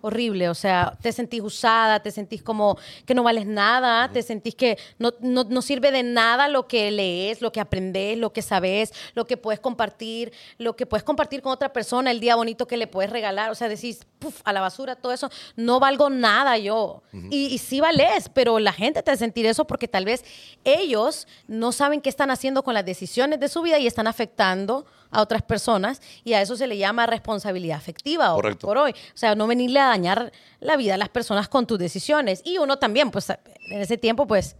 Horrible, o sea, te sentís usada, te sentís como que no vales nada, te sentís que no, no- no sirve de nada lo que lees, lo que aprendes, lo que sabes, lo que puedes compartir, lo que puedes compartir con otra persona, el día bonito que le puedes regalar, o sea, decís, puf, a la basura, todo eso, no valgo nada yo. y, y sí vales, pero la gente te sentir eso porque tal vez ellos no saben qué están haciendo con las decisiones de su vida y están afectando a otras personas y a eso se le llama responsabilidad afectiva ahora
Correcto.
por hoy. O sea, no venirle a dañar la vida a las personas con tus decisiones. Y uno también, pues en ese tiempo, pues,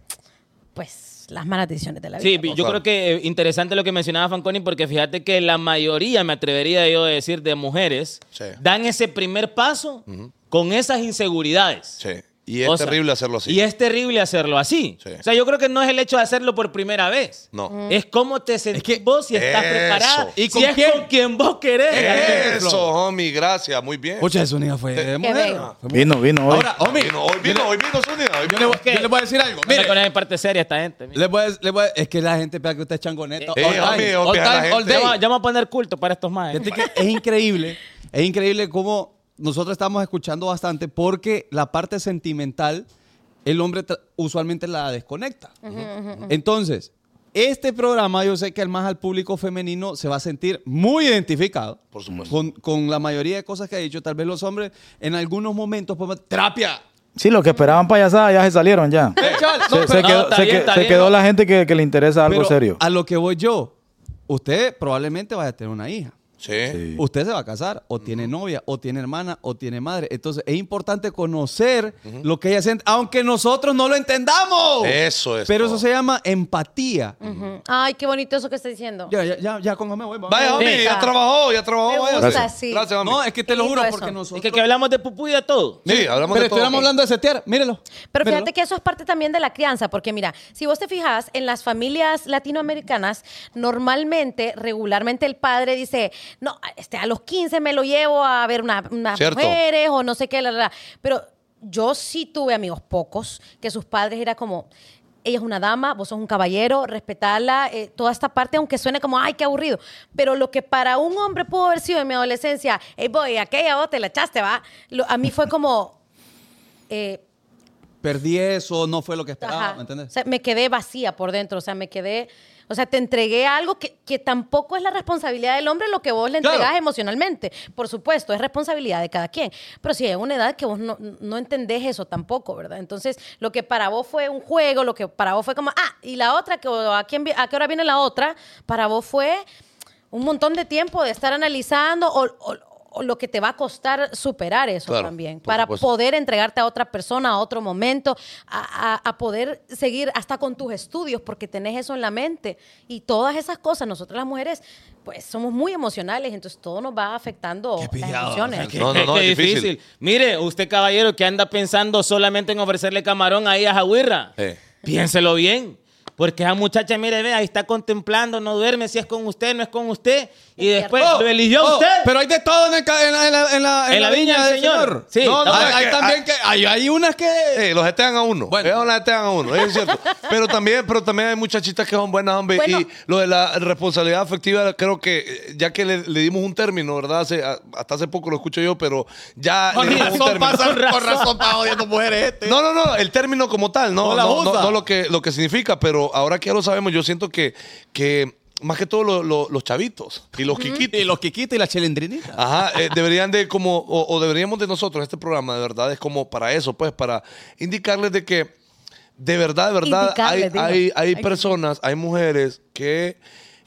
pues las malas decisiones de la
Sí,
vida.
yo
claro.
creo que eh, interesante lo que mencionaba Fanconi porque fíjate que la mayoría, me atrevería yo a decir, de mujeres
Sí.
dan ese primer paso con esas inseguridades.
Sí. Y es
O sea,
terrible hacerlo así.
Y es terrible hacerlo así.
Sí.
O sea, yo creo que no es el hecho de hacerlo por primera vez.
No. Mm.
Es cómo te sentís vos si estás
Eso.
preparada.
¿Y
si
con
es
quién?
con quien vos querés.
Eso, homie, gracias, muy bien.
Pucha, eso ni fue de mujer.
bello.
Fue mujer.
Vino, vino hoy.
Ahora, homie,
Vino, hoy vino, hoy vino, Zúñiga, hoy
yo
vino.
le, voy- yo le voy a decir algo.
Mire,
Mire,
en parte seria esta gente. mire.
le voy a, le voy a- es que la gente pega que usted es changoneto.
Eh, homie,
all
homie, a la
time, all
gente.
day.
Ya vamos a poner culto para estos más.
Fíjate que es increíble, es increíble cómo nosotros estamos escuchando bastante porque la parte sentimental el hombre tra- usualmente la desconecta. Entonces, este programa yo sé que al más al público femenino se va a sentir muy identificado.
Por supuesto.
Con, con la mayoría de cosas que ha dicho, tal vez los hombres en algunos momentos podemos... ¡Terapia!
Sí, los que esperaban payasadas ya se salieron ya.
Eh, chaval, no,
Se, se
pero-
no,
quedó,
está
se
bien,
que-
está
se
bien,
quedó
no.
la gente que, que le interesa algo
pero
serio.
A lo que voy yo, usted probablemente vaya a tener una hija.
Sí.
Usted se va a casar, o tiene novia, o tiene hermana, o tiene madre. Entonces es importante conocer lo que ella siente, aunque nosotros no lo entendamos.
Eso es
Pero
todo.
eso se llama empatía.
Ujú. Ay, qué bonito eso que estás diciendo.
Ya, ya, ya, ya, como me voy. vamos.
Vaya, homie,
Sí.
ya trabajó, ya trabajó.
Me
vaya.
gusta,
Gracias.
sí.
Gracias, homie.
no, es que te lo
Qué
juro,
lindo
porque
eso.
nosotros.
Es que, que hablamos de pupú y de todo.
Sí, hablamos
pero
de todo.
estuviéramos hablando de setear, mírelo.
Pero
Mírelo.
fíjate que eso es parte también de la crianza, porque mira, si vos te fijas, en las familias latinoamericanas, normalmente, regularmente el padre dice, no, este, a los 15 me lo llevo a ver una- unas
Cierto.
mujeres o no sé qué, la, la, la. Pero yo sí tuve amigos pocos que sus padres era como. Ella es una dama, vos sos un caballero, respetarla, toda esta parte, aunque suene como, ay, qué aburrido. Pero lo que para un hombre pudo haber sido en mi adolescencia, hey, boy, aquella vos te la echaste, va. Lo- a mí fue como, eh,
Perdí eso, no fue lo que
Ajá.
esperaba, ¿me entiendes?
O sea, me quedé vacía por dentro, o sea, me quedé, o sea, te entregué algo que, que tampoco es la responsabilidad del hombre lo que vos le
Claro.
entregas emocionalmente. Por supuesto, es responsabilidad de cada quien, pero si hay una edad que vos no, no entendés eso tampoco, ¿verdad? Entonces, lo que para vos fue un juego, lo que para vos fue como, ah, y la otra, que, o ¿a, quién vi- ¿a qué hora viene la otra? Para vos fue un montón de tiempo de estar analizando o... o- o lo que te va a costar superar eso
Claro,
también,
por
para
supuesto.
poder poder entregarte a otra persona, a otro momento, a, a- a poder seguir hasta con tus estudios, porque tenés eso en la mente. Y todas esas cosas, nosotras las mujeres, pues somos muy emocionales, entonces todo nos va afectando las emociones.
No, no, no,
Qué
es difícil.
Mire, usted caballero que anda pensando solamente en ofrecerle camarón ahí a Jaguirra,
Eh.
piénselo bien. Porque esa muchacha, mire, ve, ahí está contemplando, no duerme, si es con usted, no es con usted. Y
Es
después
cierto.
lo eligió
Oh,
usted.
Pero hay de todo en, el ca- en la, en la- en la- en la viña, del señor.
Sí,
No, no,
no,
hay,
es
hay
Ah, que-
también que hay, hay unas que
Eh, los jetean a uno.
Bueno.
Ellos los jetean a uno, eso es cierto. pero, también, pero también hay muchachitas que son buenas, hombre.
Bueno.
Y lo de la responsabilidad afectiva, creo que eh, ya que le, le dimos un término, ¿verdad? Hace- a- hasta hace poco lo escucho yo, pero ya.
con
le dimos un
razón
término.
pasa,
Con razón.
con razón pasa odiando mujeres este.
No, no, no, el término como tal, no,
No
no,
la
no,
usa.
no lo, que, lo que significa, pero ahora que ya lo sabemos, yo siento que, que más que todo lo- lo- los chavitos y los quiquitos.
Y los quiquitos y las chelendrinitas.
Ajá, eh, deberían de como, o, o deberíamos de nosotros, este programa de verdad es como para eso, pues, para indicarles de que de verdad, de verdad, hay,
Indicarles, digo.
hay, hay
Ay,
personas, hay mujeres que,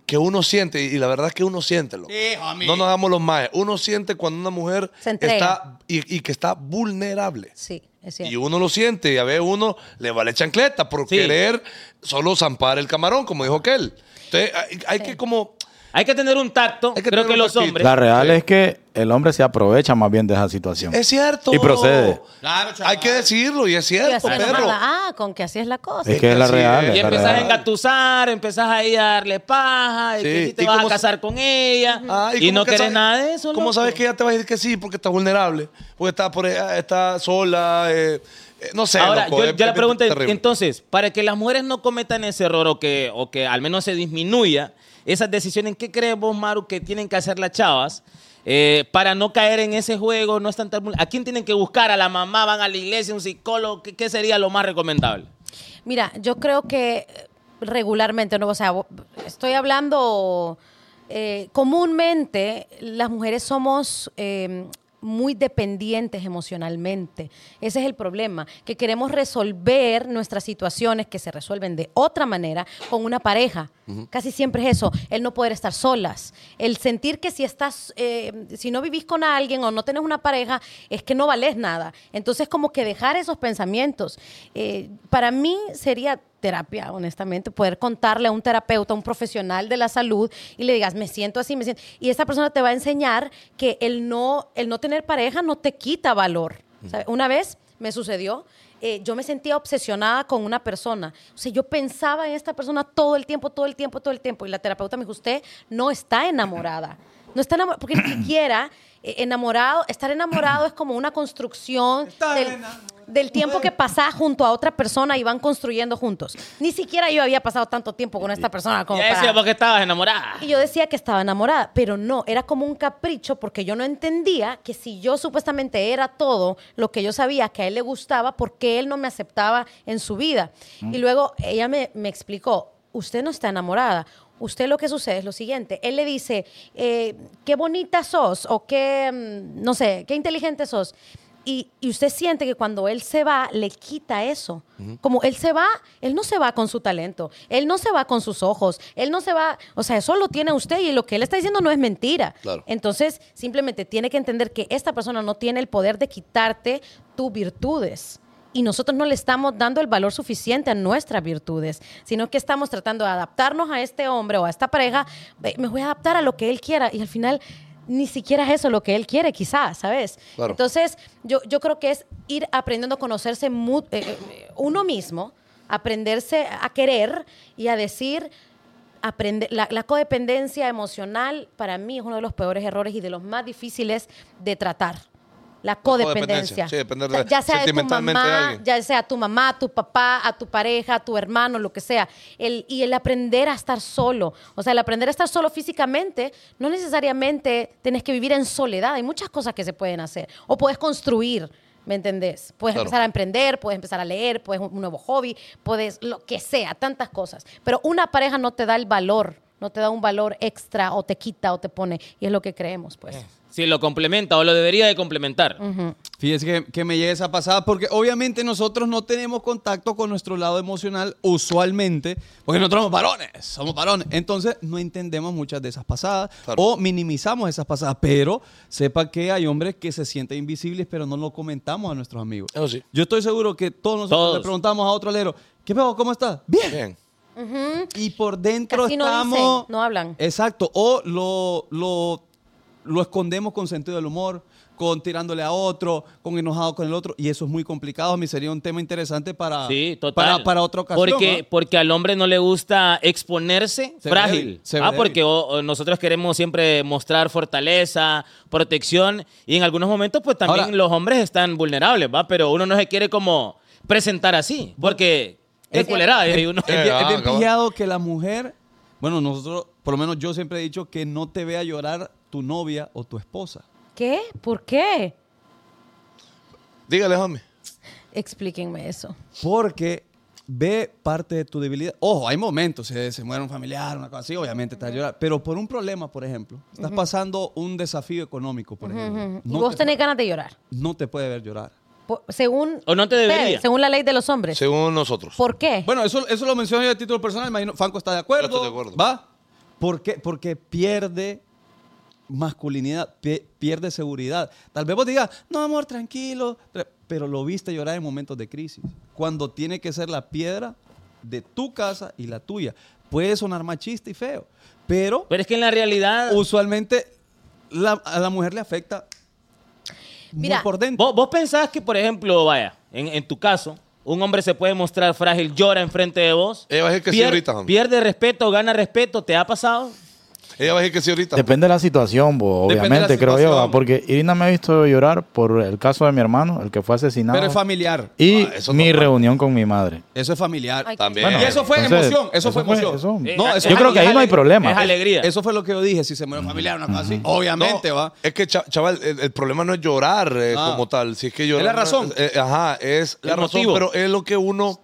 que uno siente, y la verdad es que uno siente, loco.
Sí, homie.
no nos hagamos los más. Uno siente cuando una mujer
Se entrega.
está y, y que está vulnerable.
Sí, es
Y
cierto.
uno lo siente, y a veces uno le vale chancleta por
Sí.
querer solo zampar el camarón, como dijo aquel. Entonces, hay, hay que como...
Hay que tener un tacto.
Hay que
Creo
tener
que
un
los
tactito.
hombres.
La real es que el hombre se aprovecha más bien de esa situación.
Es cierto.
Y procede.
Claro, chaval.
Hay que decirlo, y es
Y
cierto,
así nomás,
perro.
ah, con que así es la cosa.
Es que es la
Así
real.
es.
es
Y
la
empezás a
real.
engatusar, empezás ahí a darle paja, y que
Sí.
si te
¿Y
vas a
cómo se-
casar con ella,
Ah,
y,
cómo
no
que
querés
sabe-
nada de eso.
¿Cómo
loco?
sabes que ella te va a decir que sí? Porque está vulnerable. Porque está, por, ah, está sola. eh, eh, no sé.
Ahora,
loco,
yo,
es-
yo la
es
pregunta es,
terrible.
entonces, para que las mujeres no cometan ese error o que, o que al menos se disminuya esas decisiones, ¿qué crees vos, Maru, que tienen que hacer las chavas eh, para no caer en ese juego? no están tan vul- ¿A quién tienen que buscar? ¿A la mamá? ¿Van a la iglesia? ¿Un psicólogo? ¿Qué, qué sería lo más recomendable?
Mira, yo creo que eh, regularmente, no, o sea, vo- estoy hablando eh, comúnmente, las mujeres somos eh, muy dependientes emocionalmente. Ese es el problema, que queremos resolver nuestras situaciones que se resuelven de otra manera con una pareja. Casi siempre es eso, el no poder estar solas, el sentir que si estás, eh, si no vivís con alguien o no tenés una pareja, es que no valés nada. Entonces, como que dejar esos pensamientos. Eh, para mí sería terapia, honestamente, poder contarle a un terapeuta, a un profesional de la salud y le digas, me siento así, me siento... Y esta persona te va a enseñar que el no, el no tener pareja no te quita valor. ¿sabe? Una vez me sucedió, eh, yo me sentía obsesionada con una persona. O sea, yo pensaba en esta persona todo el tiempo, todo el tiempo, todo el tiempo. Y la terapeuta me dijo, usted no está enamorada. No está enamorada, porque ni siquiera eh, enamorado, estar enamorado es como una construcción del, del tiempo que pasás junto a otra persona y van construyendo juntos. Ni siquiera yo había pasado tanto tiempo con esta persona como
ya decía
para...
vos que estabas enamorada.
Y yo decía que estaba enamorada, pero no, era como un capricho porque yo no entendía que si yo supuestamente era todo lo que yo sabía que a él le gustaba, ¿por qué él no me aceptaba en su vida? Y luego ella me, me explicó, usted no está enamorada. Usted lo que sucede es lo siguiente, él le dice, eh, qué bonita sos o qué, mm, no sé, qué inteligente sos. Y, y usted siente que cuando él se va, le quita eso. Como él se va, él no se va con su talento, él no se va con sus ojos, él no se va, o sea, eso lo tiene usted y lo que él está diciendo no es mentira.
Claro.
Entonces, simplemente tiene que entender que esta persona no tiene el poder de quitarte tus virtudes. Y nosotros no le estamos dando el valor suficiente a nuestras virtudes, sino que estamos tratando de adaptarnos a este hombre o a esta pareja. Ve, Me voy a adaptar a lo que él quiera y al final ni siquiera es eso lo que él quiere, quizás, ¿sabes?
Claro.
Entonces, entonces, yo, yo creo que es ir aprendiendo a conocerse mu- eh, eh, uno mismo, aprenderse a querer y a decir, aprende- la, la codependencia emocional para mí es uno de los peores errores y de los más difíciles de tratar. La codependencia.
codependencia, sí, depender
O sea,
de-
ya sea de tu
sentimentalmente de
mamá,
alguien.
ya sea tu mamá, tu papá, a tu pareja, a tu hermano, lo que sea. El, y el aprender a estar solo. O sea, el aprender a estar solo físicamente, no necesariamente tienes que vivir en soledad. Hay muchas cosas que se pueden hacer. O puedes construir, ¿me entendés? Puedes
Claro.
empezar a emprender, puedes empezar a leer, puedes un un nuevo hobby, puedes lo que sea, tantas cosas. Pero una pareja no te da el valor, no te da un valor extra o te quita o te pone. Y es lo que creemos, pues.
Si lo complementa o lo debería de complementar.
Fíjese que, que me llegue esa pasada, porque obviamente nosotros no tenemos contacto con nuestro lado emocional usualmente, porque nosotros somos varones, somos varones. Entonces no entendemos muchas de esas pasadas
Claro.
o minimizamos esas pasadas, pero sepa que hay hombres que se sienten invisibles, pero no lo comentamos a nuestros amigos.
Eso sí.
Yo estoy seguro que todos nosotros
Todos.
le preguntamos a otro alero, ¿qué pedo? ¿Cómo estás? Bien.
Bien.
Y por dentro
Casi no
estamos...
dicen, no hablan.
Exacto. O lo, lo, lo escondemos con sentido del humor, con tirándole a otro, con enojado con el otro. Y eso es muy complicado. A mí sería un tema interesante Ah. para,
Sí, total.
para, para otra ocasión.
Porque,
¿no?
porque al hombre no le gusta exponerse
Se ve
frágil.
débil, se ve
ah,
débil.
porque o- o nosotros queremos siempre mostrar fortaleza, protección. Y en algunos momentos, pues también
Ahora-
los hombres están vulnerables, ¿va? Pero uno no se quiere como presentar así. Porque es
Es-
culerada. y uno-
Es bien, es
ah,
bien
cabrón.
pillado que la mujer, bueno, nosotros, por lo menos yo siempre he dicho que no te vea llorar tu novia o tu esposa.
¿Qué? ¿Por qué?
Dígale, homie.
Explíquenme eso.
Porque ve parte de tu debilidad. Ojo, hay momentos, eh, se, se muere un familiar, una cosa así, obviamente estás llorando. Pero por un problema, por ejemplo, estás pasando un desafío económico, por ejemplo.
y vos
te-
tenés ganas de llorar.
no te puede ver llorar.
Po- según
O no te
ustedes,
debería.
según la ley de los hombres.
Según nosotros.
¿Por qué?
Bueno, eso, eso lo menciono yo a título personal. Imagino, Franco está de acuerdo.
Yo estoy de acuerdo.
¿Va? ¿Por qué? Porque pierde masculinidad, pie- pierde seguridad. Tal vez vos digas, no, amor, tranquilo. tra- Pero lo viste llorar en momentos de crisis. Cuando tiene que ser la piedra de tu casa y la tuya. Puede sonar machista y feo. Pero
Pero es que en la realidad.
usualmente la- a la mujer le afecta muy
Mira,
por dentro.
¿Vos, vos pensás que, por ejemplo, vaya, en, en tu caso, un hombre se puede mostrar frágil, llora enfrente de vos.
Ella va a decir que sí
pier-
ahorita, homie.
Pierde respeto, gana respeto. ¿Te ha pasado?
Ella va a decir que sí ahorita.
Depende de la situación, bo,
Depende de la
obviamente, creo yo.
situación.
ah, Porque Irina me ha visto llorar por el caso de mi hermano, el que fue asesinado.
Pero es familiar.
y
Ah, eso
mi
normal.
reunión con mi madre.
Eso es familiar.
Ay,
También.
Y eso fue
entonces,
emoción, eso, fue emoción.
eso-
No,
Eh,
eso-
yo creo que ahí no hay
Ale-
problema.
Es alegría.
Eso fue lo que yo dije, si se muere un familiar, una cosa así. Obviamente,
No,
va.
Es que, cha- chaval, el, el problema no es llorar eh,
Ah.
como tal. Si es que llorar.
Es la
no-
razón.
eh, ajá, es la
El
razón,
motivo.
pero es lo que uno.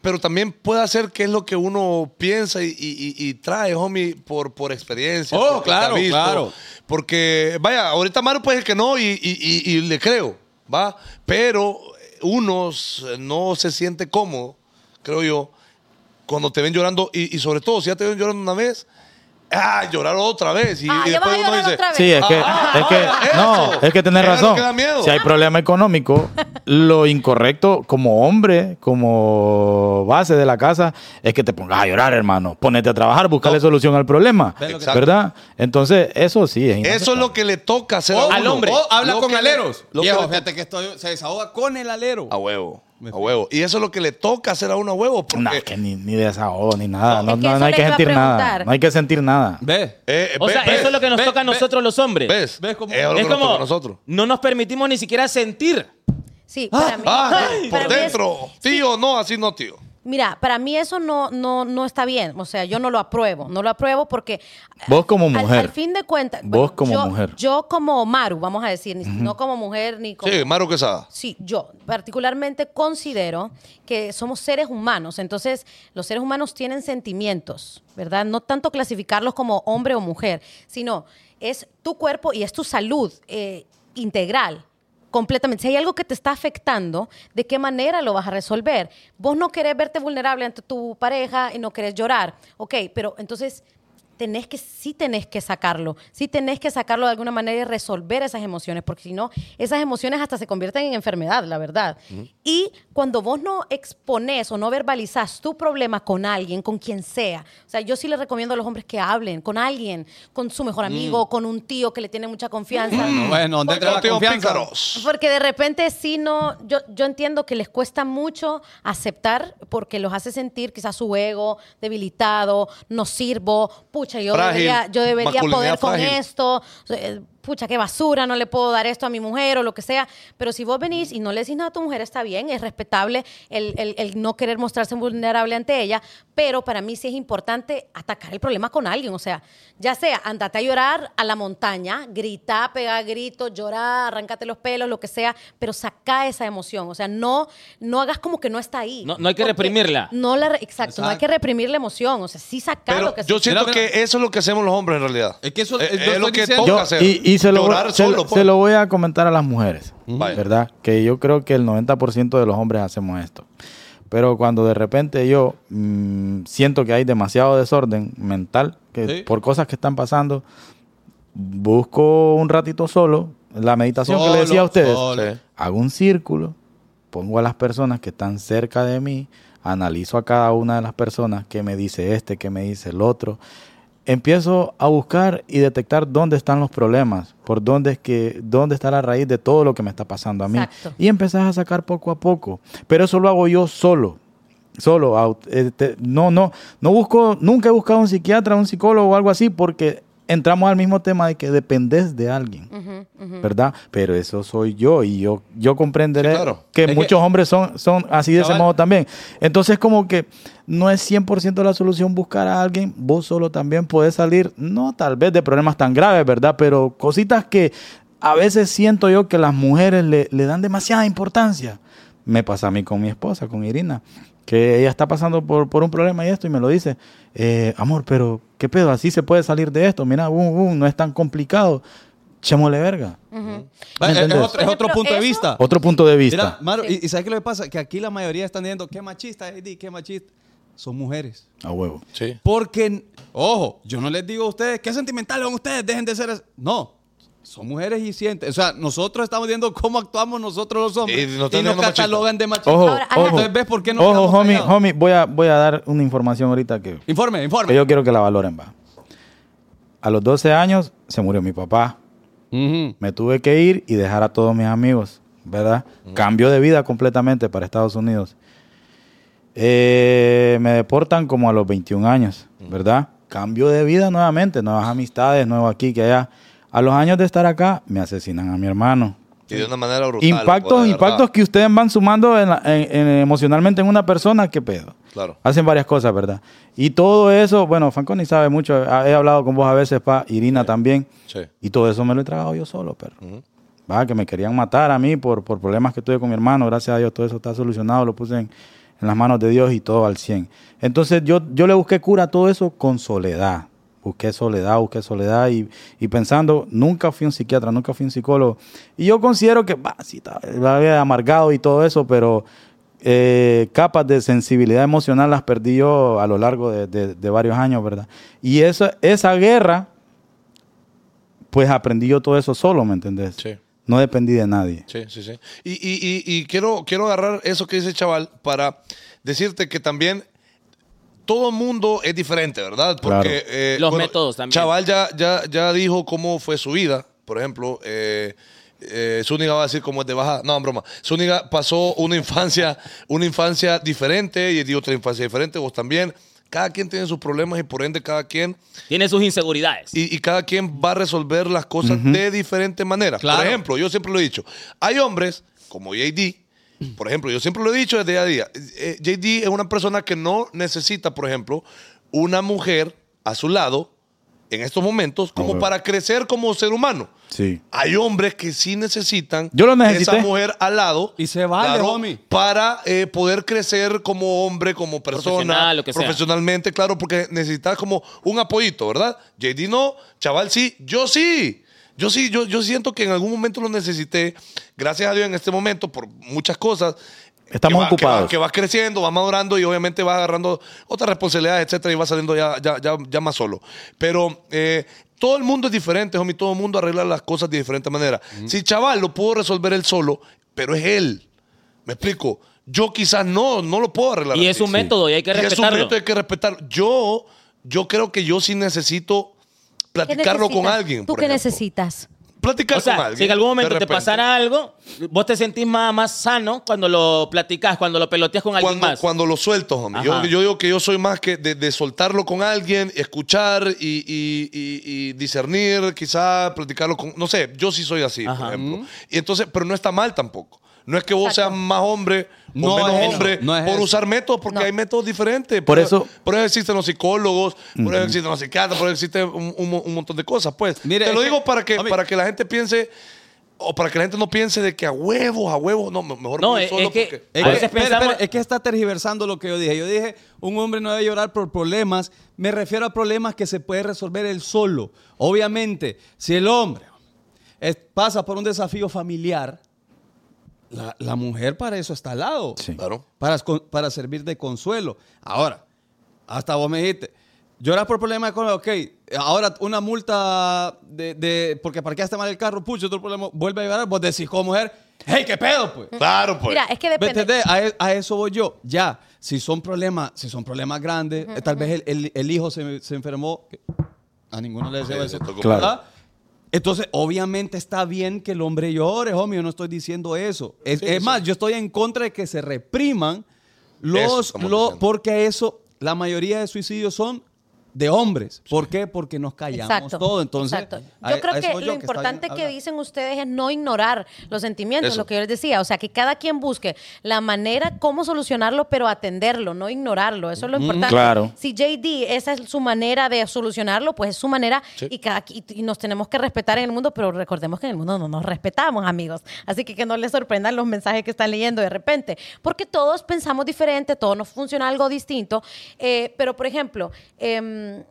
Pero también puede hacer que es lo que uno piensa y, y- y- y trae, homie, por, por experiencia.
Oh,
por lo que
claro,
ha visto.
claro.
Porque, vaya, ahorita Maru puede decir que no y, y- y- y le creo, ¿va? Pero unos no se siente cómodo, creo yo, cuando te ven llorando y, y sobre todo si ya te ven llorando una vez, ah, llorar otra vez. Y,
Ah,
y
ya vas
después
a
uno
llorar
dice,
otra vez.
Sí, es que,
Ah,
es que
ah,
no,
eso.
es que tenés
Es lo
razón.
que da miedo.
Si hay problema económico, lo incorrecto como hombre, como base de la casa, es que te pongas a llorar, hermano. Ponete a trabajar, buscarle solución al problema,
Ve lo que-
¿verdad? Entonces, eso sí es
Eso es lo que le toca hacer a
O-
uno.
O Oh, habla
Oh, Lo
con
que le-
aleros.
lo que
Viejo,
le toca-
fíjate que estoy, se desahoga con el alero.
A huevo.
Me
A huevo. Y eso es lo que le toca hacer a uno a huevo. Porque,
No, que ni, ni desahogo, ni nada. No,
Es que
no-
eso
no hay
les
que
iba a
sentir nada.
preguntar.
No hay que sentir nada.
Ve.
eh,
O
ve-
sea,
ves,
eso es lo que nos
ve,
toca a
ve.
nosotros los hombres.
¿Ves?
¿Ves cómo-
Eso es lo
Es
que nos toca
como
a nosotros.
no nos permitimos ni siquiera sentir.
Sí, para mí. para-
Ah,
para
por
mí es-
dentro. Tío, no, así no, tío.
mira, para mí eso no, no, no está bien. O sea, yo no lo apruebo. No lo apruebo porque.
Vos como
al-
mujer.
Al, fin de cuentas.
Vos como
yo,
mujer.
Yo como Maru, vamos a decir. ni- No como mujer ni como.
Sí, Maru Quesada.
Sí, yo particularmente considero que somos seres humanos, entonces los seres humanos tienen sentimientos, ¿verdad? No tanto clasificarlos como hombre o mujer, sino es tu cuerpo y es tu salud eh, integral. Completamente. Si hay algo que te está afectando, ¿de qué manera lo vas a resolver? Vos no querés verte vulnerable ante tu pareja y no querés llorar. Ok, pero entonces tenés que, sí tenés que sacarlo, sí tenés que sacarlo de alguna manera y resolver esas emociones, porque si no, esas emociones hasta se convierten en enfermedad, la verdad. Y cuando vos no expones o no verbalizás tu problema con alguien, con quien sea, o sea, yo sí le recomiendo a los hombres que hablen con alguien, con su mejor amigo, con un tío que le tiene mucha confianza.
Mm, Bueno, ¿dónde entra la
Mm. Tío
confianza?
pícaros.
Porque de repente sí no, yo, yo entiendo que les cuesta mucho aceptar porque los hace sentir quizás su ego debilitado, no sirvo, pucha, yo
Frágil,
debería, yo debería poder
masculinidad
con
frágil.
esto, eh, pucha, qué basura, no le puedo dar esto a mi mujer o lo que sea. Pero si vos venís y no le decís nada a tu mujer, está bien, es respetable el, el- el no querer mostrarse vulnerable ante ella, pero para mí sí es importante atacar el problema con alguien, o sea, ya sea andate a llorar a la montaña, grita, pega gritos, llora, arrancate los pelos, lo que sea, pero saca esa emoción, o sea, no, no hagas como que no está ahí.
No- no hay que
Porque
reprimirla.
No la, re- exacto, no hay que reprimir la emoción, o sea, sí sacar
Pero
lo que
yo
se-
siento
Mira,
que eso es lo que hacemos los hombres en realidad. Eh,
Es que eso-
es,
yo
es lo
estoy
que
diciendo-
toca
Yo-
hacer.
y, y se, lo, voy-
Llorar
se-
solo, pues.
se lo voy a comentar a las mujeres,
Vaya.
¿verdad? Que yo creo que el 90% de los hombres hacemos esto. Pero cuando de repente yo mm, siento que hay demasiado desorden mental, que
Sí.
por cosas que están pasando, busco un ratito solo, la meditación que le decía a
Solo,
ustedes,
solo.
hago un círculo, pongo a las personas que están cerca de mí, analizo a cada una de las personas, qué me dice este, qué me dice el otro. Empiezo a buscar y detectar dónde están los problemas, por dónde es que dónde está la raíz de todo lo que me está pasando a mí
Exacto.
y empezás a sacar poco a poco, pero eso lo hago yo solo. Solo, aut- eh, te- no, no, no busco, nunca he buscado un psiquiatra, un psicólogo o algo así, porque entramos al mismo tema de que dependes de alguien.
Ujú, ujú.
¿verdad? Pero eso soy yo y yo, yo comprenderé
Sí, claro.
que
Es que-
muchos hombres son, son así de ese
Cabal.
modo también. Entonces como que no es 100% la solución buscar a alguien, vos solo también podés salir, no tal vez de problemas tan graves, ¿verdad? Pero cositas que a veces siento yo que las mujeres le, le dan demasiada importancia. Me pasa a mí con mi esposa, con Irina, que ella está pasando por, por un problema y esto y me lo dice, eh, amor, pero ¿qué pedo? Así se puede salir de esto, mira, boom, boom, no es tan complicado. Chémole verga.
Va, Es, es
¿Entendés?
otro, es otro
Por
punto de
ejemplo,
vista.
Otro punto de
Ah. Mira,
vista.
Maro,
Sí.
y, y ¿sabes qué lo que pasa? Que aquí la mayoría están diciendo, qué machista, Eddie, qué machista. Son mujeres.
a huevo.
Sí.
Porque, ojo, yo no les digo a ustedes, qué sentimentales son ustedes, dejen de ser... as-". No, son mujeres y sienten. O sea, nosotros estamos viendo cómo actuamos nosotros los hombres.
Y
Y,
nos están
nos
diciendo machistas.
catalogan de machistas.
Ojo,
Ahora,
ojo.
Entonces, ¿ves por qué nos
Ojo,
quedamos
homie,
callados?
homie, voy a, voy a dar una información ahorita que,
Informe,
que
informe.
yo quiero que la valoren, va. A los 12 años se murió mi papá.
Ujú.
Me tuve que ir y dejar a todos mis amigos, ¿verdad?
Mm.
Cambio de vida completamente para Estados Unidos. Eh, me deportan como a los 21 años,
Mm.
¿verdad? Cambio de vida nuevamente, nuevas amistades, nuevo aquí, que allá. A los años de estar acá, me asesinan a mi hermano.
Y de una manera brutal. pues,
impactos,
de
impactos
verdad.
que ustedes van sumando en la- en- en- emocionalmente en una persona, qué pedo.
Claro.
Hacen varias cosas, ¿verdad? Y todo eso, bueno, Fanconi sabe mucho, ha- he hablado con vos a veces, pa, Irina también,
Sí.
y todo eso me lo he tragado yo solo, perro. Va, que me querían matar a mí por, por problemas que tuve con mi hermano, gracias a Dios todo eso está solucionado, lo puse en, en las manos de Dios y todo al 100. Entonces yo, yo le busqué cura a todo eso con soledad. Busqué soledad, busqué soledad y, y pensando, nunca fui un psiquiatra, nunca fui un psicólogo. Y yo considero que, va, sí, ta- la había amargado y todo eso, pero eh, capas de sensibilidad emocional las perdí yo a lo largo de, de- de varios años, ¿verdad? Y esa, esa guerra, pues aprendí yo todo eso solo, ¿me entendés?
Sí.
No dependí de nadie.
Sí, sí, sí. Y, y- y- y quiero, quiero agarrar eso que dice el chaval para decirte que también todo mundo es diferente, ¿verdad?
Claro.
eh,
Los métodos también.
Chaval ya, ya, ya dijo cómo fue su vida, por ejemplo. Eh, eh, Zúñiga va a decir cómo es de baja. No, broma. Zúñiga pasó una infancia, una infancia diferente y di otra infancia diferente, vos también. Cada quien tiene sus problemas y por ende cada quien
Tiene sus inseguridades.
y, y cada quien va a resolver las cosas de diferente manera.
Claro.
Por ejemplo, yo siempre lo he dicho, hay hombres como JD, por ejemplo, yo siempre lo he dicho desde día a día, eh, JD es una persona que no necesita, por ejemplo, una mujer a su lado en estos momentos como
Ajá.
para crecer como ser humano.
Ah, Sí.
Hay hombres que sí necesitan
Yo lo necesité.
esa mujer al lado
Y se vale, homie.
para eh, poder crecer como hombre, como persona,
Profesional, lo que sea.
profesionalmente, claro, porque necesitas como un apoyito, ¿verdad? JD no, chaval sí, yo sí. Yo sí, yo, yo siento que en algún momento lo necesité. Gracias a Dios en este momento por muchas cosas.
Estamos
que va- que va-
ocupados.
Que vas creciendo, vas madurando y obviamente vas agarrando otras responsabilidades, etcétera, y vas saliendo ya, ya, ya, ya más solo. Pero eh, todo el mundo es diferente, homie, todo el mundo arregla las cosas de diferente manera. Si chaval lo pudo resolver él solo, pero es él. ¿Me explico? Yo quizás no, no lo puedo arreglar.
Y es
así.
un método y hay que
Y es un
respetarlo.
método y hay que respetarlo. Yo, yo creo que yo sí necesito platicarlo con
necesitas?
alguien.
¿Tú
por
qué
ejemplo.
necesitas?
Platicar
O
con
sea,
alguien.
si en algún momento
de
te
repente.
pasara algo, vos te sentís más, más sano cuando lo platicas, cuando lo peloteas con alguien
cuando,
más.
cuando lo suelto, homie. Yo,
Ajá.
yo digo que yo soy más que de, de soltarlo con alguien, escuchar y, y- y- y discernir, quizá platicarlo con. No sé, yo sí soy así, por
Ajá.
ejemplo. Y entonces, pero no está mal tampoco. No es que vos
Exacto.
seas más hombre
No
o menos
es eso,
hombre
no es
por
eso.
usar métodos, porque
No.
hay métodos diferentes.
Por eso-
Por eso existen los psicólogos, por eso existen los psiquiatras, por eso existe un, un- un montón de cosas. Pues
Mire,
te lo
es
digo
que-
para, que,
homie.
para que la gente piense. O para que la gente no piense de que a huevos, a huevos, no, me- mejor
No,
voy
es-
solo
es que-
porque-
Es
A
que,
veces
espera,
pensamos-
espera, es que está tergiversando lo que yo dije. Yo dije, un hombre no debe llorar por problemas. Me refiero a problemas que se puede resolver él solo. Obviamente, si el hombre es- pasa por un desafío familiar, la, la mujer para eso está al lado.
Sí.
Claro.
Para, con- para servir de consuelo. Ahora, hasta vos me dijiste, lloras por problemas económicos, ok, ahora una multa de, de- porque parqueaste mal el carro, pucho, otro problema, vuelve a llorar, vos decís como mujer, hey, qué pedo, pues.
Claro, pues.
Mira, es que
¿Me
depende.
entendés? A, e- a eso voy yo. Ya, si son problemas, si son problemas grandes, eh, tal vez el, el- el hijo se, se enfermó, que a ninguno le deseo
Sí,
eso,
le tocó.
¿verdad?
Claro.
Entonces, obviamente está bien que el hombre llore, homie, yo no estoy diciendo eso. Es, es más, yo estoy en contra de que se repriman
Eso
los,
estamos
lo-
diciendo.
porque eso, la mayoría de suicidios son de hombres. ¿Por qué? Porque nos callamos
Exacto.
todo. Entonces,
exacto. Yo
a- e,
creo
a eso
que lo
voy yo, está bien
importante que
hablar.
dicen ustedes es no ignorar los sentimientos,
Eso.
lo que yo les decía. O sea, que cada quien busque la manera cómo solucionarlo, pero atenderlo, no ignorarlo. Eso es
Mm,
lo importante.
claro.
Si JD, esa es su manera de solucionarlo, pues es su manera y, cada, qui- y nos tenemos que respetar en el mundo, pero recordemos que en el mundo no nos respetamos, amigos. Así que que no les sorprendan los mensajes que están leyendo de repente, porque todos pensamos diferente, todos nos funciona algo distinto. Eh, pero, por ejemplo, em,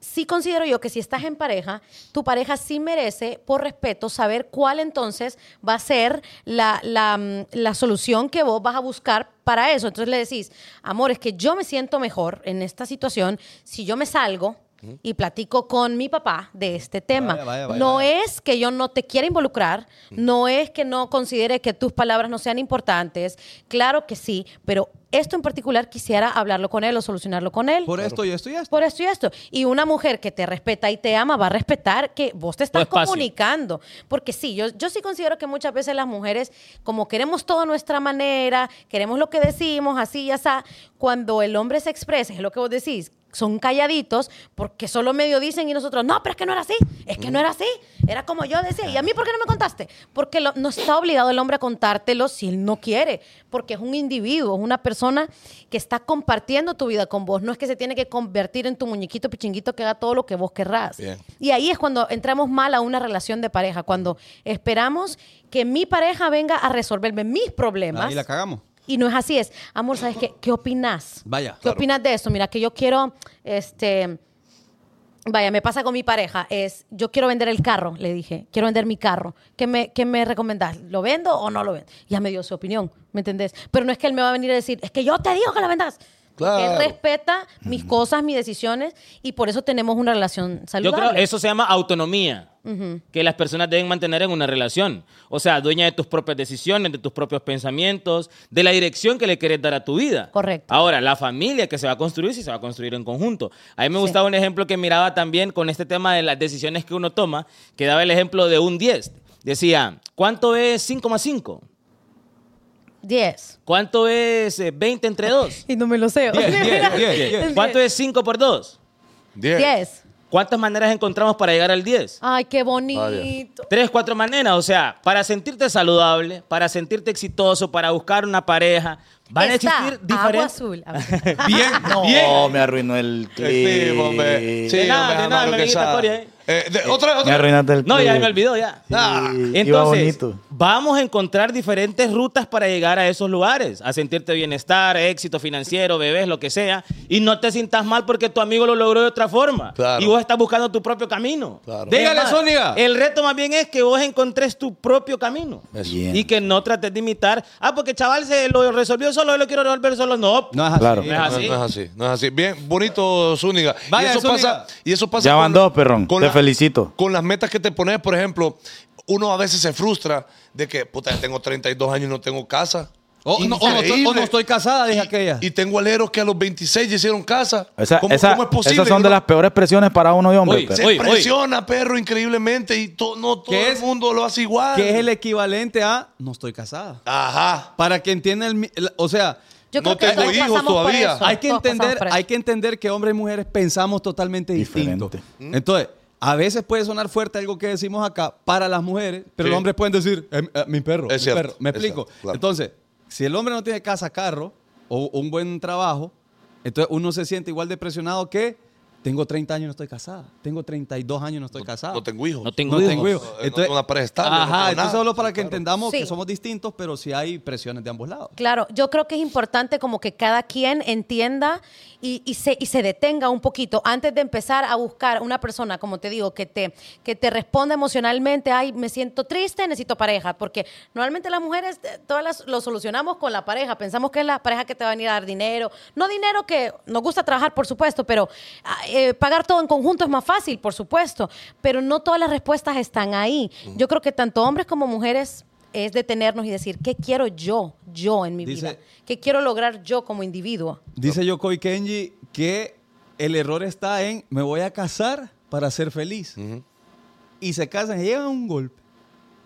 sí considero yo que si estás en pareja, tu pareja sí merece, por respeto, saber cuál entonces va a ser la, la, mm, la solución que vos vas a buscar para eso. Entonces le decís, amor, es que yo me siento mejor en esta situación si yo me salgo. Y platico con mi papá de este tema.
Vaya, vaya, vaya,
no
vaya. Mm.
es es que yo no te quiera involucrar, no es que no considere que tus palabras no sean importantes, claro que sí, pero esto en particular quisiera hablarlo con él o solucionarlo con él.
Por
Por,
esto y esto y esto.
esto y esto. Y una mujer que te respeta y te ama va a respetar que vos te estás
Tu espacio.
comunicando. Porque sí, yo, yo sí considero que muchas veces las mujeres, como queremos todo a nuestra manera, queremos lo que decimos, así y así, cuando el hombre se expresa, es lo que vos decís, son calladitos porque solo medio dicen y nosotros, no, pero es que no era así, es que no era así, era como yo decía, ¿y a mí por qué no me contaste? Porque lo- no está obligado el hombre a contártelo si él no quiere, porque es un individuo, es una persona que está compartiendo tu vida con vos, no es que se tiene que convertir en tu muñequito pichinguito que haga todo lo que vos querrás.
Bien.
Y ahí es cuando entramos mal a una relación de pareja, cuando esperamos que mi pareja venga a resolverme mis problemas.
Ahí la cagamos.
Y no es así, es, amor, ¿sabes qué? ¿Qué opinas?
Vaya,
¿Qué
claro.
opinas de esto? Mira, que yo quiero, este, vaya, me pasa con mi pareja, es, yo quiero vender el carro, le dije, quiero vender mi carro. ¿Qué me, qué me recomendás? ¿Lo vendo o no lo vendo? Ya me dio su opinión, ¿me entendés? Pero no es que él me va a venir a decir, es que yo te digo que lo vendas.
Claro.
Él respeta mis cosas, mis decisiones y por eso tenemos una relación
Yo
saludable.
creo eso se llama autonomía que las personas deben mantener en una relación. O sea, dueña de tus propias decisiones, de tus propios pensamientos, de la dirección que le quieres dar a tu vida.
Correcto.
Ahora, la familia que se va a construir, si se va a construir en conjunto. A mí me gustaba un ejemplo que miraba también con este tema de las decisiones que uno toma, que daba el ejemplo de un 10. Decía, ¿cuánto es 5 más 5?
10.
¿Cuánto es eh, 20 entre 2?
Y no me lo sé.
Diez, diez, diez, diez.
¿Cuánto es 5 por 2?
10.
10.
¿Cuántas maneras encontramos para llegar al 10?
Ay, qué bonito.
Tres, cuatro maneras. O sea, para sentirte saludable, para sentirte exitoso, para buscar una pareja, van
Está
a existir
agua
diferentes.
azul. Ah,
Bien,
No,
bien.
me arruinó el clip.
Sí, hombre. Sí,
De nada,
hombre,
de nada,
Amaro
mi amiguita
Quesada.
Coria, ¿eh?
Eh, de- otra,
Me
otra.
arruinaste el
No, ya
club.
me olvidó, ya.
Sí,
Ah,
iba
Entonces,
bonito.
vamos a encontrar diferentes rutas para llegar a esos lugares, a sentirte bienestar, éxito financiero, bebés, lo que sea, y no te sientas mal porque tu amigo lo logró de otra forma.
Claro.
Y vos estás buscando tu propio camino.
Claro.
Es
Dígale,
más,
Zúñiga.
El reto más bien es que vos encontres tu propio camino.
Eso.
Bien.
Y que no trates de imitar, ah, porque chaval se lo resolvió solo, yo lo quiero resolver solo. No,
No es así.
Claro.
No
no es así.
No es así, no es así. Bien, bonito, Zúñiga.
Ah, Vaya,
y eso
Zúñiga.
pasa. Y eso pasa
Ya van dos, perrón. Te felicito.
Con las metas que te pones, por ejemplo, uno a veces se frustra de que, puta, ya tengo 32 años y no tengo casa.
O- Oh, no- o no estoy-
Increíble.
o no estoy casada, dije
Y-
aquella.
Y tengo aleros que a los 26 ya hicieron casa.
Esa-
¿Cómo,
esa-
cómo es posible?
Esas son de
Yo-
las peores presiones para uno de hombre.
Uy,
perro.
Se
Oye, oye.
presiona, perro, increíblemente y to- no todo
¿Qué
el
es?
mundo lo hace igual.
Que es el equivalente a no estoy casada.
Ajá.
Para que entienda el, mi- el- o sea,
Yo creo
No
que
tengo
todos
hijos
pasamos por
todavía.
eso.
hay que
Todos pasamos
entender,
por eso.
hay que entender que hombres y mujeres pensamos totalmente distintos.
Diferente.
Entonces, a veces puede sonar fuerte algo que decimos acá para las mujeres, pero
Sí.
los hombres pueden decir, "Eh, eh, mi perro,
Es
mi
cierto,
perro. Me
es
explico.
cierto, claro.
Entonces, si el hombre no tiene casa, carro o, o un buen trabajo, entonces uno se siente igual de presionado que tengo 30 años y no estoy casada, tengo 32 años y no estoy casada.
No tengo hijos.
Ah. No tengo
No
hijos.
tengo hijos.
No tengo una pareja estable, no
Ajá,
tengo
entonces
nada.
solo para
Sí,
que
claro.
entendamos que
Sí.
somos distintos, pero sí hay presiones de ambos lados.
Claro, yo creo que es importante como que cada quien entienda y, y se, y se detenga un poquito antes de empezar a buscar una persona, como te digo, que te, que te responda emocionalmente, ay, me siento triste, necesito pareja, porque normalmente las mujeres eh, todas las, lo solucionamos con la pareja, pensamos que es la pareja que te va a venir a dar dinero, no dinero que nos gusta trabajar, por supuesto, pero ah, eh, pagar todo en conjunto es más fácil, por supuesto, pero no todas las respuestas están ahí. Yo creo que tanto hombres como mujeres es detenernos y decir, ¿qué quiero yo, yo en mi
Dice-
vida? ¿Qué quiero lograr yo como individuo?
Dice Yokoi Kenji que el error está en me voy a casar para ser feliz. Y se casan y llegan a un golpe.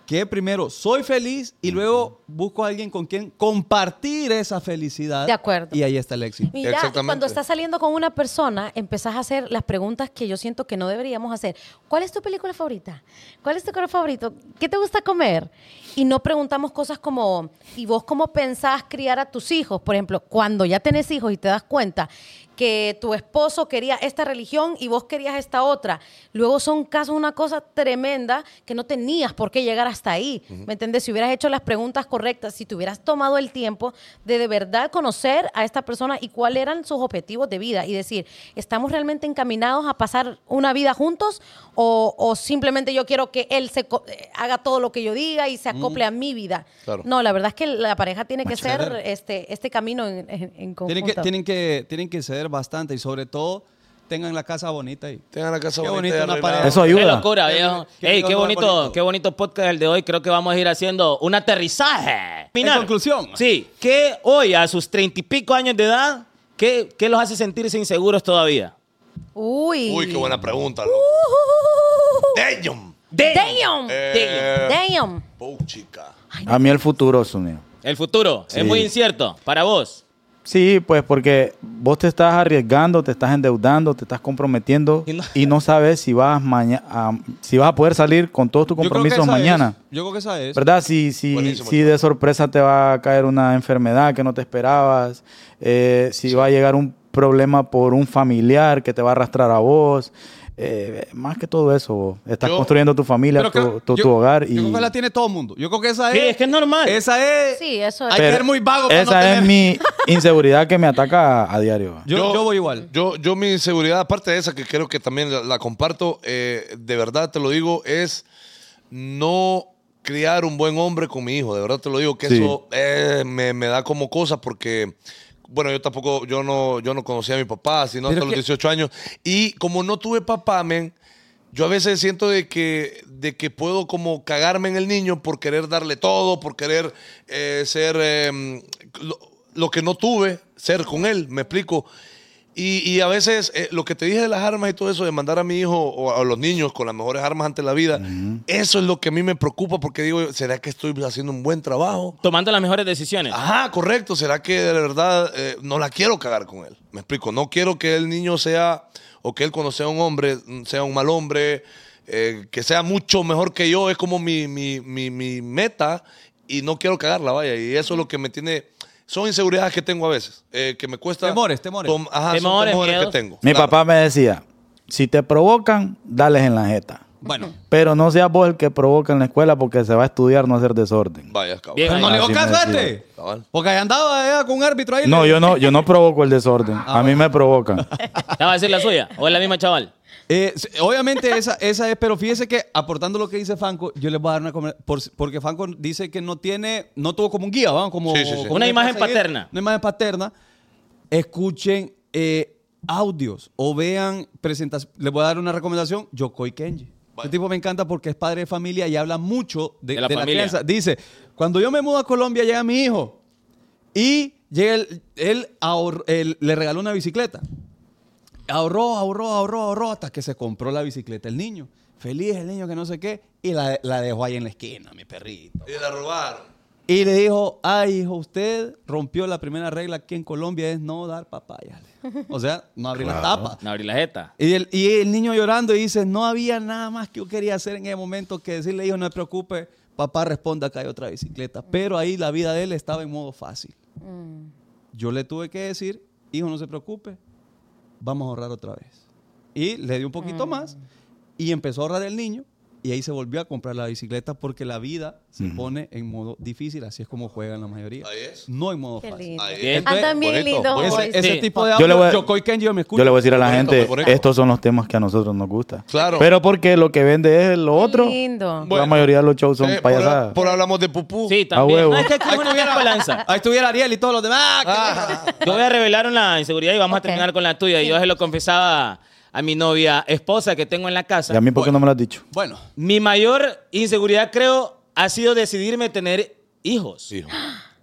Que primero soy feliz y luego busco a alguien con quien compartir esa felicidad.
De acuerdo.
Y ahí está el éxito.
Mira, y
Exactamente.
cuando estás saliendo con una persona, empezás a hacer las preguntas que yo siento que no deberíamos hacer. ¿Cuál es tu película favorita? ¿Cuál es tu color favorito? ¿Qué te gusta comer? Y no preguntamos cosas como, ¿y vos cómo pensás criar a tus hijos? Por ejemplo, cuando ya tenés hijos y te das cuenta que tu esposo quería esta religión y vos querías esta otra. Luego son casos, una cosa tremenda que no tenías por qué llegar hasta ahí. ¿Me entiendes? Si hubieras hecho las preguntas correctas, si te hubieras tomado el tiempo de de verdad conocer a esta persona y cuáles eran sus objetivos de vida y decir, ¿estamos realmente encaminados a pasar una vida juntos o, o simplemente yo quiero que él se co- eh, haga todo lo que yo diga y se acople a mi vida?
Claro.
No, la verdad es que la pareja tiene que
Machacadero.
ser este, este camino en, en- en
Tienen
conjunto.
que, tienen, que, tienen que ceder bastante y sobre todo tengan la casa bonita. Y,
Tengan la casa
Qué bonito,
bonita. y
una
arreglada.
pareja.
Eso ayuda.
Qué locura, viejo.
Qué
Ey, qué
lindo,
bonito,
bonito.
qué bonito podcast el de hoy. Creo que vamos a ir haciendo un aterrizaje. Final.
conclusión.
Sí, que hoy, a sus treinta y pico años de edad, ¿qué, qué los hace sentirse inseguros todavía?
Uy.
Uy, qué buena
Uh.
pregunta. loco. Damn.
Damn.
Eh,
Damn.
Oh, chica.
A mí el futuro, Zúñiga.
El futuro
Sí.
es muy incierto para vos.
Sí, pues porque vos te estás arriesgando, te estás endeudando, te estás comprometiendo
Y
y
no-
no, sabes si vas, maña- a- si vas a poder salir con todos tus
Yo creo que
compromisos
esa es.
mañana.
yo creo que esa es.
¿Verdad? Si, si,
Buenísimo,
si
chico.
de sorpresa te va a caer una enfermedad que no te esperabas, eh, si va a llegar un problema por un familiar que te va a arrastrar a vos, eh, más que todo eso, vos. estás
Yo-
construyendo tu familia,
Pero
tu,
creo-
tu-
yo-
tu hogar y...
Yo creo que la tiene todo el mundo. Yo creo que esa
Sí,
es.
es que es normal.
Esa es.
Sí, eso es.
Hay que
Pero
ser muy vago para
Esa
no
es
tener-
mi inseguridad que me ataca a, a diario.
Yo, yo voy igual.
Yo, yo mi seguridad, aparte de esa, que creo que también la, la comparto, eh, de verdad te lo digo, es no criar un buen hombre con mi hijo. De verdad te lo digo, que
Sí.
eso eh, me, me da como cosa porque... Bueno, yo tampoco, yo no, yo no conocía a mi papá, sino
Pero
hasta los
que-
18 años. Y como no tuve papá, men, yo a veces siento de que, de que puedo como cagarme en el niño por querer darle todo, por querer eh, ser eh, lo, lo que no tuve, ser con él, me explico. Y, y a veces eh, lo que te dije de las armas y todo eso, de mandar a mi hijo o a, los niños con las mejores armas ante la vida, eso es lo que a mí me preocupa porque digo, ¿será que estoy haciendo un buen trabajo?
Tomando las mejores decisiones.
Ajá, correcto. ¿Será que de verdad eh, no la quiero cagar con él? Me explico. No quiero que el niño sea, o que él cuando sea un hombre, mm, sea un mal hombre, eh, que sea mucho mejor que yo. Es como mi, mi, mi, mi meta y no quiero cagarla, vaya. Y eso es lo que me tiene... Son inseguridades que tengo a veces, eh, que me cuesta...
Temores, temores.
tom- Ajá, son
Temores,
temores
miedos.
que tengo.
Mi
claro.
papá me decía, Si te provocan, dales en la jeta.
Bueno,
Pero no seas vos el que provoca en la escuela porque se va a estudiar no hacer desorden.
Vaya, cabrón.
Bien,
pero no
ahí.
le dio
Así
caso
me
a
decía.
este.
Cabal.
Porque ahí andaba ella con un árbitro ahí.
No,
Le-
yo no, yo no provoco el desorden.
Ah,
A mí me provocan.
¿La va a decir la suya? ¿O es la misma chaval?
Eh, s- obviamente esa, esa es, pero fíjese que aportando lo que dice Franco, yo les voy a dar una comen- por- porque Franco dice que no tiene, no tuvo como un guía, vamos, como,
Sí, sí, sí.
como
Una imagen
seguir,
paterna.
Una imagen paterna. Escuchen eh, audios o vean presentaciones. Les voy a dar una recomendación, Yokoi Kenji. Este tipo me encanta porque es padre de familia y habla mucho de,
De la
de la
familia.
crianza. Dice, cuando yo me mudo a Colombia llega mi hijo y llega el- él ahor- él le regaló una bicicleta. Ahorró, ahorró, ahorró, ahorró hasta que se compró la bicicleta el niño. Feliz el niño que no sé qué. Y la, la dejó ahí en la esquina, mi perrito.
Y la robaron.
Y le dijo, ay, hijo, usted rompió la primera regla aquí en Colombia, es no dar papaya. O sea, no abrir la tapa.
No abrí la jeta.
Y el, y el niño llorando y dice, no había nada más que yo quería hacer en ese momento que decirle, hijo, no te preocupes, papá responda acá hay otra
Mm.
bicicleta. Pero ahí la vida de él estaba en modo fácil. Yo le tuve que decir, hijo, no se preocupe, vamos a ahorrar otra vez. Y le di un poquito más
Mm.
y empezó a ahorrar el niño y ahí se volvió a comprar la bicicleta porque la vida se pone en modo difícil, así es como juegan la mayoría.
Ahí es.
No en modo
Qué
fácil.
lindo.
Ahí
Bien.
es.
Andan bien
Bonito,
lindos
bonito.
hoy.
Ese, ese
Sí.
tipo de
Yo le voy
audio,
a-
yo, Coy Kenji, yo me escucho.
Yo le voy a decir a la
Correcto,
gente,
correcto.
estos son los temas que a nosotros nos gusta.
Claro.
Pero porque lo que vende es lo
Qué
otro.
lindo.
la mayoría de los shows son
Eh, por-
payasadas.
Por, hablamos de pupú.
Sí, también.
huevo.
No, es que aquí es una vieja balanza.
Ahí estuviera Ariel y todos los demás.
Ah.
Yo voy a revelar una inseguridad y vamos
Ok.
a terminar con la tuya. Y Yo se lo confesaba a mi novia, esposa que tengo en la casa.
y a mí, ¿por qué no me lo has dicho?
Bueno,
Mi mayor inseguridad, creo, ha sido decidirme tener hijos.
Sí, hijo.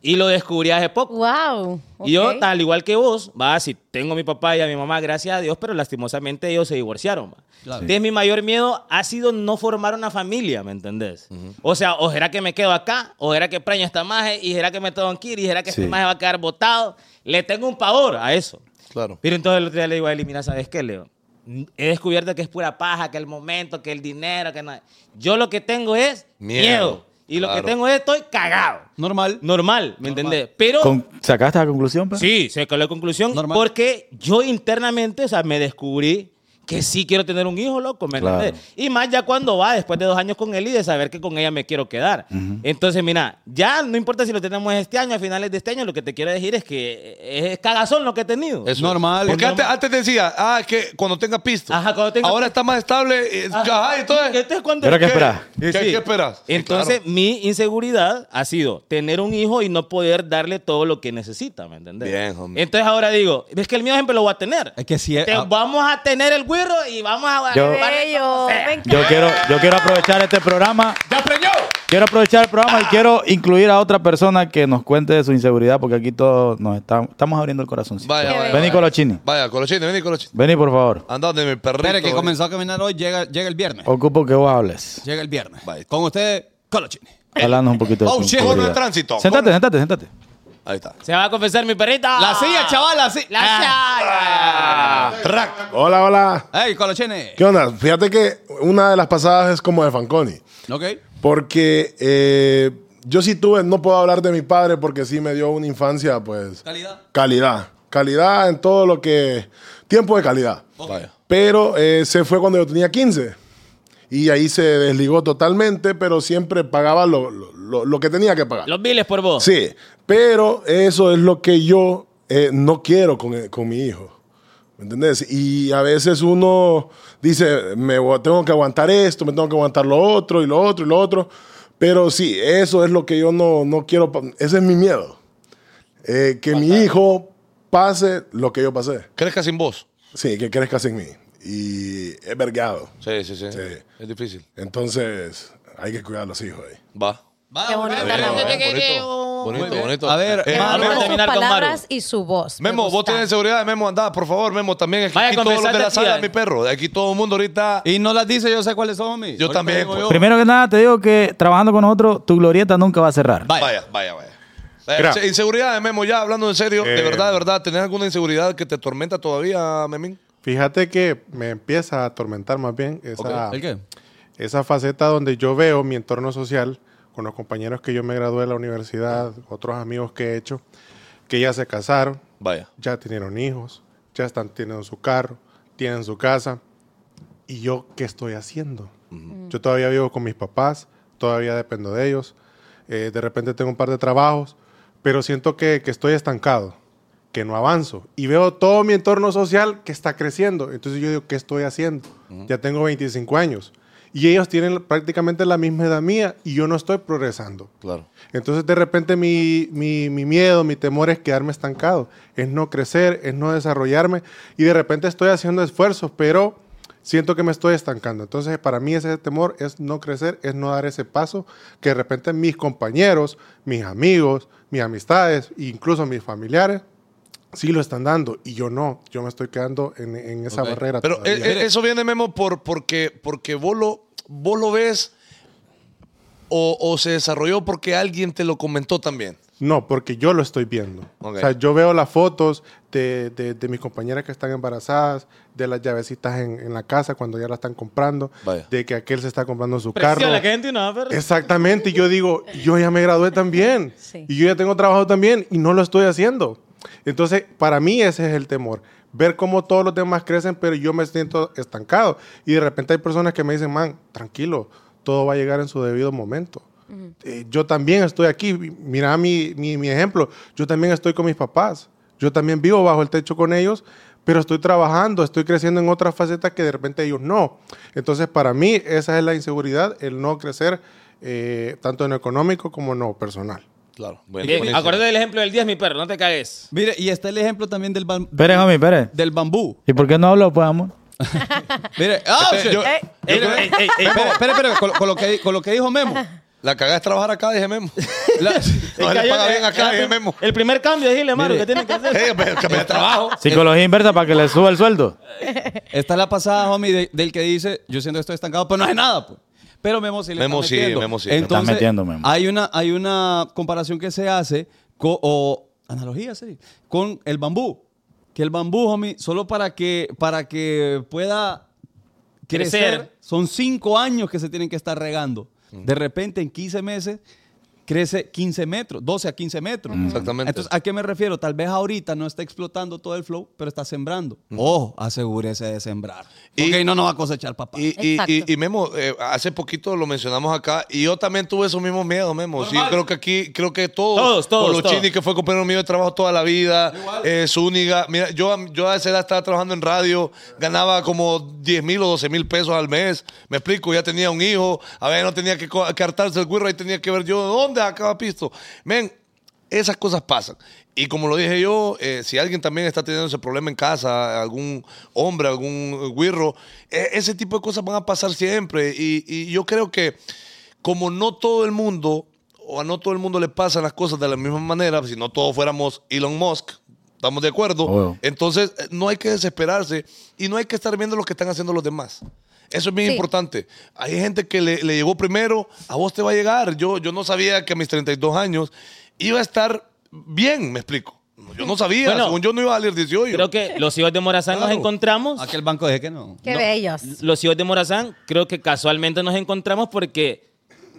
Y lo descubrí hace poco.
Wow.
Y yo,
ok.
tal igual que vos, va, si tengo a mi papá y a mi mamá, gracias a Dios, pero lastimosamente ellos se divorciaron. va.
Claro.
Entonces, mi mayor miedo ha sido no formar una familia, ¿me entendés? O sea, o será que me quedo acá, o será que preño esta maje, y será que me tengo que ir, y será que
Sí.
este maje va a quedar botado. Le tengo un pavor a eso.
Claro.
Pero entonces el otro día le digo a él, mira, ¿sabes qué, Leo? He descubierto que es pura paja, que el momento, que el dinero, que nada. Yo lo que tengo es
Miedo.
miedo. Y lo que
Claro.
tengo es estoy cagado.
normal.
Normal, ¿me entendés? Pero...
Con- ¿Sacaste la conclusión? pues?
Sí, se quedó la conclusión.
Normal.
Porque yo internamente, o sea, me descubrí que sí quiero tener un hijo, loco, ¿me
Claro.
entendés? Y más ya cuando va, después de dos años con él y de saber que con ella me quiero quedar. Entonces, mira, ya no importa si lo tenemos este año, a finales de este año, lo que te quiero decir es que es cagazón lo que he tenido.
Eso es.
Normal.
Porque
Es
antes, antes decía, ah, que cuando tenga pisto.
Ajá, cuando tenga
Ahora está más estable. eh, Ajá, entonces.
Este es cuando-
Pero ¿Qué
¿Qué?
esperas?
¿Qué,
Sí.
qué esperas? Sí,
Entonces,
claro.
mi inseguridad ha sido tener un hijo y no poder darle todo lo que necesita, ¿me entendés?
Bien, hombre. eh,
Entonces, ahora digo, es que el mío siempre lo voy a tener.
Es que si es-
Te-
ah.
vamos a tener el güiro y vamos a...
Yo-
Vale,
Bello,
como sea.
me encanta.
Yo quiero, yo quiero aprovechar este programa.
¡Ya preñó!
Quiero aprovechar el programa y quiero incluir a otra persona que nos cuente de su inseguridad, porque aquí todos nos estamos, estamos abriendo el corazón.
Vaya,
Qué
vaya.
Vení,
vaya.
Colochini.
Vaya, Colochini, vení, Colochini.
Vení, por favor.
Anda donde mi perrito.
Espere, que
eh.
comenzó a caminar hoy, llega, llega el viernes.
Ocupo que vos hables.
Llega el viernes.
Bye.
Con usted, Colochini.
Eh,
Hablanos un poquito de
Oh,
tu
shit,
no
inseguridad.
en tránsito.
Sentate, sentate, sentate.
Ahí está.
Se va a confesar mi perrita.
La silla, chaval, Ah. la silla.
La silla.
Track.
Hola, hola.
¡Ey, Colochini!
¿Qué onda? Fíjate que una de las pasadas es como de Fanconi.
Ok.
Porque eh, yo sí tuve, no puedo hablar de mi padre porque sí me dio una infancia, pues.
Calidad.
Calidad. Calidad en todo lo que. Tiempo de calidad.
Vaya.
Pero eh, se fue cuando yo tenía 15. Y ahí se desligó totalmente, pero siempre pagaba lo, lo- lo- lo que tenía que pagar.
Los miles por vos.
Sí, pero eso es lo que yo eh, no quiero con, con mi hijo. ¿Me entendés? Y a veces uno dice, me vo- tengo que aguantar esto, me tengo que aguantar lo otro y lo otro y lo otro. Pero sí, eso es lo que yo no, no quiero. pa- Ese es mi miedo. Eh, que mi hijo pase lo que yo pasé.
Crezca sin voz.
Sí, que crezca sin mí. Y es vergado.
Sí, sí, sí,
Sí.
Es difícil.
Entonces, hay que cuidar a los hijos ahí.
Va.
Va,
Qué
ok.
bonita
Bien,
la
bien,
voz.
bonito,
Muy
bonito,
bien.
bonito.
A ver,
Eh,
Me
Maru.
Vamos a
gustan sus
terminar con Maru.
palabras y su voz. Me
Memo, vos
gusta.
tenés seguridad, Memo, andá, por favor, Memo, también. Aquí,
Vaya,
aquí todos los de la
confesate,
sala, mi
tía.
perro. Aquí todo el mundo ahorita.
Y no las dice, yo sé cuáles son, mi.
Yo
Ahorita
también,
digo
pues.
yo.
Primero que nada, te digo que trabajando con nosotros, tu glorieta nunca va a cerrar.
Vaya.
Vaya, vaya, vaya.
Mira.
Eh, Inseguridad de Memo, ya hablando en serio, de
Eh.
verdad, de verdad, ¿tenés alguna inseguridad que te atormenta todavía, Memín?
Fíjate que me empieza a atormentar más bien esa,
¿El qué?
esa faceta donde yo veo mi entorno social con los compañeros que yo me gradué de la universidad, otros amigos que he hecho, que ya se casaron,
Vaya.
ya tienen hijos, ya están, tienen su carro, tienen su casa. ¿y yo qué estoy haciendo? Yo todavía vivo con mis papás, todavía dependo de ellos, eh, de repente tengo un par de trabajos, pero siento que, que estoy estancado, que no avanzo y veo todo mi entorno social que está creciendo. Entonces yo digo, ¿qué estoy haciendo? Ya tengo 25 años y ellos tienen prácticamente la misma edad mía y yo no estoy progresando.
Claro.
Entonces, de repente, mi, mi- mi miedo, mi temor es quedarme estancado, es no crecer, es no desarrollarme. Y de repente estoy haciendo esfuerzos, pero siento que me estoy estancando. Entonces, para mí, ese temor es no crecer, es no dar ese paso que de repente mis compañeros, mis amigos, mis amistades, incluso mis familiares, sí lo están dando. Y yo no, yo me estoy quedando en, en esa
Ok.
barrera.
Pero
todavía.
eh, eh, eso viene, Memo, por, porque, porque vos, lo, vos lo ves o, o se desarrolló porque alguien te lo comentó también.
No, porque yo lo estoy viendo.
Ok.
O sea, yo veo las fotos de, de- de mis compañeras que están embarazadas, de las llavecitas en, en la casa cuando ya la están comprando,
Vaya.
de que aquel se está comprando su
Presión, la
carro.
gente no, pero-
Exactamente, y yo digo, yo ya me gradué también,
Sí.
y yo ya tengo trabajo también, y no lo estoy haciendo. Entonces, para mí ese es el temor, ver cómo todos los demás crecen, pero yo me siento estancado. Y de repente hay personas que me dicen, man, tranquilo, todo va a llegar en su debido momento. Eh, yo también estoy aquí, mi- mira mi, mi- mi ejemplo, yo también estoy con mis papás, yo también vivo bajo el techo con ellos, pero estoy trabajando, estoy creciendo en otras facetas que de repente ellos no. Entonces, para mí, esa es la inseguridad, el no crecer, eh, tanto en lo económico como en lo personal.
Claro.
Bien, Acordate del ejemplo del 10, mi perro, no te cagues.
Mire, y está el ejemplo también del, bam-
Espere, homie, espere.
del bambú.
¿Y por qué no habló, pues, amor?
Mire, ¡ah!
Espere,
shit!
yo-
Mire, mire, espere, espere, espere, con, con lo que, con lo que dijo Memo.
La cagás trabajar acá, dije Memo.
La-
No le
Cayó-
paga bien acá,
el,
dije Memo.
el primer cambio, dile, Maru,
Mire.
que tiene que hacer.
Eh, pero que me trabajo.
Psicología inversa para que le suba el sueldo.
Esta es la pasada, homie, de- del que dice, yo siento que estoy estancado, pero no hay nada, pues. Pero Memo sí le
Memo
está
sí,
metiendo.
Memo sí. Le está
Entonces,
metiendo, Memo.
Hay una, hay una comparación que se hace, co- o analogía, sí, con el bambú. Que el bambú, homie, solo para que, para que pueda crecer,
Crecer.
son cinco años que se tienen que estar regando. De repente, en 15 meses, crece 15 metros, 12 a 15 metros.
Exactamente.
Entonces, ¿a qué me refiero? Tal vez ahorita no está explotando todo el flow, pero está sembrando. Ojo, asegúrese de sembrar.
Mm. Y-
Porque ahí no nos va a cosechar, papá.
Y, y-
Exacto.
y- y Memo, eh, hace poquito lo mencionamos acá y yo también tuve esos mismos miedos, Memo. Sí, yo creo que aquí, creo que todos,
Todos, todos,
Coluchini,
todos.
que fue compañero mío de trabajo toda la vida, eh, Zúñiga. Mira, yo, a- yo a esa edad estaba trabajando en radio, ganaba como 10 mil o 12 mil pesos al mes. Me explico, ya tenía un hijo, a ver, no tenía que co- que hartarse el güiro, ahí tenía que ver yo dónde acaba pisto. Men, esas cosas pasan. Y como lo dije yo, eh, si alguien también está teniendo ese problema en casa, algún hombre, algún guirro, eh, ese tipo de cosas van a pasar siempre. Y, y yo creo que como no todo el mundo, o a no todo el mundo le pasan las cosas de la misma manera, si no todos fuéramos Elon Musk, ¿estamos de acuerdo?
Obvio.
Entonces eh, no hay que desesperarse y no hay que estar viendo lo que están haciendo los demás. Eso es bien
Sí.
importante. Hay gente que le, le llegó primero, a vos te va a llegar. Yo, yo no sabía que a mis 32 años iba a estar bien, me explico. Yo no sabía,
Bueno,
según yo no iba a salir 18.
Creo que los hijos de Morazán nos
Claro.
encontramos.
Aquel banco dije que no.
Qué
No,
bellos.
Los hijos de Morazán, creo que casualmente nos encontramos porque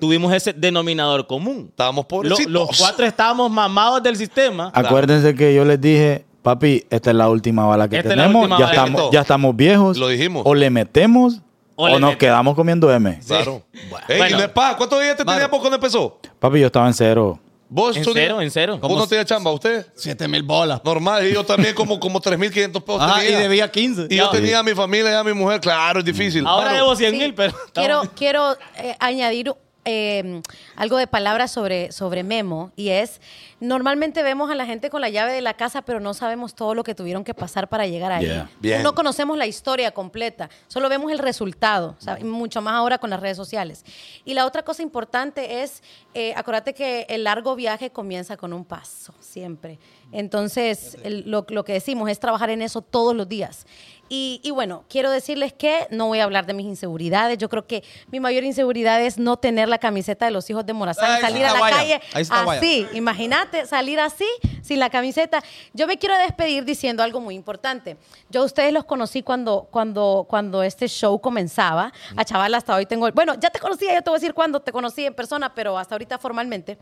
tuvimos ese denominador común.
Estábamos
Lo-
pobrecitos.
los cuatro estábamos mamados del sistema.
Acuérdense que yo les dije, papi, esta es la última bala que
Esta es la
tenemos.
última
Ya
bala.
estamos, ya estamos viejos.
Lo dijimos.
O le metemos
O
o,
le
nos
metemos.
quedamos comiendo M.
Claro. Ey,
Bueno.
y no es paja. ¿Cuántos días te tenías vos cuando empezó?
Papi, yo estaba en cero.
¿Vos,
En
Zúñiga?
cero, en cero.
¿Vos no tenías chamba? ¿Usted?
Siete mil bolas.
Normal, y yo también como, como 3.500 pesos
Ah, y
pues, tenía.
debía 15.
Y yo tenía a mi familia y a mi mujer. Claro, es difícil.
Ahora
Claro.
debo 100
Sí,
mil, pero...
Quiero, quiero eh, añadir eh, algo de palabras sobre, sobre Memo y es, normalmente vemos a la gente con la llave de la casa, pero no sabemos todo lo que tuvieron que pasar para llegar ahí.
Yeah.
Bien.
No conocemos la historia completa, solo vemos el resultado, ¿sabes? mucho más ahora con las redes sociales. Y la otra cosa importante es, eh, acuérdate que el largo viaje comienza con un paso, siempre. Entonces, el- lo, lo que decimos es trabajar en eso todos los días. Y, y bueno, quiero decirles que no voy a hablar de mis inseguridades. Yo creo que mi mayor inseguridad es no tener la camiseta de los hijos de Morazán,
Ahí
salir
está
a la
Guaya,
calle
ahí está Guaya.
así. Imagínate salir así, sin la camiseta. Yo me quiero despedir diciendo algo muy importante. Yo a ustedes los conocí cuando, cuando, cuando este show comenzaba. A Chaval hasta hoy tengo... Bueno, ya te conocía, yo te voy a decir cuándo te conocí en persona, pero hasta ahorita formalmente.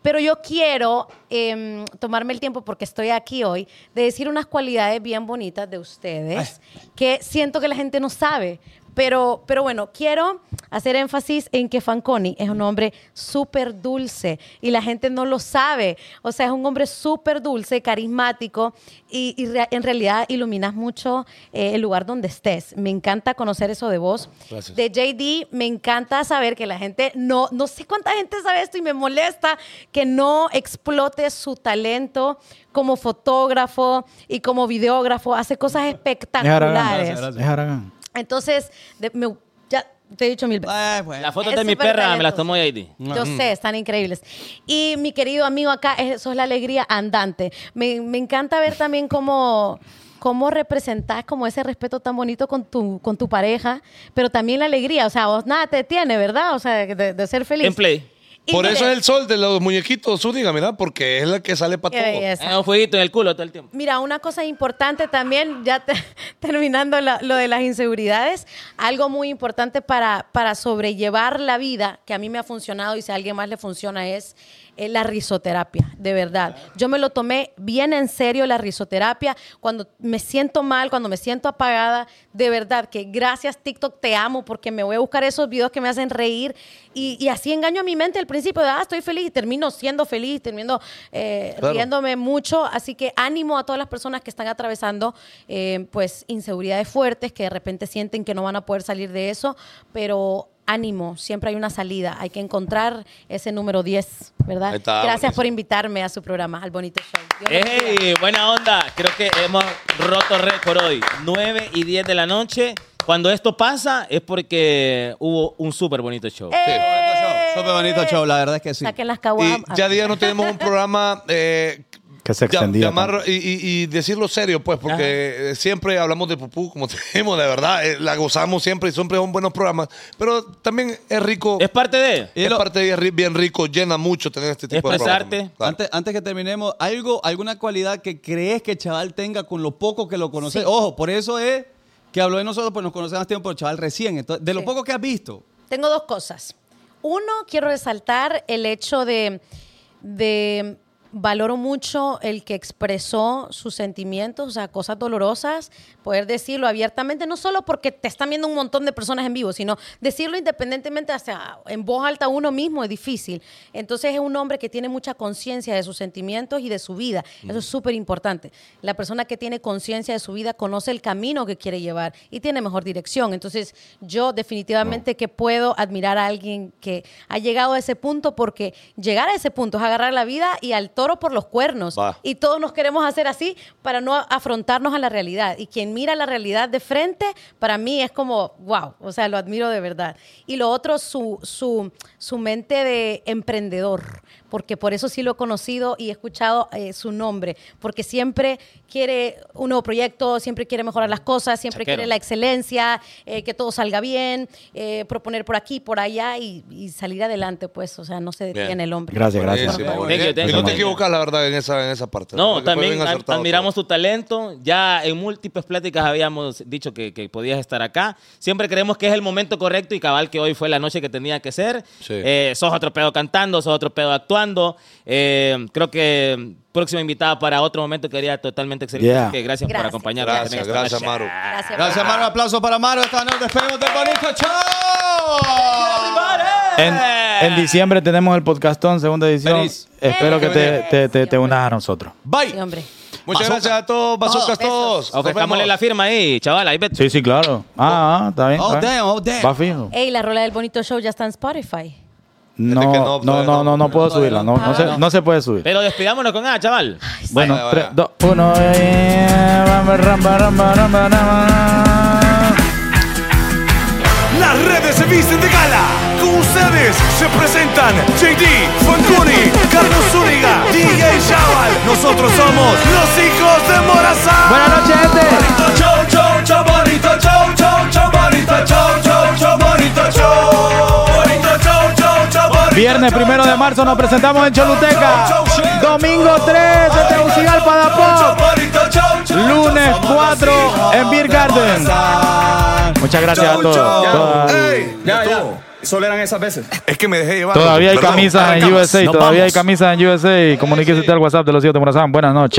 Pero yo quiero em, tomarme el tiempo, porque estoy aquí hoy, de decir unas cualidades bien bonitas de ustedes que siento que la gente no sabe. Pero, pero bueno, quiero hacer énfasis en que Fanconi es un hombre súper dulce y la gente no lo sabe. O sea, es un hombre súper dulce, carismático y, y rea- en realidad iluminas mucho eh, el lugar donde estés. Me encanta conocer eso de vos. De JD, me encanta saber que la gente, no, no sé cuánta gente sabe esto y me molesta que no explote su talento como fotógrafo y como videógrafo. Hace cosas
Es Aragán.
espectaculares.
Es Aragán.
Entonces, de- me- ya te he dicho mil veces.
Ah, bueno.
Las fotos
Es
de mi
súper
perra me las
talentoso.
tomó ID.
Yo sé, están increíbles. Y mi querido amigo acá, eh, eso es la alegría andante. Me, me encanta ver también cómo, cómo representás como ese respeto tan bonito con tu, con tu pareja, pero también la alegría. O sea, vos nada te tiene, ¿verdad? O sea, de, de ser feliz.
En play.
Y
Por
mire,
eso es el sol de los muñequitos, Zúñiga, ¿verdad? Porque es la que sale para
qué
todo.
belleza.
Ah, un fueguito en el culo todo el tiempo.
Mira, una cosa importante también, ya te- terminando la- lo de las inseguridades, algo muy importante para, para sobrellevar la vida, que a mí me ha funcionado y si a alguien más le funciona, es eh, la risoterapia, de verdad. Yo me lo tomé bien en serio la risoterapia, cuando me siento mal, cuando me siento apagada, de verdad que gracias TikTok te amo porque me voy a buscar esos videos que me hacen reír y, y así engaño a mi mente al principio de, ah, estoy feliz y termino siendo feliz, termino eh,
Claro.
riendo riéndome mucho, así que ánimo a todas las personas que están atravesando eh, pues inseguridades fuertes, que de repente sienten que no van a poder salir de eso, pero ánimo, siempre hay una salida, hay que encontrar ese número 10, ¿verdad?
Ahí está,
Gracias
buenísimo.
por invitarme a su programa, al bonito show. Dios los bendiga.
¡Ey! Buena onda. Creo que hemos roto récord hoy. 9 y 10 de la noche. Cuando esto pasa es porque hubo un súper bonito show.
Eh. ¡Ey!
Súper bonito show, la verdad es que sí.
Saquen las
Y
caguamas.
ya día no tenemos un programa eh,
Que se
ya-
extendía
llamar y, y- y decirlo serio, pues, porque eh, siempre hablamos de pupú, como tenemos, la verdad, eh, la gozamos siempre y siempre son buenos programas. Pero también es rico,
Es parte de.
es
lo-
parte de ri- bien rico, llena mucho tener este tipo
Expresarte.
de programas. Claro.
Antes, antes que terminemos, algo, alguna cualidad que crees que el chaval tenga con lo poco que lo conoces. Ojo, por eso es que habló de nosotros, pues nos conocemos tiempo, el chaval recién. Entonces, de lo
Sí.
poco que has visto.
Tengo dos cosas. Uno, quiero resaltar el hecho de, de valoro mucho el que expresó sus sentimientos, o sea, cosas dolorosas, poder decirlo abiertamente, no solo porque te están viendo un montón de personas en vivo, sino decirlo independientemente, o sea, en voz alta uno mismo es difícil. Entonces es un hombre que tiene mucha conciencia de sus sentimientos y de su vida. Eso es súper importante. La persona que tiene conciencia de su vida conoce el camino que quiere llevar y tiene mejor dirección. Entonces, yo definitivamente que puedo admirar a alguien que ha llegado a ese punto porque llegar a ese punto es agarrar la vida y al toro por los cuernos.
Va.
Y todos nos queremos hacer así para no afrontarnos a la realidad. Y quien mira la realidad de frente, para mí es como, wow, o sea, lo admiro de verdad. Y lo otro, su, su, su mente de emprendedor, porque por eso sí lo he conocido y he escuchado eh, su nombre, porque siempre quiere un nuevo proyecto, siempre quiere mejorar las cosas, siempre
Chaquero.
quiere la excelencia, eh, que todo salga bien, eh, proponer por aquí, por allá y, y salir adelante, pues, o sea, no se detiene el hombre.
Gracias, gracias.
Buenísimo,
Thank
buenísimo.
you, thank
Y no
you.
te equivocas, la verdad, en esa, en esa parte. La verdad
No,
que fue
también
bien
ad-
acertado
admiramos
todo.
tu talento. Ya en múltiples pláticas habíamos dicho que, que podías estar acá. Siempre creemos que es el momento correcto y cabal que hoy fue la noche que tenía que ser.
Sí.
Eh, sos otro pedo cantando, sos otro pedo actuando. Eh, creo que próxima invitada para otro momento quería totalmente excelente.
Yeah.
Así que gracias, por
Gracias.
acompañarnos.
Gracias,
Esta
gracias,
noche.
Maru.
Gracias,
Gracias, Maro. Un aplauso para Maro. Esta noche despedimos del bonito show.
En, en diciembre tenemos el podcastón, segunda edición.
Feliz.
Espero que te,
Feliz.
te- te- te unas a nosotros.
Sí,
Bye.
hombre. Oh,
Bazooka.
Muchas gracias a todos, bazookas
Besos.
todos. Nos
Ofrezcámosle
vemos.
la firma ahí, chaval. Ahí vete.
Sí, sí, claro. Ah, ah, está bien.
Oh,
está bien.
damn, oh, damn.
Va fijo.
Ey, la rola del bonito show ya está en Spotify.
No,
que
no,
no,
no, no, no,
no,
puedo
no,
subirla. No, no, se, no se puede subir.
Pero despidámonos con A, chaval.
Bueno,
Vaya,
3,
vaya.
2, 1.
Las redes se visten de gala. Con ustedes se presentan JD, Fanconi, Carlos Zúñiga, DJ Chaval. Nosotros somos los hijos de Morazán. Buenas noches, gente. Bonito show, show, show, bonito show, show, show, bonito show, show, show, bonito show. Bonito show, show, show, bonito
Viernes
show,
primero de
show,
marzo nos
show,
presentamos en Choluteca.
show, show, show.
Domingo 3 de Tegucigalpa,
show,
Dapó.
bonito show, show,
Lunes
show, somos
4
los hijos
en Beer Garden. Muchas gracias a
Chau, chau.
todos.
Ya, ya. Solo eran esas veces.
Es que me dejé llevar.
Todavía hay
Perdón,
camisas en
arrancamos.
USA,
Nos
todavía hay
vamos.
camisas en USA. Comuníquese usted al WhatsApp de los 7 de Morazán. Buenas noches.